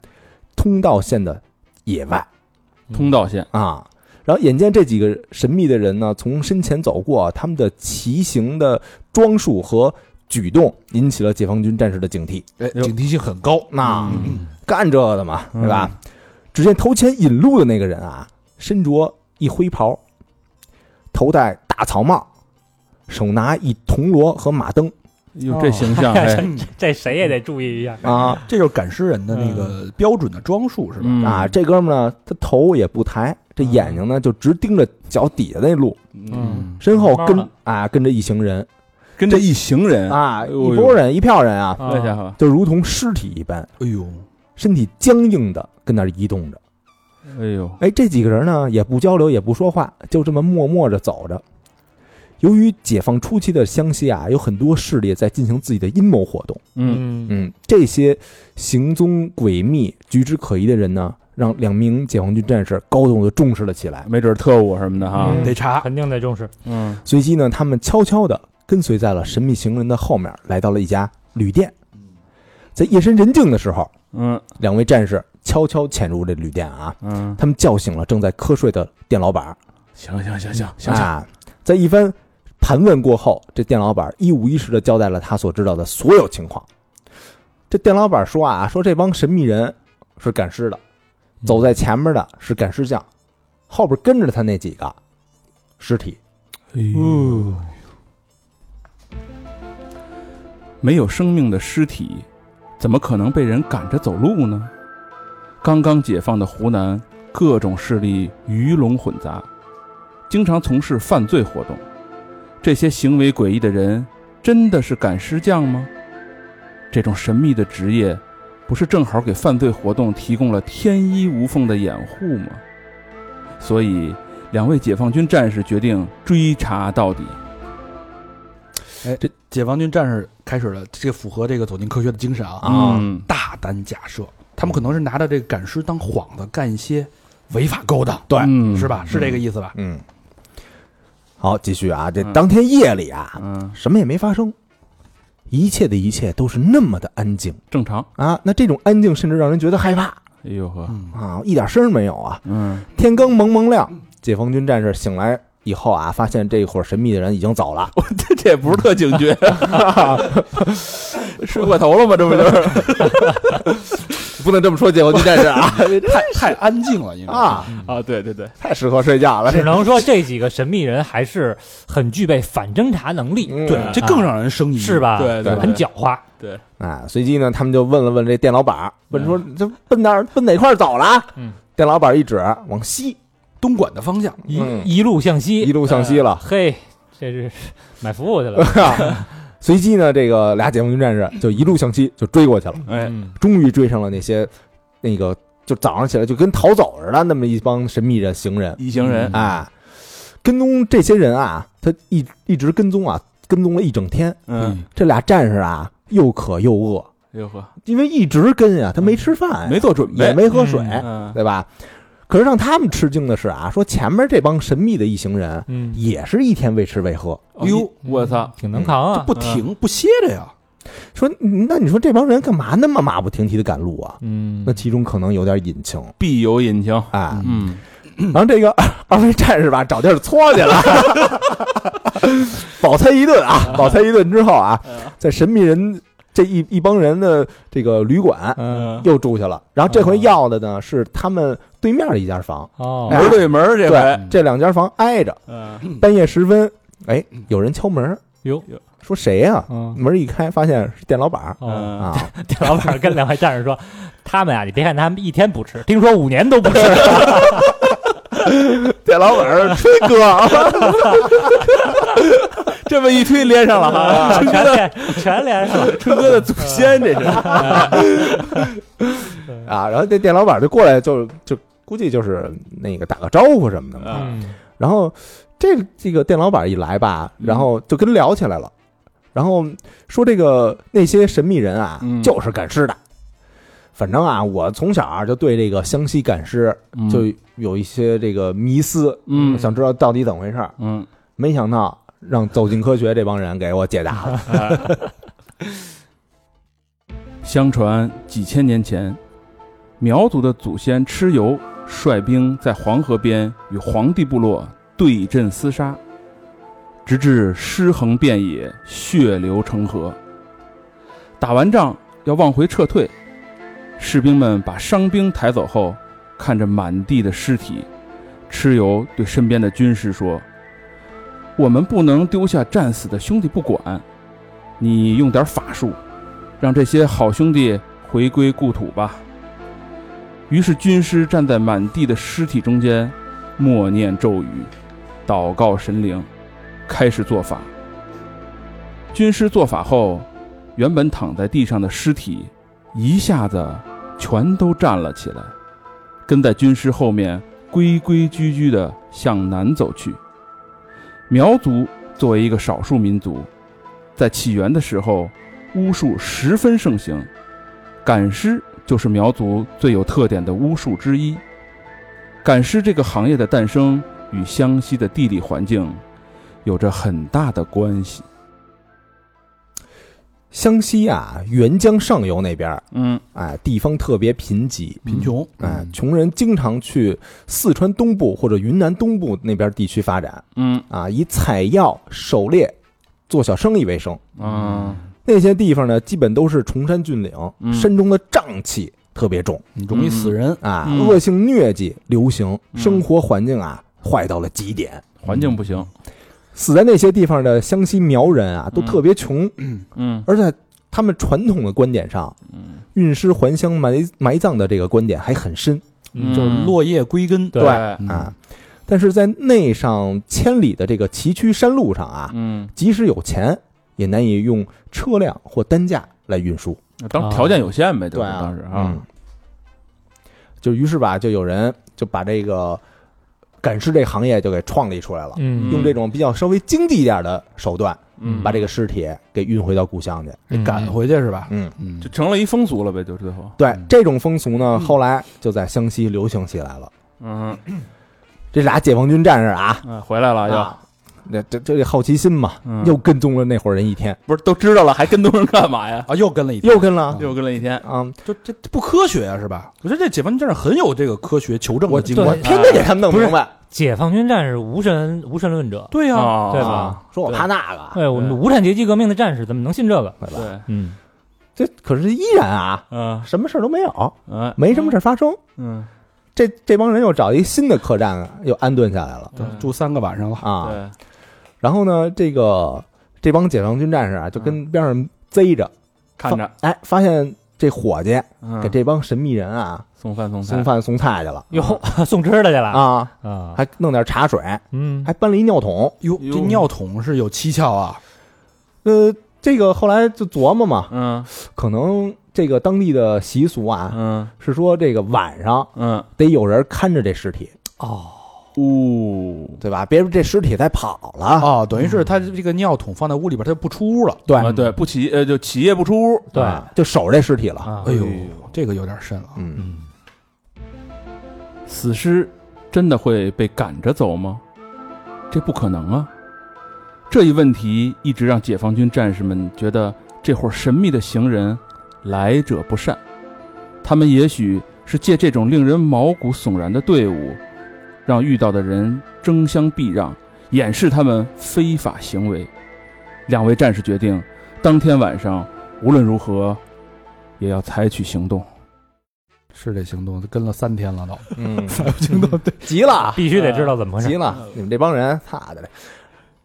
[SPEAKER 3] 通道县的野外
[SPEAKER 4] 通道线，
[SPEAKER 3] 啊。然后眼见这几个神秘的人呢，从身前走过，他们的骑行的装束和举动引起了解放军战士的警惕。
[SPEAKER 2] 哎，警惕性很高，
[SPEAKER 3] 那、
[SPEAKER 4] 嗯
[SPEAKER 3] 干这个的嘛，对吧？只见头前引路的那个人啊，身着一灰袍，头戴大草帽，手拿一铜锣和马灯
[SPEAKER 4] 哟，这形 象， 哎，
[SPEAKER 1] 这谁也得注意一下。
[SPEAKER 3] 啊
[SPEAKER 2] 这就是赶尸人的那个标准的装束是吧？
[SPEAKER 4] 嗯
[SPEAKER 3] 啊！，这哥们儿呢，他头也不抬，这眼睛呢就直盯着脚底下那路，
[SPEAKER 4] 嗯，
[SPEAKER 3] 身后
[SPEAKER 1] 慢慢
[SPEAKER 3] 跟
[SPEAKER 1] 地
[SPEAKER 3] 啊跟着一行人
[SPEAKER 4] 跟着一行人，
[SPEAKER 3] 啊，
[SPEAKER 4] 哎
[SPEAKER 3] 一
[SPEAKER 4] 呦
[SPEAKER 3] 拨人一票人啊，
[SPEAKER 4] 嗯这家伙，
[SPEAKER 3] 就如同尸体一般，
[SPEAKER 2] 哎呦，
[SPEAKER 3] 身体僵硬的跟那儿移动着。
[SPEAKER 4] 哎呦，
[SPEAKER 3] 哎，这几个人呢也不交流，也不说话，就这么默默着走着。由于解放初期的湘西啊，有很多势力在进行自己的阴谋活动。
[SPEAKER 4] 嗯
[SPEAKER 1] 嗯
[SPEAKER 3] 嗯，这些行踪诡秘、举止可疑的人呢，让两名解放军战士高度的重视了起来。
[SPEAKER 4] 嗯没准儿特务什么的哈，
[SPEAKER 1] 嗯
[SPEAKER 2] 得查，
[SPEAKER 1] 肯定得重视。
[SPEAKER 4] 嗯
[SPEAKER 3] 随即呢，他们悄悄地跟随在了神秘行人的后面，来到了一家旅店。在夜深人静的时候，
[SPEAKER 4] 嗯
[SPEAKER 3] 两位战士悄悄潜入这旅店啊，
[SPEAKER 4] 嗯，
[SPEAKER 3] 他们叫醒了正在瞌睡的店老板儿。
[SPEAKER 4] 行行行行行，
[SPEAKER 3] 啊，在一番盘问过后，这店老板一五一十的交代了他所知道的所有情况。这店老板说啊，说这帮神秘人是赶尸的，
[SPEAKER 4] 嗯
[SPEAKER 3] 走在前面的是赶尸匠，后边跟着他那几个尸体。
[SPEAKER 4] 哦，没有生命的尸体，怎么可能被人赶着走路呢？刚刚解放的湖南，各种势力鱼龙混杂，经常从事犯罪活动。这些行为诡异的人，真的是赶尸匠吗？这种神秘的职业，不是正好给犯罪活动提供了天衣无缝的掩护吗？所以，两位解放军战士决定追查到底。
[SPEAKER 2] 解放军战士开始了，这符合这个走进科学的精神啊！
[SPEAKER 3] 啊
[SPEAKER 4] 嗯
[SPEAKER 2] 大胆假设，他们可能是拿着这个赶尸当幌子干一些违法勾当，
[SPEAKER 3] 对
[SPEAKER 4] 嗯
[SPEAKER 2] 是吧？是这个意思吧？
[SPEAKER 3] 嗯，好，继续啊，这
[SPEAKER 4] 嗯
[SPEAKER 3] 当天夜里啊，
[SPEAKER 4] 嗯，
[SPEAKER 3] 什么也没发生，一切的一切都是那么的安静
[SPEAKER 4] 正常。
[SPEAKER 3] 啊。那这种安静甚至让人觉得害怕
[SPEAKER 4] 哎呦呵，
[SPEAKER 2] 嗯，
[SPEAKER 3] 啊，一点声儿没有啊。
[SPEAKER 4] 嗯
[SPEAKER 3] 天刚蒙蒙亮，解放军战士醒来以后啊，发现这伙神秘的人已经走 了。
[SPEAKER 4] 这这也不是特警觉，睡过头了吗？这不就是？
[SPEAKER 3] 不能这么说，解放军战士啊
[SPEAKER 2] 太太安静了，因为
[SPEAKER 3] 啊，
[SPEAKER 4] 啊，对对对，
[SPEAKER 3] 太适合睡觉
[SPEAKER 4] 哎
[SPEAKER 3] 了。
[SPEAKER 1] 只能说这几个神秘人还是很具备反侦查能力，
[SPEAKER 3] 嗯
[SPEAKER 2] 对，这
[SPEAKER 4] 啊
[SPEAKER 2] 更让人生疑，
[SPEAKER 1] 是？吧？
[SPEAKER 4] 对对对
[SPEAKER 1] 很狡猾。
[SPEAKER 3] 啊，随即呢，他们就问了问这店老板儿，问说
[SPEAKER 4] 嗯
[SPEAKER 3] 这奔哪儿奔哪块儿走了？
[SPEAKER 1] 嗯，
[SPEAKER 3] 店老板儿一指往西，
[SPEAKER 2] 东莞的方向，
[SPEAKER 1] 一、
[SPEAKER 3] 嗯
[SPEAKER 1] 一路向西，啊
[SPEAKER 3] 一路向西了。
[SPEAKER 1] 嘿，这是 买服务去了。
[SPEAKER 3] 啊随即呢，这个俩解放军战士就一路向西就追过去了，
[SPEAKER 4] 哎，
[SPEAKER 1] 嗯
[SPEAKER 3] 终于追上了那些那个就早上起来就跟逃走似的那么一帮神秘的行人。
[SPEAKER 4] 一行人，
[SPEAKER 3] 啊，跟踪这些人啊，他一一直跟踪啊，跟踪了一整天。
[SPEAKER 4] 嗯，
[SPEAKER 3] 这俩战士啊，又渴又饿，
[SPEAKER 4] 哎呦呵，
[SPEAKER 3] 因为一直跟啊，他没吃饭、
[SPEAKER 4] 没做准备，
[SPEAKER 3] 也没喝水，
[SPEAKER 4] 嗯，
[SPEAKER 3] 对吧？可是让他们吃惊的是啊，说前面这帮神秘的一行人
[SPEAKER 1] 嗯，
[SPEAKER 3] 也是一天未吃未喝。
[SPEAKER 4] 哎呦，我操，
[SPEAKER 1] 挺能扛啊。
[SPEAKER 2] 不停不歇着呀。
[SPEAKER 3] 说那你说这帮人干嘛那么马不停蹄的赶路啊？
[SPEAKER 1] 嗯，
[SPEAKER 3] 那其中可能有点隐情
[SPEAKER 4] 必有隐情。
[SPEAKER 3] 啊。
[SPEAKER 4] 嗯，
[SPEAKER 3] 然后这个二二位战士吧，找地儿搓去了， 饱餐一顿啊，饱餐一顿之后啊，在神秘人这一一帮人的这个旅馆
[SPEAKER 1] 嗯
[SPEAKER 3] 又住下了。然后这回要的呢是他们对面的一家房，
[SPEAKER 1] 哦
[SPEAKER 3] 哎，
[SPEAKER 4] 啊门对门儿这回，
[SPEAKER 3] 这两家房挨着。
[SPEAKER 4] 嗯
[SPEAKER 3] 半夜时分，哎，有人敲门，
[SPEAKER 1] 哟，
[SPEAKER 3] 说谁呀？
[SPEAKER 1] 嗯，
[SPEAKER 3] 门一开，发现是店老板儿
[SPEAKER 1] 哦，
[SPEAKER 4] 嗯，
[SPEAKER 3] 啊，
[SPEAKER 1] 店老板跟两位战士说，他们啊，你别看他们一天不吃，听说五年都不吃，
[SPEAKER 3] 店老板儿吹哥，这么一推连上了哈，
[SPEAKER 1] 啊全连全连上了，
[SPEAKER 3] 春哥的祖先这是 啊。然后这店老板就过来就，就估计就是那个打个招呼什么的嘛。
[SPEAKER 4] 啊
[SPEAKER 1] 嗯
[SPEAKER 3] 然后这这个店老板一来吧，
[SPEAKER 4] 嗯
[SPEAKER 3] 然后就跟聊起来了，然后说这个那些神秘人啊，
[SPEAKER 4] 嗯
[SPEAKER 3] 就是赶尸的。反正啊，我从小啊就对这个湘西赶尸
[SPEAKER 4] 嗯
[SPEAKER 3] 就有一些这个迷思，
[SPEAKER 4] 嗯
[SPEAKER 3] 想知道到底怎么回事儿。
[SPEAKER 4] 嗯
[SPEAKER 3] 没想到让走进科学这帮人给我解答 了。
[SPEAKER 4] 相传几千年前，苗族的祖先蚩尤率兵在黄河边与黄帝部落对阵厮杀，直至尸横遍野，血流成河。打完仗要往回撤退，士兵们把伤兵抬走后，看着满地的尸体，蚩尤对身边的军士说：“我们不能丢下战死的兄弟不管，你用点法术。”让这些好兄弟回归故土吧。于是军师站在满地的尸体中间，默念咒语，祷告神灵，开始做法。军师做法后，原本躺在地上的尸体一下子全都站了起来，跟在军师后面规规矩矩地向南走去。苗族作为一个少数民族，在起源的时候巫术十分盛行，赶尸就是苗族最有特点的巫术之一。赶尸这个行业的诞生与湘西的地理环境有着很大的关系。
[SPEAKER 3] 湘西啊，沅江上游那边儿，
[SPEAKER 4] 嗯，
[SPEAKER 3] 哎，地方特别贫瘠，
[SPEAKER 2] 贫穷，
[SPEAKER 3] 哎，穷人经常去四川东部或者云南东部那边地区发展
[SPEAKER 4] 嗯
[SPEAKER 3] 啊，以采药、狩猎、做小生意为生。
[SPEAKER 4] 啊，
[SPEAKER 3] 那些地方呢，基本都是崇山峻岭，
[SPEAKER 4] 嗯
[SPEAKER 3] 山中的瘴气特别重
[SPEAKER 2] 容易死人。
[SPEAKER 3] 啊，
[SPEAKER 4] 嗯
[SPEAKER 3] 恶性疟疾流行，
[SPEAKER 4] 嗯
[SPEAKER 3] 生活环境啊坏到了极点。
[SPEAKER 4] 环境不行。
[SPEAKER 3] 死在那些地方的湘西苗人啊，都
[SPEAKER 4] 嗯
[SPEAKER 3] 特别穷，
[SPEAKER 4] 嗯
[SPEAKER 3] 而在他们传统的观点上，
[SPEAKER 4] 嗯，
[SPEAKER 3] 运尸还乡埋埋葬的这个观点还很深
[SPEAKER 1] 嗯
[SPEAKER 2] 就是
[SPEAKER 4] 嗯
[SPEAKER 2] 落叶归根，
[SPEAKER 1] 对
[SPEAKER 2] 嗯
[SPEAKER 3] 啊。但是在内上千里的这个崎岖山路上啊，
[SPEAKER 4] 嗯，
[SPEAKER 3] 即使有钱，也难以用车辆或担架来运输。
[SPEAKER 4] 嗯当
[SPEAKER 1] 啊
[SPEAKER 4] 条件有限呗，就是
[SPEAKER 3] 对啊
[SPEAKER 4] 当时啊，，
[SPEAKER 3] 就于是吧，就有人就把这个赶尸这行业就给创立出来了，
[SPEAKER 1] 嗯
[SPEAKER 3] 用这种比较稍微经济一点的手段，
[SPEAKER 4] 嗯，
[SPEAKER 3] 把这个尸体给运回到故乡去。
[SPEAKER 2] 得赶回去是吧？
[SPEAKER 3] 嗯，
[SPEAKER 2] 嗯
[SPEAKER 4] 就成了一风俗了呗，就是最后。
[SPEAKER 3] 对
[SPEAKER 2] 嗯
[SPEAKER 3] 这种风俗呢，
[SPEAKER 2] 嗯
[SPEAKER 3] 后来就在湘西流行起来了。
[SPEAKER 4] 嗯
[SPEAKER 3] 这俩解放军战士啊，
[SPEAKER 4] 嗯，回来了又，
[SPEAKER 3] 啊，那这这这好奇心嘛，
[SPEAKER 4] 嗯
[SPEAKER 3] 又跟踪了那伙人一天，
[SPEAKER 4] 不是都知道了，还跟踪人干嘛呀？
[SPEAKER 2] 啊，又跟了一天，
[SPEAKER 3] 又跟了
[SPEAKER 4] 又跟了一天。
[SPEAKER 3] 啊！
[SPEAKER 2] 就这这不科学啊，是吧？我觉得这解放军战士很有这个科学求证的
[SPEAKER 3] 我
[SPEAKER 2] 精
[SPEAKER 1] 对
[SPEAKER 3] 我
[SPEAKER 2] 神。
[SPEAKER 3] 天天给他们弄明白
[SPEAKER 1] 解放军战士无神无神论者，
[SPEAKER 2] 对呀、
[SPEAKER 4] 啊，
[SPEAKER 1] 对吧
[SPEAKER 3] 啊，说我怕那个，
[SPEAKER 1] 哎，我们
[SPEAKER 4] 对
[SPEAKER 1] 无产阶级革命的战士怎么能信这个？
[SPEAKER 3] 对吧？
[SPEAKER 4] 对，
[SPEAKER 1] 嗯，
[SPEAKER 3] 这可是依然啊，
[SPEAKER 4] 嗯
[SPEAKER 3] 什么事儿都没有，
[SPEAKER 4] 嗯
[SPEAKER 3] 没什么事儿发生。
[SPEAKER 4] 嗯，
[SPEAKER 3] 这这帮人又找一新的客栈啊，又安顿下来了
[SPEAKER 4] 嗯
[SPEAKER 2] 对住三个晚上了，
[SPEAKER 3] 啊。
[SPEAKER 4] 对，
[SPEAKER 3] 然后呢，这个这帮解放军战士啊，就跟边上贼着，
[SPEAKER 4] 看着
[SPEAKER 3] 哎，发现这伙计
[SPEAKER 4] 嗯
[SPEAKER 3] 给这帮神秘人啊
[SPEAKER 4] 送饭送菜
[SPEAKER 3] 送饭送菜去了
[SPEAKER 1] 哟， 送吃的去了
[SPEAKER 3] 啊，
[SPEAKER 1] 啊，
[SPEAKER 3] 还弄点茶水，
[SPEAKER 1] 嗯
[SPEAKER 3] 还搬了一尿桶。
[SPEAKER 2] 哟，
[SPEAKER 4] 哟
[SPEAKER 2] 这尿桶是有蹊跷啊！
[SPEAKER 3] 呃，这个后来就琢磨嘛，
[SPEAKER 4] 嗯
[SPEAKER 3] 可能这个当地的习俗啊，
[SPEAKER 4] 嗯
[SPEAKER 3] 是说这个晚上
[SPEAKER 4] 嗯，
[SPEAKER 3] 得有人看着这尸体，
[SPEAKER 1] 哦，
[SPEAKER 4] 呜，
[SPEAKER 3] 对吧？别这尸体再跑了。
[SPEAKER 2] 哦，等于是他这个尿桶放在屋里边，他就不出屋了。
[SPEAKER 3] 对
[SPEAKER 4] 啊对，不起呃就起夜不出屋，
[SPEAKER 1] 对
[SPEAKER 3] 啊就守着这尸体了。
[SPEAKER 1] 啊
[SPEAKER 2] 哎，呦
[SPEAKER 4] 哎，
[SPEAKER 2] 这个有点深了啊。
[SPEAKER 3] 嗯，
[SPEAKER 1] 嗯
[SPEAKER 4] 死尸真的会被赶着走吗？这不可能啊！这一问题一直让解放军战士们觉得这伙神秘的行人来者不善。他们也许是借这种令人毛骨悚然的队伍，让遇到的人争相避让，掩饰他们非法行为。两位战士决定，当天晚上无论如何也要采取行动。
[SPEAKER 2] 是这行动，跟了三天 了都。
[SPEAKER 3] 嗯，急了，
[SPEAKER 1] 必须得知道怎么回
[SPEAKER 3] 急
[SPEAKER 1] 事。
[SPEAKER 3] 了！你们这帮人，擦的嘞！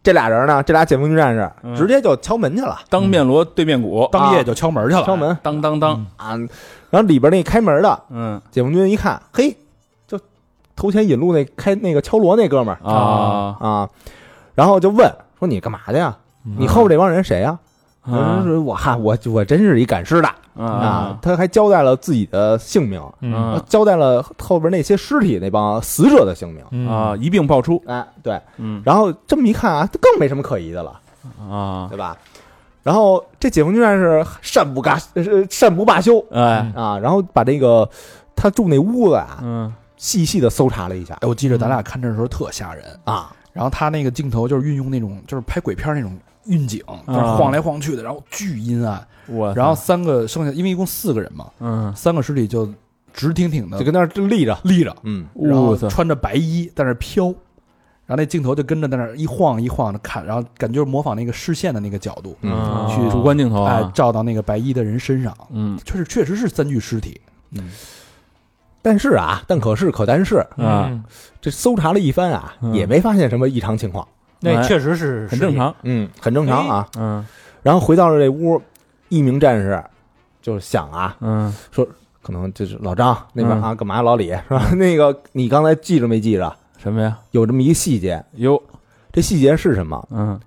[SPEAKER 3] 这俩人呢，这俩解放军战士
[SPEAKER 4] 嗯
[SPEAKER 3] 直接就敲门去了，
[SPEAKER 4] 当面锣对面鼓，啊
[SPEAKER 2] 当夜就敲门去了，
[SPEAKER 3] 敲门
[SPEAKER 4] 当当当，
[SPEAKER 3] 啊，然后里边那开门的
[SPEAKER 4] 嗯
[SPEAKER 3] 解放军一看，嘿，就头前引路那开那个敲锣那哥们儿
[SPEAKER 4] 啊，
[SPEAKER 3] 啊，然后就问说你干嘛的呀？
[SPEAKER 1] 嗯
[SPEAKER 3] 你后边这帮人谁呀？有人
[SPEAKER 4] 啊
[SPEAKER 3] 说我哈我我真是一赶尸的啊
[SPEAKER 4] 啊，，
[SPEAKER 3] 他还交代了自己的姓名，
[SPEAKER 1] 嗯
[SPEAKER 4] 啊
[SPEAKER 3] 交代了后边那些尸体那帮死者的姓名。
[SPEAKER 1] 嗯
[SPEAKER 4] 啊，一并爆出，
[SPEAKER 3] 哎，对，
[SPEAKER 4] 嗯
[SPEAKER 3] 然后这么一看啊，更没什么可疑的了，
[SPEAKER 4] 啊，
[SPEAKER 3] 对吧？然后这解放军战士善不嘎呃善不罢休
[SPEAKER 4] 哎，
[SPEAKER 3] 啊，然后把这个他住那屋子啊，
[SPEAKER 4] 嗯
[SPEAKER 3] 细细的搜查了一下
[SPEAKER 2] 哎，我记着咱俩看这的时候特吓人。
[SPEAKER 3] 啊，
[SPEAKER 2] 然后他那个镜头就是运用那种就是拍鬼片那种运景，就是晃来晃去的，然后巨阴暗。
[SPEAKER 4] 嗯我
[SPEAKER 2] 然后三个剩下，因为一共四个人嘛，
[SPEAKER 4] 嗯，
[SPEAKER 2] 三个尸体就直挺挺的
[SPEAKER 3] 就跟那儿立着，
[SPEAKER 2] 立着，
[SPEAKER 3] 嗯，
[SPEAKER 2] 然后
[SPEAKER 4] 我操，
[SPEAKER 2] 穿着白衣在那儿飘，然后那镜头就跟着在那儿一晃一晃的看，然后感觉模仿那个视线的那个角度，
[SPEAKER 3] 嗯
[SPEAKER 4] 啊
[SPEAKER 2] 去
[SPEAKER 4] 主观镜头
[SPEAKER 2] 哎
[SPEAKER 4] 啊，，
[SPEAKER 2] 照到那个白衣的人身上，
[SPEAKER 4] 嗯
[SPEAKER 2] 确实确实是三具尸体。
[SPEAKER 3] 但是啊，但可是可但是，
[SPEAKER 4] 啊，
[SPEAKER 1] 嗯
[SPEAKER 3] 这搜查了一番啊，
[SPEAKER 4] 嗯
[SPEAKER 3] 也没发现什么异常情况，
[SPEAKER 1] 那确实是
[SPEAKER 4] 很正，常，
[SPEAKER 3] 嗯，很正常啊。
[SPEAKER 4] 嗯
[SPEAKER 3] 然后回到了这屋，一名战士就想啊，
[SPEAKER 4] 嗯
[SPEAKER 3] 可能就是老张那边啊，干嘛老李是吧？ 那个你刚才记着没记着？
[SPEAKER 4] 什么呀？
[SPEAKER 3] 有这么一细节，
[SPEAKER 4] 哟，
[SPEAKER 3] 这细节是什么？
[SPEAKER 4] 嗯，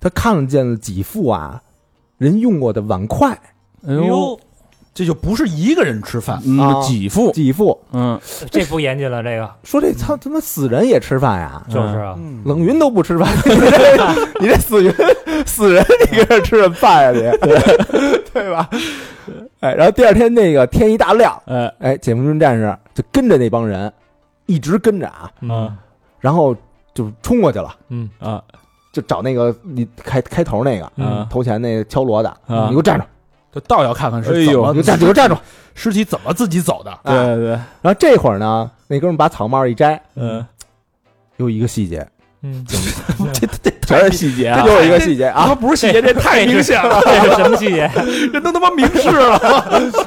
[SPEAKER 3] 他看见了几副啊人用过的碗筷，
[SPEAKER 4] 哎
[SPEAKER 1] 哎
[SPEAKER 4] 呦，
[SPEAKER 1] 呦，
[SPEAKER 2] 这就不是一个人吃饭，
[SPEAKER 4] 嗯，
[SPEAKER 3] 啊
[SPEAKER 4] 几副，
[SPEAKER 3] 几副
[SPEAKER 4] 嗯
[SPEAKER 1] 这不严谨了，这个
[SPEAKER 3] 说这操他妈死人也吃饭呀？
[SPEAKER 1] 就是啊，
[SPEAKER 2] 嗯
[SPEAKER 3] 冷云都不吃饭， 你这你这死人死人，你搁这吃什么饭呀、你 对吧？哎，然后第二天那个天一大亮，
[SPEAKER 4] 哎
[SPEAKER 3] 哎，解放军战士就跟着那帮人，一直跟着啊，
[SPEAKER 1] 嗯
[SPEAKER 3] 然后就冲过去了，
[SPEAKER 1] 嗯
[SPEAKER 4] 啊
[SPEAKER 3] 就找那个你开开头那个
[SPEAKER 1] 嗯
[SPEAKER 4] 啊
[SPEAKER 3] 头前那个敲锣的，
[SPEAKER 4] 啊
[SPEAKER 3] 你给我站住，
[SPEAKER 2] 就倒要看看
[SPEAKER 4] 哎
[SPEAKER 2] 是怎
[SPEAKER 4] 呦
[SPEAKER 2] 么
[SPEAKER 3] 你给我站住，你给我站住。
[SPEAKER 2] 尸体怎么自己走的。
[SPEAKER 3] 啊
[SPEAKER 4] 对对，
[SPEAKER 3] 然后这会儿呢，那哥们把草帽一摘，
[SPEAKER 4] 嗯，
[SPEAKER 3] 又一个细节，
[SPEAKER 1] 嗯，
[SPEAKER 4] 全是细节 啊
[SPEAKER 3] 又有一个细节啊，
[SPEAKER 2] 他不是细节，这太明显了，
[SPEAKER 1] 这是什么细节？
[SPEAKER 2] 这都他妈明示了。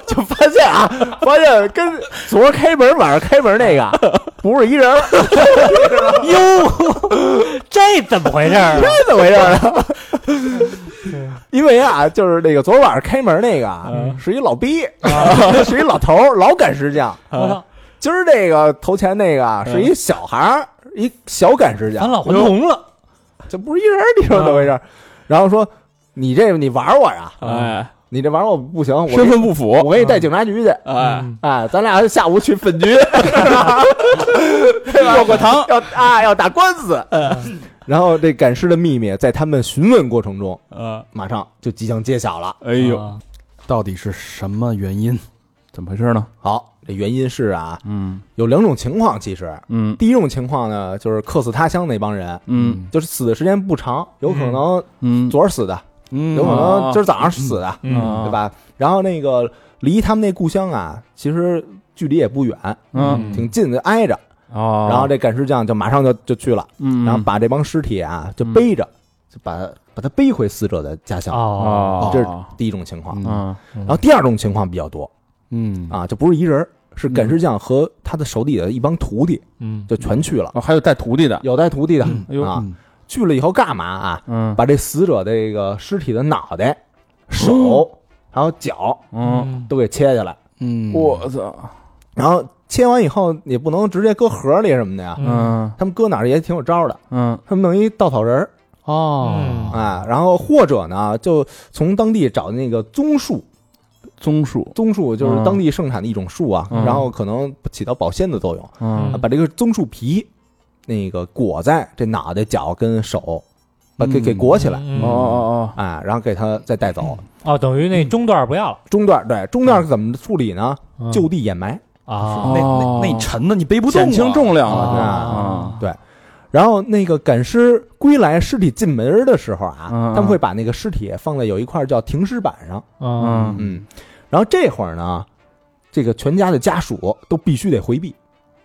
[SPEAKER 3] 就发现啊，发现跟昨儿开门晚上开门那 个啊不是一人儿，
[SPEAKER 1] 这怎么回事儿啊？
[SPEAKER 3] 这怎么回事儿啊？ 因为啊，就是那个昨儿晚上开门那个啊
[SPEAKER 4] 嗯啊
[SPEAKER 3] 是一老逼， 是一老头儿，老赶尸匠。
[SPEAKER 1] 我操，
[SPEAKER 3] 今儿这个头前那个啊
[SPEAKER 4] 嗯
[SPEAKER 3] 是一小孩儿，一小赶尸
[SPEAKER 1] 返
[SPEAKER 3] 匠，
[SPEAKER 1] 老还童了，
[SPEAKER 3] 这不是一人儿，你说怎么回事儿？然后说你这你玩我呀？
[SPEAKER 4] 嗯哎，
[SPEAKER 3] 你这玩我不行，我给
[SPEAKER 4] 身份不符，
[SPEAKER 3] 我给你带警察局去。
[SPEAKER 4] 哎，
[SPEAKER 3] 哎，咱俩下午去分局，过过堂， 要啊要打官司。 然后这赶尸的秘密在他们询问过程中，
[SPEAKER 4] 啊，
[SPEAKER 3] 马上就即将揭晓了。
[SPEAKER 4] 哎呦，
[SPEAKER 1] 嗯啊，
[SPEAKER 2] 到底是什么原因？
[SPEAKER 4] 怎么回事呢？
[SPEAKER 3] 好，这原因是啊，
[SPEAKER 4] 嗯
[SPEAKER 3] 有两种情况。其实，
[SPEAKER 4] 嗯
[SPEAKER 3] 第一种情况呢，就是客死他乡那帮人，
[SPEAKER 4] 嗯
[SPEAKER 3] 就是死的时间不长，有可能
[SPEAKER 4] 嗯，
[SPEAKER 3] 昨儿死的，
[SPEAKER 2] 嗯
[SPEAKER 3] 有可能
[SPEAKER 4] 啊
[SPEAKER 3] 今儿早上死的，
[SPEAKER 1] 嗯
[SPEAKER 4] 啊
[SPEAKER 3] 对吧？然后那个离他们那故乡啊，其实距离也不远，
[SPEAKER 4] 嗯
[SPEAKER 3] 挺近的，挨着。
[SPEAKER 4] 啊，
[SPEAKER 3] 然后这赶尸匠就马上就就去了。
[SPEAKER 4] 嗯，
[SPEAKER 3] 然后把这帮尸体啊就背着，就把把他背回死者的家乡，
[SPEAKER 1] 哦，
[SPEAKER 4] 啊，
[SPEAKER 3] 这是第一种情况。
[SPEAKER 4] 嗯
[SPEAKER 3] 然后第二种情况比较多
[SPEAKER 2] 嗯
[SPEAKER 3] 啊，就不是一人儿，是赶
[SPEAKER 4] 嗯
[SPEAKER 3] 尸匠和他的手底下一帮徒弟
[SPEAKER 1] 嗯，
[SPEAKER 3] 就全去了，
[SPEAKER 4] 哦，还有带徒弟的，
[SPEAKER 3] 有带徒弟的
[SPEAKER 4] 哎呦
[SPEAKER 3] 啊，
[SPEAKER 2] 嗯
[SPEAKER 3] 去了以后干嘛啊？
[SPEAKER 4] 嗯哦
[SPEAKER 3] 把这死者这个尸体的脑袋、手还有脚
[SPEAKER 4] 嗯，
[SPEAKER 3] 都给切下来，
[SPEAKER 2] 嗯
[SPEAKER 4] 我操，
[SPEAKER 3] 然后切完以后也不能直接搁盒里什么的呀，
[SPEAKER 4] 嗯
[SPEAKER 3] 他们搁哪儿也挺有招儿的，
[SPEAKER 4] 嗯
[SPEAKER 3] 他们弄一稻草人儿。
[SPEAKER 1] 哦，
[SPEAKER 3] 啊，然后或者呢，就从当地找那个棕树，
[SPEAKER 4] 棕树，
[SPEAKER 3] 棕树就是
[SPEAKER 4] 嗯
[SPEAKER 3] 当地盛产的一种树啊，
[SPEAKER 4] 嗯
[SPEAKER 3] 然后可能起到保鲜的作用，
[SPEAKER 4] 嗯
[SPEAKER 3] 啊把这个棕树皮那个裹在这脑袋、脚跟手，把给给裹起来，
[SPEAKER 1] 嗯
[SPEAKER 4] 哦哦
[SPEAKER 3] 啊，然后给它再带走。
[SPEAKER 1] 哦，等于那中段不要了，
[SPEAKER 3] 中段对中段怎么处理呢？就地掩埋。
[SPEAKER 1] 啊
[SPEAKER 2] 那那那沉的你背不
[SPEAKER 1] 嗯
[SPEAKER 4] 哦，
[SPEAKER 2] 嗯动啊，
[SPEAKER 4] 减轻重量了
[SPEAKER 3] 啊
[SPEAKER 4] 啊，
[SPEAKER 3] 然后那个赶尸归来，尸体进门的时候啊，
[SPEAKER 4] 嗯
[SPEAKER 3] 他们会把那个尸体放在有一块叫停尸板上，
[SPEAKER 1] 嗯
[SPEAKER 4] 嗯
[SPEAKER 3] 嗯，然后这会儿呢，这个全家的家属都必须得回避，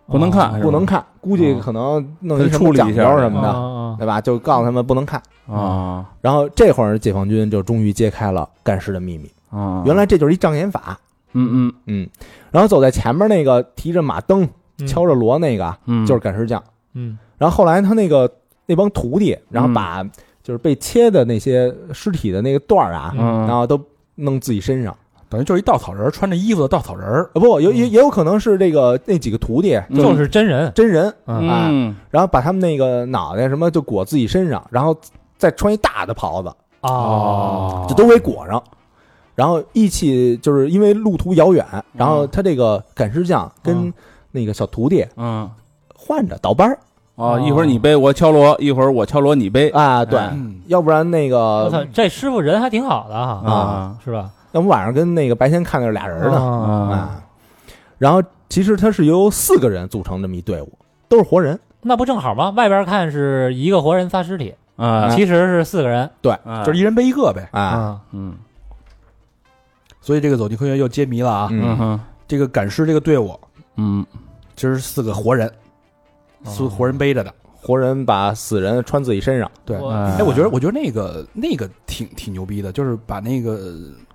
[SPEAKER 4] 不能看，
[SPEAKER 3] 不能看，估计
[SPEAKER 4] 嗯
[SPEAKER 3] 可能弄
[SPEAKER 4] 得
[SPEAKER 3] 一什
[SPEAKER 4] 处
[SPEAKER 3] 么
[SPEAKER 4] 理
[SPEAKER 3] 讲
[SPEAKER 4] 一
[SPEAKER 3] 究
[SPEAKER 4] 下
[SPEAKER 3] 什么的，
[SPEAKER 1] 啊啊
[SPEAKER 4] 哦
[SPEAKER 3] 对吧？就告诉他们不能看。
[SPEAKER 4] 啊
[SPEAKER 3] 然后这会儿解放军就终于揭开了干尸的秘密，
[SPEAKER 4] 啊，
[SPEAKER 3] 原来这就是一障眼法。
[SPEAKER 4] 嗯嗯
[SPEAKER 3] 嗯，然后走在前面那个提着马灯、敲着锣那个，
[SPEAKER 4] 嗯，
[SPEAKER 3] 就是赶尸匠。
[SPEAKER 1] 嗯
[SPEAKER 4] 嗯
[SPEAKER 3] 然后后来他那个那帮徒弟，然后把就是被切的那些尸体的那个段儿啊，
[SPEAKER 4] 嗯
[SPEAKER 3] 然后都弄自己身上。
[SPEAKER 2] 等于就是一稻草人儿穿着衣服的稻草人儿，
[SPEAKER 3] 啊，不，有也也有可能是这个那几个徒弟
[SPEAKER 4] 嗯
[SPEAKER 1] 就是真人，
[SPEAKER 3] 真人，
[SPEAKER 1] 嗯
[SPEAKER 3] 啊
[SPEAKER 4] 嗯
[SPEAKER 3] 然后把他们那个脑袋什么就裹自己身上，然后再穿一大的袍子，
[SPEAKER 1] 哦，
[SPEAKER 3] 就都给裹上。然后一起就是因为路途遥远，然后他这个赶尸匠跟
[SPEAKER 1] 嗯
[SPEAKER 3] 那个小徒弟
[SPEAKER 4] 嗯
[SPEAKER 3] 换着倒班儿
[SPEAKER 1] 哦
[SPEAKER 4] 啊，一会儿你背我敲锣，一会儿我敲锣你背
[SPEAKER 3] 啊，对，
[SPEAKER 4] 哎
[SPEAKER 2] 嗯，
[SPEAKER 3] 要不然那
[SPEAKER 1] 我
[SPEAKER 3] 个
[SPEAKER 1] 操，这师傅人还挺好的哈，
[SPEAKER 4] 啊
[SPEAKER 1] 是吧？
[SPEAKER 3] 要不晚上跟那个白天看那是俩人呢
[SPEAKER 1] 啊
[SPEAKER 4] 啊
[SPEAKER 3] 啊。然后其实他是由四个人组成这么一队伍，都是活人，
[SPEAKER 1] 那不正好吗？外边看是一个活人仨尸体，
[SPEAKER 4] 啊，
[SPEAKER 1] 其实是四个人
[SPEAKER 4] 啊
[SPEAKER 2] 就是一人背一个呗。
[SPEAKER 3] 啊，
[SPEAKER 1] 啊。
[SPEAKER 4] 嗯
[SPEAKER 2] 所以这个走进科学又揭谜了啊！
[SPEAKER 4] 嗯哼
[SPEAKER 2] 这个赶尸这个队伍
[SPEAKER 4] 嗯
[SPEAKER 2] 其实是四个活人，四个活人背着的。
[SPEAKER 3] 活人把死人穿自己身上，
[SPEAKER 2] 对，
[SPEAKER 1] 我
[SPEAKER 4] 哎
[SPEAKER 2] 哎，我觉得我觉得那个那个挺挺牛逼的，就是把那个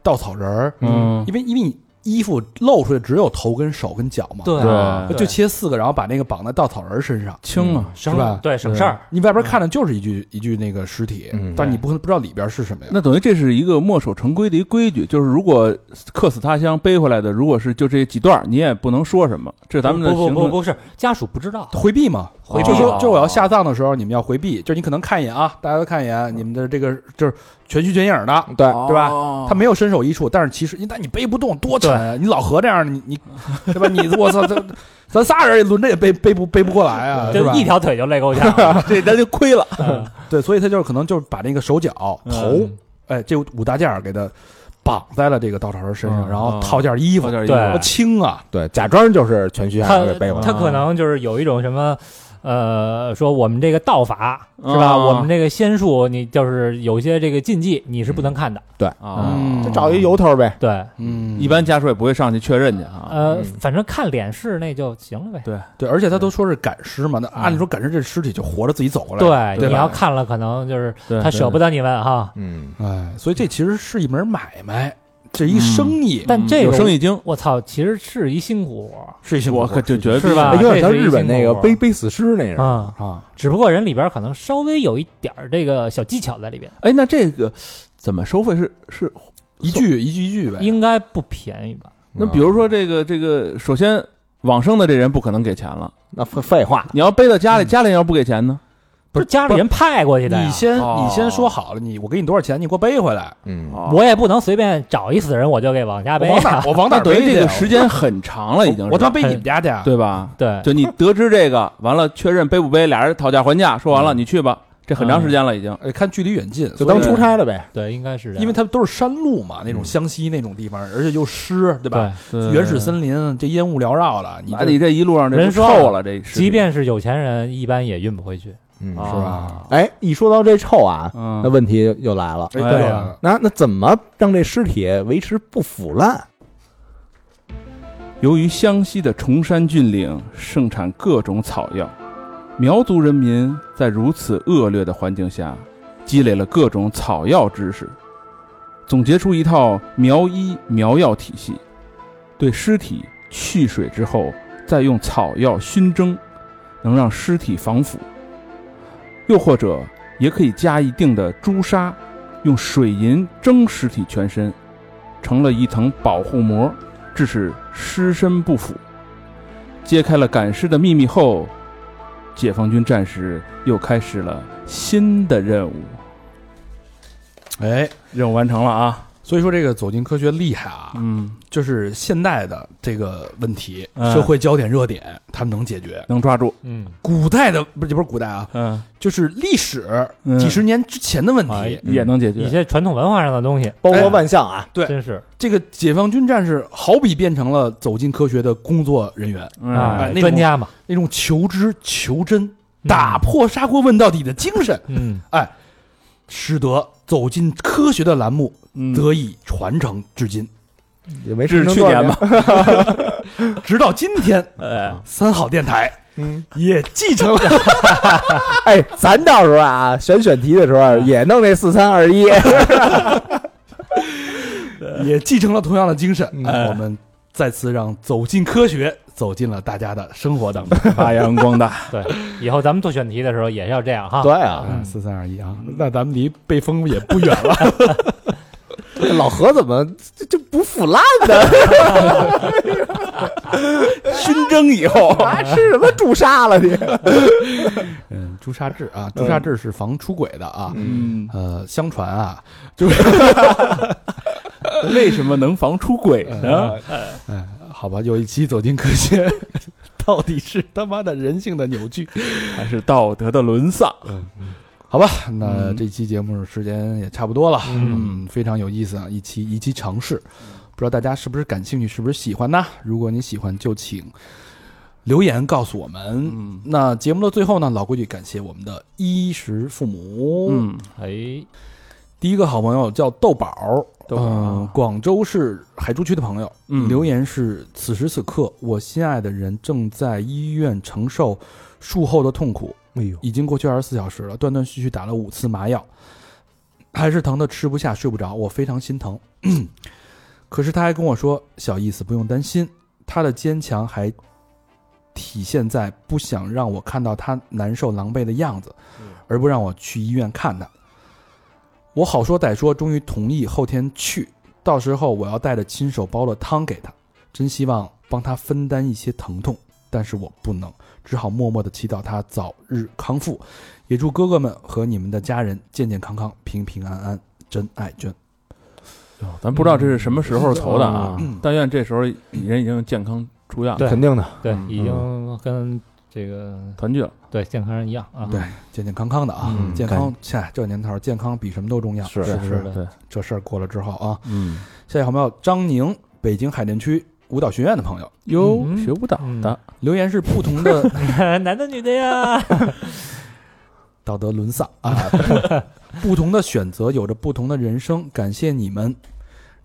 [SPEAKER 2] 稻草人儿，
[SPEAKER 4] 嗯
[SPEAKER 2] 因为因为你衣服露出来只有头跟手跟脚嘛，
[SPEAKER 1] 对啊
[SPEAKER 4] 对
[SPEAKER 2] 就切四个，然后把那个绑在稻草人身上，
[SPEAKER 4] 轻啊，
[SPEAKER 2] 是
[SPEAKER 1] 省
[SPEAKER 2] 吧
[SPEAKER 1] 对省事儿，
[SPEAKER 2] 你外边看的就是一具一具那个尸体，
[SPEAKER 3] 嗯
[SPEAKER 2] 但你不不知道里边是什么呀？
[SPEAKER 4] 那等于这是一个墨守成规的一规矩，就是如果客死他乡背回来的，如果是就这几段儿，你也不能说什么。这是咱们
[SPEAKER 1] 嗯
[SPEAKER 4] 的
[SPEAKER 1] 不不
[SPEAKER 4] 行
[SPEAKER 1] 不
[SPEAKER 4] 动
[SPEAKER 1] 不是家属不知道，
[SPEAKER 2] 回避嘛，
[SPEAKER 1] 回避
[SPEAKER 2] 就说
[SPEAKER 4] 哦
[SPEAKER 2] 就是我要下葬的时候，你们要回避，就是你可能看一眼啊，大家都看一眼，你们的这个就是全虚全影的，
[SPEAKER 3] 对，
[SPEAKER 2] 对吧
[SPEAKER 4] 吧
[SPEAKER 1] 哦
[SPEAKER 2] 他没有身首异处，但是其实，但你背不动，多沉！你老何这样，你你对吧？你我操，咱 咱仨人也轮着也背背不背不过来啊，是
[SPEAKER 1] 就
[SPEAKER 2] 吧？
[SPEAKER 1] 一条腿就累够 呛。
[SPEAKER 4] 这咱就亏了。
[SPEAKER 2] 对，所以他就是可能就是把那个手脚、
[SPEAKER 1] 嗯
[SPEAKER 2] 头，哎，这五大件儿给他绑在了这个稻草人身上，
[SPEAKER 1] 嗯
[SPEAKER 2] 然后套件衣服，
[SPEAKER 4] 点
[SPEAKER 1] 对
[SPEAKER 2] 多轻啊！
[SPEAKER 3] 对，假装就是全虚
[SPEAKER 1] 他
[SPEAKER 3] 汗给背过来
[SPEAKER 1] 他可能就是有一种什么。呃，说我们这个道法是吧？
[SPEAKER 4] 啊
[SPEAKER 1] 我们这个仙术，你就是有些这个禁忌，你是不能看的。哦
[SPEAKER 4] 啊，
[SPEAKER 3] 就嗯找一由头呗。
[SPEAKER 1] 对，
[SPEAKER 2] 嗯
[SPEAKER 4] 一般家属也不会上去确认去啊。
[SPEAKER 1] 呃，
[SPEAKER 3] 嗯
[SPEAKER 1] 反正看脸是那就行了呗。
[SPEAKER 2] 对，而且他都说是赶尸嘛，那按理说赶尸这尸体就活着自己走过来，
[SPEAKER 1] 对，
[SPEAKER 2] 对吧
[SPEAKER 1] 你要看了，可能就是
[SPEAKER 4] 对
[SPEAKER 1] 他舍不得你问哈。
[SPEAKER 3] 嗯，
[SPEAKER 2] 哎，所以这其实是一门买卖，这一生意，
[SPEAKER 1] 但这
[SPEAKER 4] 有
[SPEAKER 1] 个
[SPEAKER 4] 生意经，
[SPEAKER 1] 我操，其实是一辛苦活
[SPEAKER 2] 是一辛苦
[SPEAKER 4] 我
[SPEAKER 2] 活
[SPEAKER 4] 可就觉得
[SPEAKER 1] 是吧啊
[SPEAKER 3] 有点像
[SPEAKER 1] 这是一
[SPEAKER 3] 日本那
[SPEAKER 1] 新
[SPEAKER 3] 个
[SPEAKER 1] 活
[SPEAKER 3] 背背死尸那
[SPEAKER 1] 儿
[SPEAKER 3] 样。
[SPEAKER 1] 啊，
[SPEAKER 2] 啊，
[SPEAKER 1] 只不过人里边可能稍微有一点儿这个小技巧在里边，
[SPEAKER 4] 哎，那这个怎么收费是是？
[SPEAKER 2] 一句一句一句呗。
[SPEAKER 1] 应该不便宜吧？
[SPEAKER 4] 那比如说这个这个，首先往生的这人不可能给钱了，
[SPEAKER 3] 那废废话，
[SPEAKER 4] 你要背到
[SPEAKER 1] 嗯
[SPEAKER 4] 家里，家里人要不给钱呢？
[SPEAKER 1] 不是家里人派过去的呀
[SPEAKER 2] 你，先
[SPEAKER 4] 哦
[SPEAKER 2] 你先说好了，你我给你多少钱，你给我背回来。
[SPEAKER 3] 嗯
[SPEAKER 1] 我也不能随便找一死人我就给往家
[SPEAKER 2] 我
[SPEAKER 1] 背
[SPEAKER 2] 往哪
[SPEAKER 1] 啊。
[SPEAKER 2] 儿我往哪
[SPEAKER 4] 那
[SPEAKER 2] 儿
[SPEAKER 4] 等于
[SPEAKER 2] 背
[SPEAKER 4] 这
[SPEAKER 2] 去
[SPEAKER 4] 个
[SPEAKER 2] 啊？
[SPEAKER 4] 时间很长了，已经
[SPEAKER 2] 我
[SPEAKER 4] 是
[SPEAKER 2] 我他妈背你们家去啊？
[SPEAKER 4] 对吧？
[SPEAKER 1] 对，
[SPEAKER 4] 就你得知这个，完了确认背不背，俩人讨价还价，说完
[SPEAKER 1] 嗯
[SPEAKER 4] 了你去吧，这很长时间了已经。
[SPEAKER 2] 哎，看距离远近，
[SPEAKER 3] 就
[SPEAKER 2] 所以
[SPEAKER 3] 当出差了呗。
[SPEAKER 1] 对，应该是这样
[SPEAKER 2] 因为它都是山路嘛，那种湘西那种地方，而且又湿，对吧？
[SPEAKER 1] 对，
[SPEAKER 2] 原始森林，这烟雾缭绕的，你
[SPEAKER 4] 那
[SPEAKER 2] 这哎
[SPEAKER 4] 你这一路上这
[SPEAKER 1] 人
[SPEAKER 4] 就
[SPEAKER 1] 说
[SPEAKER 4] 臭了，这尸体
[SPEAKER 1] 即便是有钱人，一般也运不回去。
[SPEAKER 3] 嗯
[SPEAKER 4] 啊
[SPEAKER 2] 是吧？
[SPEAKER 3] 哎，一说到这臭啊，
[SPEAKER 4] 嗯
[SPEAKER 3] 那问题又来了。
[SPEAKER 2] 哎
[SPEAKER 4] 哎
[SPEAKER 2] 对
[SPEAKER 1] 呀
[SPEAKER 2] 啊
[SPEAKER 3] 那那怎么让这尸体维持不腐烂？
[SPEAKER 4] 由于湘西的崇山峻岭盛产各种草药，苗族人民在如此恶劣的环境下，积累了各种草药知识，总结出一套苗医苗药体系，对尸体去水之后，再用草药熏蒸，能让尸体防腐。又或者，也可以加一定的朱砂，用水银蒸尸体全身，成了一层保护膜。致使尸身不腐。揭开了赶尸的秘密后，解放军战士又开始了新的任务。
[SPEAKER 2] 哎，
[SPEAKER 4] 任务完成了啊！
[SPEAKER 2] 所以说这个走进科学厉害啊，
[SPEAKER 4] 嗯，
[SPEAKER 2] 就是现代的这个问题，
[SPEAKER 4] 嗯
[SPEAKER 2] 社会焦点热点，他们能解决。
[SPEAKER 4] 能抓住。
[SPEAKER 1] 嗯，
[SPEAKER 2] 古代的不是不是古代啊，
[SPEAKER 4] 嗯，
[SPEAKER 2] 就是历史
[SPEAKER 4] 嗯
[SPEAKER 2] 几十年之前的问题
[SPEAKER 1] 哎。
[SPEAKER 4] 也能解
[SPEAKER 1] 一
[SPEAKER 4] 决。
[SPEAKER 1] 些传统文化上的东西，
[SPEAKER 3] 包罗万象啊！
[SPEAKER 2] 对
[SPEAKER 1] 真是
[SPEAKER 2] 这个解放军战士好比变成了走进科学的工作人员，
[SPEAKER 1] 啊
[SPEAKER 2] 哎，那种
[SPEAKER 1] 专家 嘛，
[SPEAKER 2] 那种求知求真、
[SPEAKER 1] 嗯
[SPEAKER 2] 打破砂锅问到底的精神，
[SPEAKER 1] 嗯，
[SPEAKER 2] 使得走进科学的栏目
[SPEAKER 4] 嗯
[SPEAKER 2] 得以传承至今，
[SPEAKER 3] 也没
[SPEAKER 4] 这
[SPEAKER 3] 事
[SPEAKER 4] 是去年吧
[SPEAKER 3] 吧？？
[SPEAKER 2] 直到今天，
[SPEAKER 4] 哎，
[SPEAKER 2] 三好电台
[SPEAKER 3] 嗯，
[SPEAKER 2] 也继承了
[SPEAKER 3] 哎，咱到时候啊选选题的时候也弄这四三二一。
[SPEAKER 2] 也继承了同样的精神。
[SPEAKER 3] 嗯
[SPEAKER 2] 哎我们再次让走进科学走进了大家的生活当中。
[SPEAKER 4] 发扬光 大。
[SPEAKER 1] 对，以后咱们做选题的时候也要这样哈。
[SPEAKER 3] 对啊，
[SPEAKER 2] 嗯，四三二一啊，那咱们离被封也不远了。
[SPEAKER 3] 这 老何怎么就就不腐烂
[SPEAKER 4] 熏蒸以 后，
[SPEAKER 3] 啊？吃什么朱砂了你？
[SPEAKER 2] 嗯，朱砂痣啊，朱砂痣是防出轨的啊。
[SPEAKER 4] 嗯，
[SPEAKER 2] 呃，相传啊，
[SPEAKER 4] 为什么能防出轨呢？
[SPEAKER 2] 哎，好吧，有一期走进科学， 到底是他妈的人性的扭曲。
[SPEAKER 4] 还是道德的沦丧？
[SPEAKER 2] 好吧，
[SPEAKER 4] 嗯
[SPEAKER 2] 那这期节目时间也差不多了，
[SPEAKER 1] 嗯
[SPEAKER 2] 嗯，非常有意思啊，一期一期尝试，
[SPEAKER 4] 嗯
[SPEAKER 2] 不知道大家是不是感兴趣，是不是喜欢呢？如果你喜欢，就请留言告诉我们。
[SPEAKER 4] 嗯
[SPEAKER 2] 那节目的最后呢，老规矩，感谢我们的衣食父母。，
[SPEAKER 4] 嗯，
[SPEAKER 1] 哎，
[SPEAKER 2] 第一个好朋友叫豆宝儿，
[SPEAKER 4] 豆宝儿啊
[SPEAKER 2] 嗯广州市海珠区的朋友，
[SPEAKER 4] 嗯
[SPEAKER 2] 留言是：此时此刻，我心爱的人正在医院承受术后的痛苦，
[SPEAKER 3] 哎呦，
[SPEAKER 2] 已经过去二十四小时了，断断续续打了五次麻药，还是疼的吃不下、睡不着，我非常心疼。 可是他还跟我说：“小意思，不用担心。”他的坚强还体现在不想让我看到他难受、狼狈的样子，而不让我去医院看他。我好说歹说，终于同意后天去。到时候我要带着亲手煲的汤给他，真希望帮他分担一些疼痛，但是我不能，只好默默的祈祷他早日康复。也祝哥哥们和你们的家人健健康康、平平安安。真爱娟，
[SPEAKER 4] 咱不知道这是什么时候投的啊
[SPEAKER 2] 嗯，
[SPEAKER 4] 但愿这时候人已经健康出院了，
[SPEAKER 1] 对
[SPEAKER 3] 肯定的，
[SPEAKER 1] 对，
[SPEAKER 4] 嗯
[SPEAKER 1] 已经跟这个
[SPEAKER 4] 团聚了。
[SPEAKER 1] 对健康人一样啊。
[SPEAKER 2] 对，健健康康的啊！
[SPEAKER 4] 嗯
[SPEAKER 2] 健康，现在这年头儿健康比什么都重要，
[SPEAKER 3] 是
[SPEAKER 2] 是不
[SPEAKER 1] 是
[SPEAKER 2] 是？
[SPEAKER 1] 的，
[SPEAKER 4] 对，
[SPEAKER 2] 这事儿过了之后啊，
[SPEAKER 4] 嗯，
[SPEAKER 2] 下一位好朋友张宁，北京海淀区舞蹈学院的朋友
[SPEAKER 4] 哟，
[SPEAKER 1] 嗯
[SPEAKER 4] 学舞蹈的，
[SPEAKER 2] 留言是不同的
[SPEAKER 1] 男的女的呀？
[SPEAKER 2] 道德沦丧啊！不同的选择有着不同的人生，感谢你们，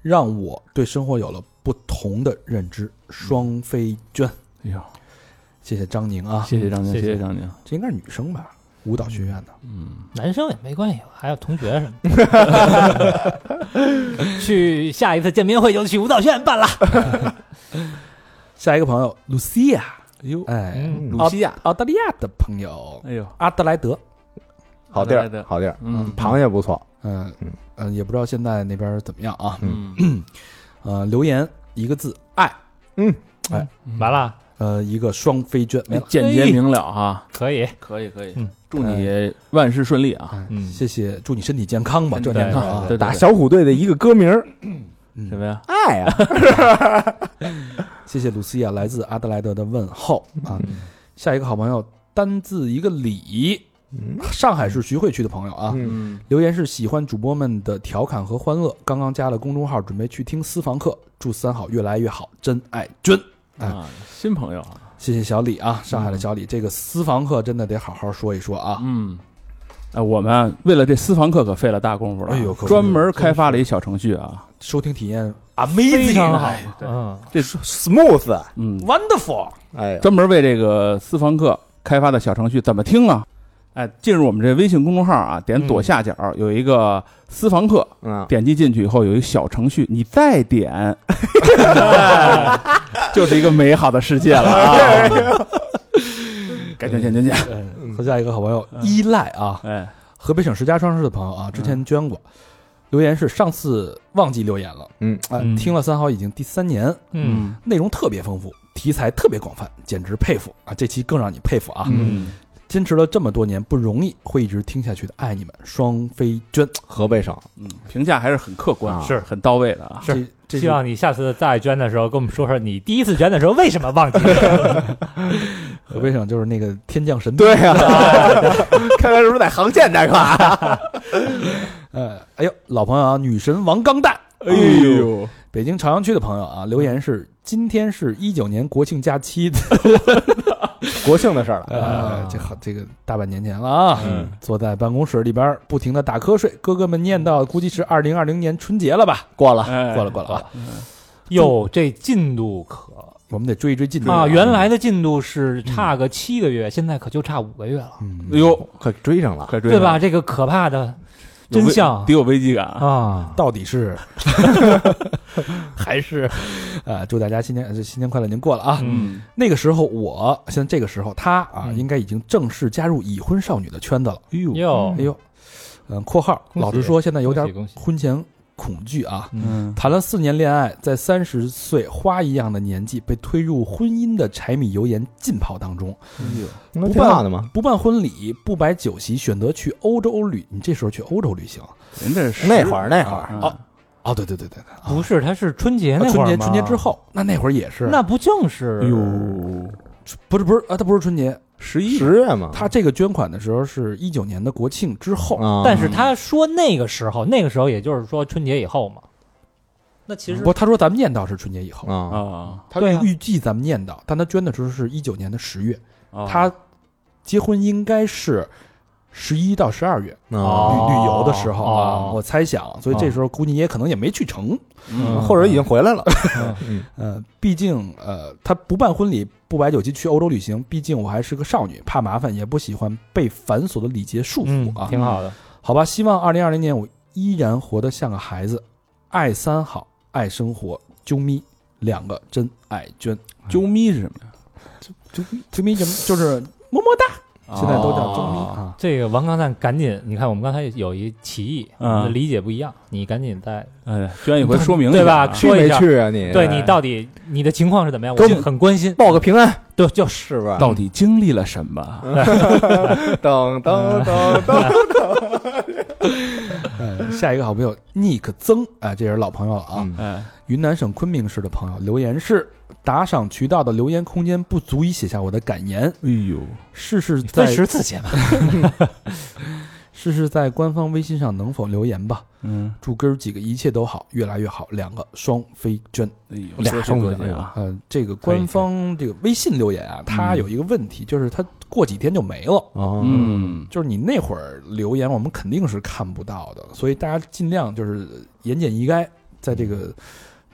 [SPEAKER 2] 让我对生活有了不同的认知。双飞娟，
[SPEAKER 4] 哎呦，
[SPEAKER 2] 谢谢张宁啊，
[SPEAKER 4] 谢谢张宁，
[SPEAKER 1] 谢
[SPEAKER 4] 谢
[SPEAKER 1] 谢
[SPEAKER 4] 谢张宁，
[SPEAKER 2] 这应该是女生吧？舞蹈学院的，
[SPEAKER 4] 嗯，
[SPEAKER 1] 男生也没关系，还有同学什么的。去下一次见面会就去舞蹈学院办了。
[SPEAKER 2] 下一个朋友 Lucia，
[SPEAKER 4] 哎呦，
[SPEAKER 2] 哎，
[SPEAKER 1] 嗯
[SPEAKER 3] 鲁西亚，
[SPEAKER 2] 澳大利亚的朋友
[SPEAKER 4] 哎呦，
[SPEAKER 2] 阿德莱德，
[SPEAKER 3] 好地
[SPEAKER 4] 来
[SPEAKER 3] 儿，
[SPEAKER 4] 的
[SPEAKER 3] 好地儿，
[SPEAKER 4] 嗯
[SPEAKER 3] 螃蟹不错，
[SPEAKER 2] 嗯
[SPEAKER 3] 嗯
[SPEAKER 2] 嗯，也不知道现在那边怎么样啊？
[SPEAKER 4] 嗯，
[SPEAKER 2] 呃，留言一个字爱，
[SPEAKER 1] 完了，
[SPEAKER 2] 呃，一个双飞娟，没
[SPEAKER 4] 哎
[SPEAKER 2] 了。
[SPEAKER 4] 简洁明了哈，
[SPEAKER 1] 可以。
[SPEAKER 4] 可以可以
[SPEAKER 1] 嗯，
[SPEAKER 4] 祝你万事顺利啊！
[SPEAKER 2] 哎
[SPEAKER 1] 嗯
[SPEAKER 2] 谢谢，祝你身体健康吧，这年头啊
[SPEAKER 1] 对，
[SPEAKER 4] 对
[SPEAKER 3] 打小虎队的一个歌名儿，
[SPEAKER 2] 嗯
[SPEAKER 4] 什么呀？
[SPEAKER 3] 爱啊，
[SPEAKER 2] 谢谢鲁西亚来自阿德莱德的问候啊。下一个好朋友单字一个李，上海市徐汇区的朋友啊，
[SPEAKER 3] 嗯
[SPEAKER 4] 嗯，
[SPEAKER 2] 留言是喜欢主播们的调侃和欢乐，刚刚加了公众号，准备去听私房课，祝三好越来越好，真爱娟。哎
[SPEAKER 4] 啊，新朋友啊，
[SPEAKER 2] 谢谢小李啊，上海的小李，这个私房课真的得好好说一说啊。
[SPEAKER 4] 嗯。啊，我们啊为了这私房课可费了大功夫了啊，
[SPEAKER 2] 哎呦可不
[SPEAKER 4] 专门开发了一小程序啊，
[SPEAKER 2] 收听体验
[SPEAKER 1] 非
[SPEAKER 2] amazing，
[SPEAKER 1] 常好
[SPEAKER 2] 哎，
[SPEAKER 1] 嗯，
[SPEAKER 3] ，smooth，
[SPEAKER 4] 嗯，
[SPEAKER 2] ，wonderful，
[SPEAKER 3] 哎呦，
[SPEAKER 4] 专门为这个私房课开发的小程序怎么听啊？哎，进入我们这微信公众号啊，点左下角有一个私房课，
[SPEAKER 3] 嗯，
[SPEAKER 4] 点击进去以后有一个小程序，你再 点，就是一个美好的世界了 啊！ 赶紧点点点，
[SPEAKER 2] 呃和下一个好朋友依赖啊，
[SPEAKER 4] 哎，
[SPEAKER 2] 河北省石家庄市的朋友啊，之前捐过，留言是上次忘记留言了，
[SPEAKER 3] 嗯，
[SPEAKER 2] 哎、
[SPEAKER 1] 嗯
[SPEAKER 2] 听了三好已经第三年，
[SPEAKER 1] 嗯，
[SPEAKER 2] 内容特别丰富，题材特别广泛，简直佩服啊！这期更让你佩服啊！
[SPEAKER 4] 嗯，
[SPEAKER 2] 坚持了这么多年不容易，会一直听下去的，爱你们，双飞娟。
[SPEAKER 3] 河北省，
[SPEAKER 4] 嗯，评价还是很客观，
[SPEAKER 3] 啊
[SPEAKER 1] 是
[SPEAKER 4] 很到位的啊。
[SPEAKER 1] 是
[SPEAKER 2] 这
[SPEAKER 1] 希
[SPEAKER 2] 这是
[SPEAKER 1] 望你下次再捐的时候，跟我们说说你第一次捐的时候为什么忘记了。
[SPEAKER 2] 河北省就是那个天降神兵，
[SPEAKER 3] 对呀，看看是不是在航线这块儿啊，
[SPEAKER 2] 呃，哎呦，老朋友啊，女神王钢蛋，
[SPEAKER 4] 哎呦，
[SPEAKER 2] 北京朝阳区的朋友啊，留言是今天是一九年国庆假期，
[SPEAKER 3] 国庆的事儿了，
[SPEAKER 2] 呃，这好，这个大半年前了啊，
[SPEAKER 3] 嗯
[SPEAKER 2] 坐在办公室里边儿不停的打瞌睡，哥哥们念叨，估计是二零二零年春节了吧？
[SPEAKER 3] 过了，
[SPEAKER 4] 哎
[SPEAKER 2] 过了，过了，过了，
[SPEAKER 1] 哟，这进度可
[SPEAKER 2] 我们得追一追进度
[SPEAKER 1] 啊，原来的进度是差个七个月，现在可就差五个月了，
[SPEAKER 2] 嗯，
[SPEAKER 4] 哎呦，
[SPEAKER 3] 快追上了，
[SPEAKER 4] 快追
[SPEAKER 1] 对
[SPEAKER 4] 上
[SPEAKER 1] 吧？？这个可怕的
[SPEAKER 4] 有危
[SPEAKER 1] 真相
[SPEAKER 4] 得有危机感啊！
[SPEAKER 1] 啊，
[SPEAKER 2] 到 底是还是呃，祝大家新年呃新年快乐，您过了啊。
[SPEAKER 4] 嗯
[SPEAKER 2] 那个时候我，现在这个时候他啊，
[SPEAKER 1] 嗯
[SPEAKER 2] 应该已经正式加入已婚少女的圈子了。哎呦
[SPEAKER 1] 哟
[SPEAKER 2] 哎，呦，嗯，括号
[SPEAKER 1] 恭喜
[SPEAKER 2] 老实说，现在有点
[SPEAKER 1] 恭喜恭喜
[SPEAKER 2] 婚前恐惧啊。
[SPEAKER 4] 嗯，
[SPEAKER 2] 谈了四年恋爱，在三十岁花一样的年纪被推入婚姻的柴米油盐浸泡当中，
[SPEAKER 4] 哎
[SPEAKER 3] 那挺好的嘛。
[SPEAKER 2] 不办婚礼，不摆酒席，选择去欧洲旅。你这时候去欧洲旅行？
[SPEAKER 4] 人这是
[SPEAKER 3] 那会儿那会儿，
[SPEAKER 4] 啊
[SPEAKER 2] 哦哦，对对对对对，啊
[SPEAKER 1] 不是，他是春节那会
[SPEAKER 2] 春
[SPEAKER 1] 儿
[SPEAKER 2] 节
[SPEAKER 1] 吗
[SPEAKER 2] 春节之，后，那那会儿也是，
[SPEAKER 1] 那不正是
[SPEAKER 4] 哎呦，
[SPEAKER 2] 不是不是啊，他不是春节，
[SPEAKER 4] 十一
[SPEAKER 3] 十月嘛，
[SPEAKER 2] 他这个捐款的时候是一九年的国庆之后，
[SPEAKER 3] 啊，
[SPEAKER 1] 但是他说那个时候，那个时候也就是说春节以后嘛。那其实
[SPEAKER 2] 不，他说咱们念叨是春节以后，
[SPEAKER 3] 啊，
[SPEAKER 4] 啊
[SPEAKER 2] 他
[SPEAKER 1] 对啊
[SPEAKER 2] 预计咱们念叨，但他捐的时候是一九年的十月，
[SPEAKER 4] 啊，
[SPEAKER 2] 他结婚应该是十一到十二月旅
[SPEAKER 3] 啊
[SPEAKER 1] 哦
[SPEAKER 2] 旅游的时候
[SPEAKER 1] 哦
[SPEAKER 2] 啊，我猜想，所以这时候估计也可能也没去成，
[SPEAKER 4] 嗯
[SPEAKER 3] 或者已经回来了，
[SPEAKER 2] 呃，毕竟呃，他不办婚礼，不摆酒席，去欧洲旅行，毕竟我还是个少女，怕麻烦，也不喜欢被繁琐的礼节束
[SPEAKER 1] 嗯
[SPEAKER 2] 缚啊，
[SPEAKER 1] 挺好的，
[SPEAKER 2] 好吧，希望二零二零年我依然活得像个孩子，爱三好，爱生活，啾咪，两个真爱娟，
[SPEAKER 4] 啾咪是什么呀？
[SPEAKER 2] 啾咪就就是么么哒，现在都叫啾咪
[SPEAKER 4] 啊
[SPEAKER 2] 啊。
[SPEAKER 1] 这个王刚蛋，赶紧，你看我们刚才有一歧义，
[SPEAKER 4] 嗯
[SPEAKER 1] 我们的理解不一样，你赶紧再
[SPEAKER 4] 哎，捐一回说明一下
[SPEAKER 1] 对吧
[SPEAKER 4] 啊
[SPEAKER 3] 去没去啊你？
[SPEAKER 4] 哎
[SPEAKER 1] 对你到底你的情况是怎么样，
[SPEAKER 3] 给
[SPEAKER 1] 我
[SPEAKER 3] 我
[SPEAKER 1] 就
[SPEAKER 3] 们
[SPEAKER 1] 很关心。
[SPEAKER 3] 报个平安，
[SPEAKER 1] 对，就是
[SPEAKER 3] 是吧？
[SPEAKER 4] 到底经历了什么？
[SPEAKER 3] 嗯噔噔噔噔，
[SPEAKER 2] 呃，下一个好朋友 Nick 曾，哎、这也是老朋友了啊。
[SPEAKER 3] 嗯
[SPEAKER 4] 哎，
[SPEAKER 2] 云南省昆明市的朋友留言是：打赏渠道的留言空间不足以写下我的感言，
[SPEAKER 4] 哎呦，
[SPEAKER 2] 试试在
[SPEAKER 1] 分十次写吧。
[SPEAKER 2] 试试在官方微信上能否留言吧。
[SPEAKER 4] 嗯，
[SPEAKER 2] 祝哥儿几个一切都好，越来越好。两个双飞娟。
[SPEAKER 4] 哎呦，
[SPEAKER 1] 俩
[SPEAKER 4] 多谢
[SPEAKER 1] 中
[SPEAKER 4] 多
[SPEAKER 1] 了
[SPEAKER 4] 谢
[SPEAKER 1] 这个
[SPEAKER 4] 啊，
[SPEAKER 2] 呃，这个
[SPEAKER 1] 可以可以
[SPEAKER 2] 官方这个微信留言啊，它
[SPEAKER 4] 嗯
[SPEAKER 2] 有一个问题，就是它过几天就没了。
[SPEAKER 3] 哦，
[SPEAKER 4] 嗯，
[SPEAKER 2] 就是你那会儿留言，我们肯定是看不到的，所以大家尽量就是言简意赅，在这
[SPEAKER 1] 嗯
[SPEAKER 2] 个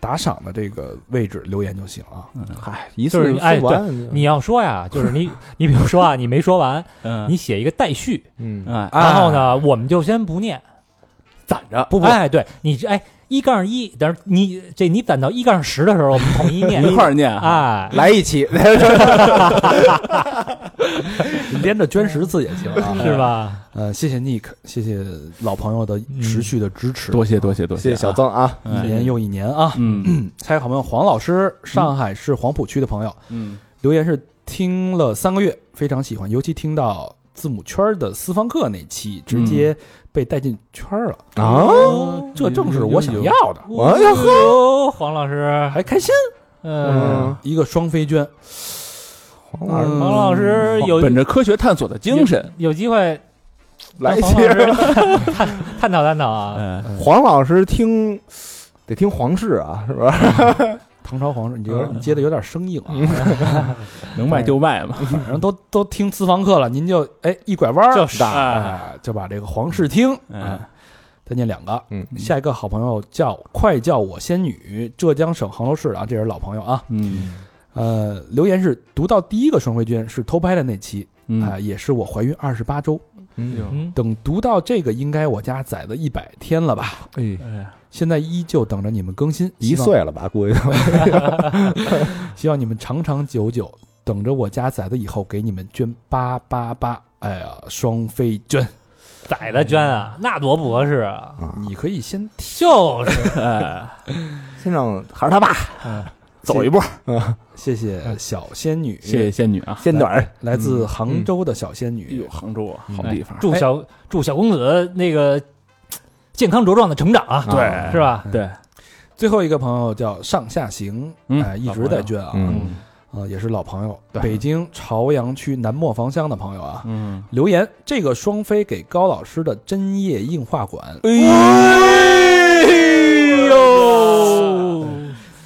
[SPEAKER 2] 打赏的这个位置留言就行啊。
[SPEAKER 1] 嗯
[SPEAKER 3] 嗨，一
[SPEAKER 1] 就是
[SPEAKER 3] 次
[SPEAKER 1] 你哎
[SPEAKER 3] 说完，
[SPEAKER 1] 你要说 呀，就是你，你比如说啊，你没说完，
[SPEAKER 4] 嗯，
[SPEAKER 1] 你写一个待续，
[SPEAKER 3] 嗯，
[SPEAKER 4] 哎，
[SPEAKER 1] 然后呢，我们就先不念。
[SPEAKER 4] 攒着，
[SPEAKER 1] 不不，哎，对你这哎一杠一，但是你这你攒到一杠十的时候，我们统一念
[SPEAKER 4] 一块儿念啊，
[SPEAKER 1] 哎，
[SPEAKER 3] 来一期，
[SPEAKER 2] 连着捐十次也行啊，
[SPEAKER 1] 是？吧？
[SPEAKER 2] 呃，谢谢 Nick，谢谢老朋友的持续的支持，
[SPEAKER 4] 多谢多谢多
[SPEAKER 3] 谢谢
[SPEAKER 4] 啊
[SPEAKER 3] 小，曾啊，
[SPEAKER 2] 一年又一年啊。
[SPEAKER 4] 嗯
[SPEAKER 2] 下一个好朋友黄老师，上海市黄浦区的朋友，
[SPEAKER 4] 嗯，
[SPEAKER 2] 留言是听了三个月，非常喜欢，尤其听到字母圈儿的私房课那期，直接被带进圈儿了。
[SPEAKER 3] 啊，
[SPEAKER 2] 哦，这正是我想要的，
[SPEAKER 3] 哎呦
[SPEAKER 1] 呦，黄老师，
[SPEAKER 2] 还开心。
[SPEAKER 1] 嗯，
[SPEAKER 2] 一个双飞娟，
[SPEAKER 3] 黄老师
[SPEAKER 1] 黄老师有
[SPEAKER 4] 嗯本着科学探索的精神，
[SPEAKER 1] 有机会
[SPEAKER 3] 来一
[SPEAKER 1] 让
[SPEAKER 3] 期
[SPEAKER 1] 黄，老师探 探讨探讨啊，
[SPEAKER 4] 哎，
[SPEAKER 3] 黄老师听得听皇室啊，是吧？
[SPEAKER 2] 唐朝皇室，你这个接的有点生硬啊，
[SPEAKER 4] 能卖就卖嘛，
[SPEAKER 2] 反正都都听私房课了，您就哎一拐弯儿，
[SPEAKER 1] 就是
[SPEAKER 2] 哎就把这个皇室听，
[SPEAKER 4] 嗯
[SPEAKER 2] 哎再念两个。
[SPEAKER 3] 嗯，
[SPEAKER 2] 下一个好朋友叫快叫我仙女，浙江省杭州市的啊，这也是老朋友啊。
[SPEAKER 4] 嗯
[SPEAKER 2] 呃，留言是读到第一个双飞娟是偷拍的那期，啊、
[SPEAKER 4] 嗯，
[SPEAKER 2] 也是我怀孕二十八周。
[SPEAKER 3] 哎嗯
[SPEAKER 1] 嗯，
[SPEAKER 2] 等读到这个，应该我家宰了一百天了吧？
[SPEAKER 3] 哎，
[SPEAKER 4] 哎，
[SPEAKER 2] 现在依旧等着你们更新，
[SPEAKER 3] 一
[SPEAKER 2] 希望，
[SPEAKER 3] 岁了吧，估计都
[SPEAKER 2] 希望你们长长久久，等着我家宰了以后给你们捐八八八。哎呀，双飞捐，
[SPEAKER 1] 宰的捐啊，那多不合适啊，
[SPEAKER 3] 啊
[SPEAKER 2] 你可以先提
[SPEAKER 1] 就是
[SPEAKER 4] 哎，
[SPEAKER 3] 先让还是他爸嗯
[SPEAKER 4] 走一步，
[SPEAKER 2] 谢谢小仙女，
[SPEAKER 4] 谢谢仙女啊，
[SPEAKER 3] 先短儿，
[SPEAKER 2] 来自杭州的小仙
[SPEAKER 4] 哎呦，
[SPEAKER 2] 女，
[SPEAKER 4] 杭州啊，好地方，
[SPEAKER 1] 祝小祝小公子那个健康茁壮的成长啊，
[SPEAKER 4] 对，
[SPEAKER 1] 是？吧？
[SPEAKER 4] 对，
[SPEAKER 2] 最后一个朋友叫上下行，
[SPEAKER 4] 嗯
[SPEAKER 2] 哎，一直在捐啊，
[SPEAKER 3] 嗯，
[SPEAKER 2] 呃，也是老朋友，北京朝阳区南磨房乡的朋友啊，
[SPEAKER 4] 嗯，
[SPEAKER 2] 留言这个双飞给高老师的针叶硬化管
[SPEAKER 4] 哎呦，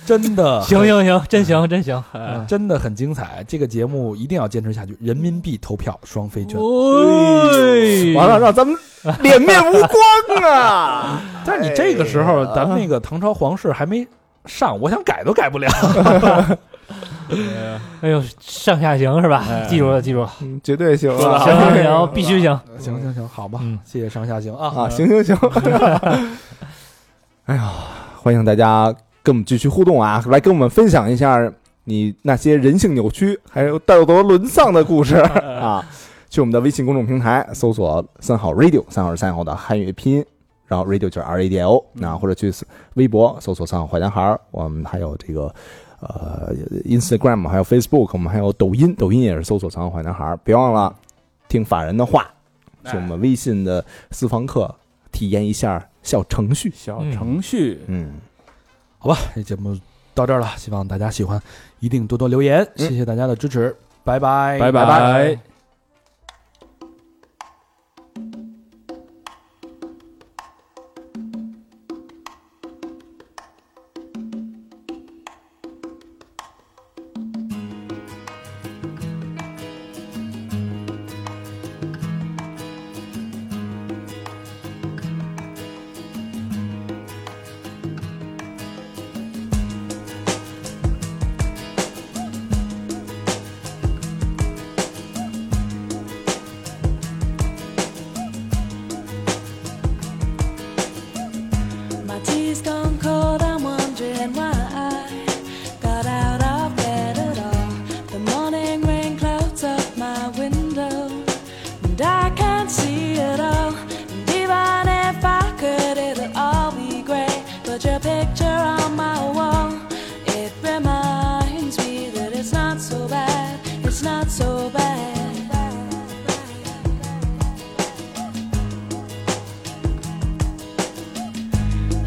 [SPEAKER 2] 真的
[SPEAKER 1] 哦行行行，真行真行，
[SPEAKER 4] 哎
[SPEAKER 2] 很，真的很精彩，这个节目一定要坚持下去，人民币投票双飞捐。
[SPEAKER 1] 哦哎
[SPEAKER 3] 完了让咱们脸面无光啊！
[SPEAKER 2] 但是你这个时候，咱们那个唐朝皇室还没上，我想改都改不了。
[SPEAKER 1] 哎呦，上下行是
[SPEAKER 4] 哎
[SPEAKER 1] 吧？记住了，记住了，
[SPEAKER 3] 嗯 绝对行啊！
[SPEAKER 1] 行行行，必须行。
[SPEAKER 2] 行行行，好吧
[SPEAKER 1] 嗯，
[SPEAKER 2] 谢谢上下行啊。
[SPEAKER 3] 啊！行行行， 哎呀，欢迎大家跟我们继续互动啊，来跟我们分享一下你那些人性扭曲还有道德沦丧 的故事啊！去我们的微信公众平台搜索“三好 radio”，三好是三好的汉语拼音，然后 radio 就是 R A D I O，那或者去微博搜索“三好坏男孩”，我们还有这个。呃，Instagram 还有 Facebook，我们还有抖音，抖音也是搜索“三好坏男孩”，别忘了听法人的话，去我们微信的私房课体验一下小程序。
[SPEAKER 4] 小程序，
[SPEAKER 3] 嗯，
[SPEAKER 2] 好吧，这节目到这儿了，希望大家喜欢，一定多多留言，
[SPEAKER 3] 嗯
[SPEAKER 2] 谢谢大家的支持，拜拜，
[SPEAKER 4] 拜拜拜。
[SPEAKER 6] My tea's gone cold, I'm wondering why I got out of bed at all. The morning rain clouds up my window, and I can't see it all. And even if I could, it'll all be grey. But your picture on my wall, it reminds me that it's not so bad, it's not so bad.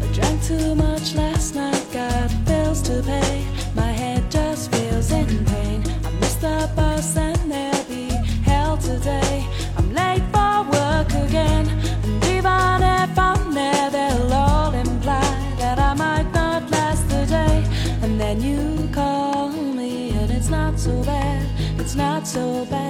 [SPEAKER 6] I drank too much last night, got bills to pay. My head just feels in pain. I missed the bus and there'll be hell today. I'm late for work again. And even if I'm there, they'll all imply that I might not last the day. And then you call me, and it's not so bad, it's not so bad.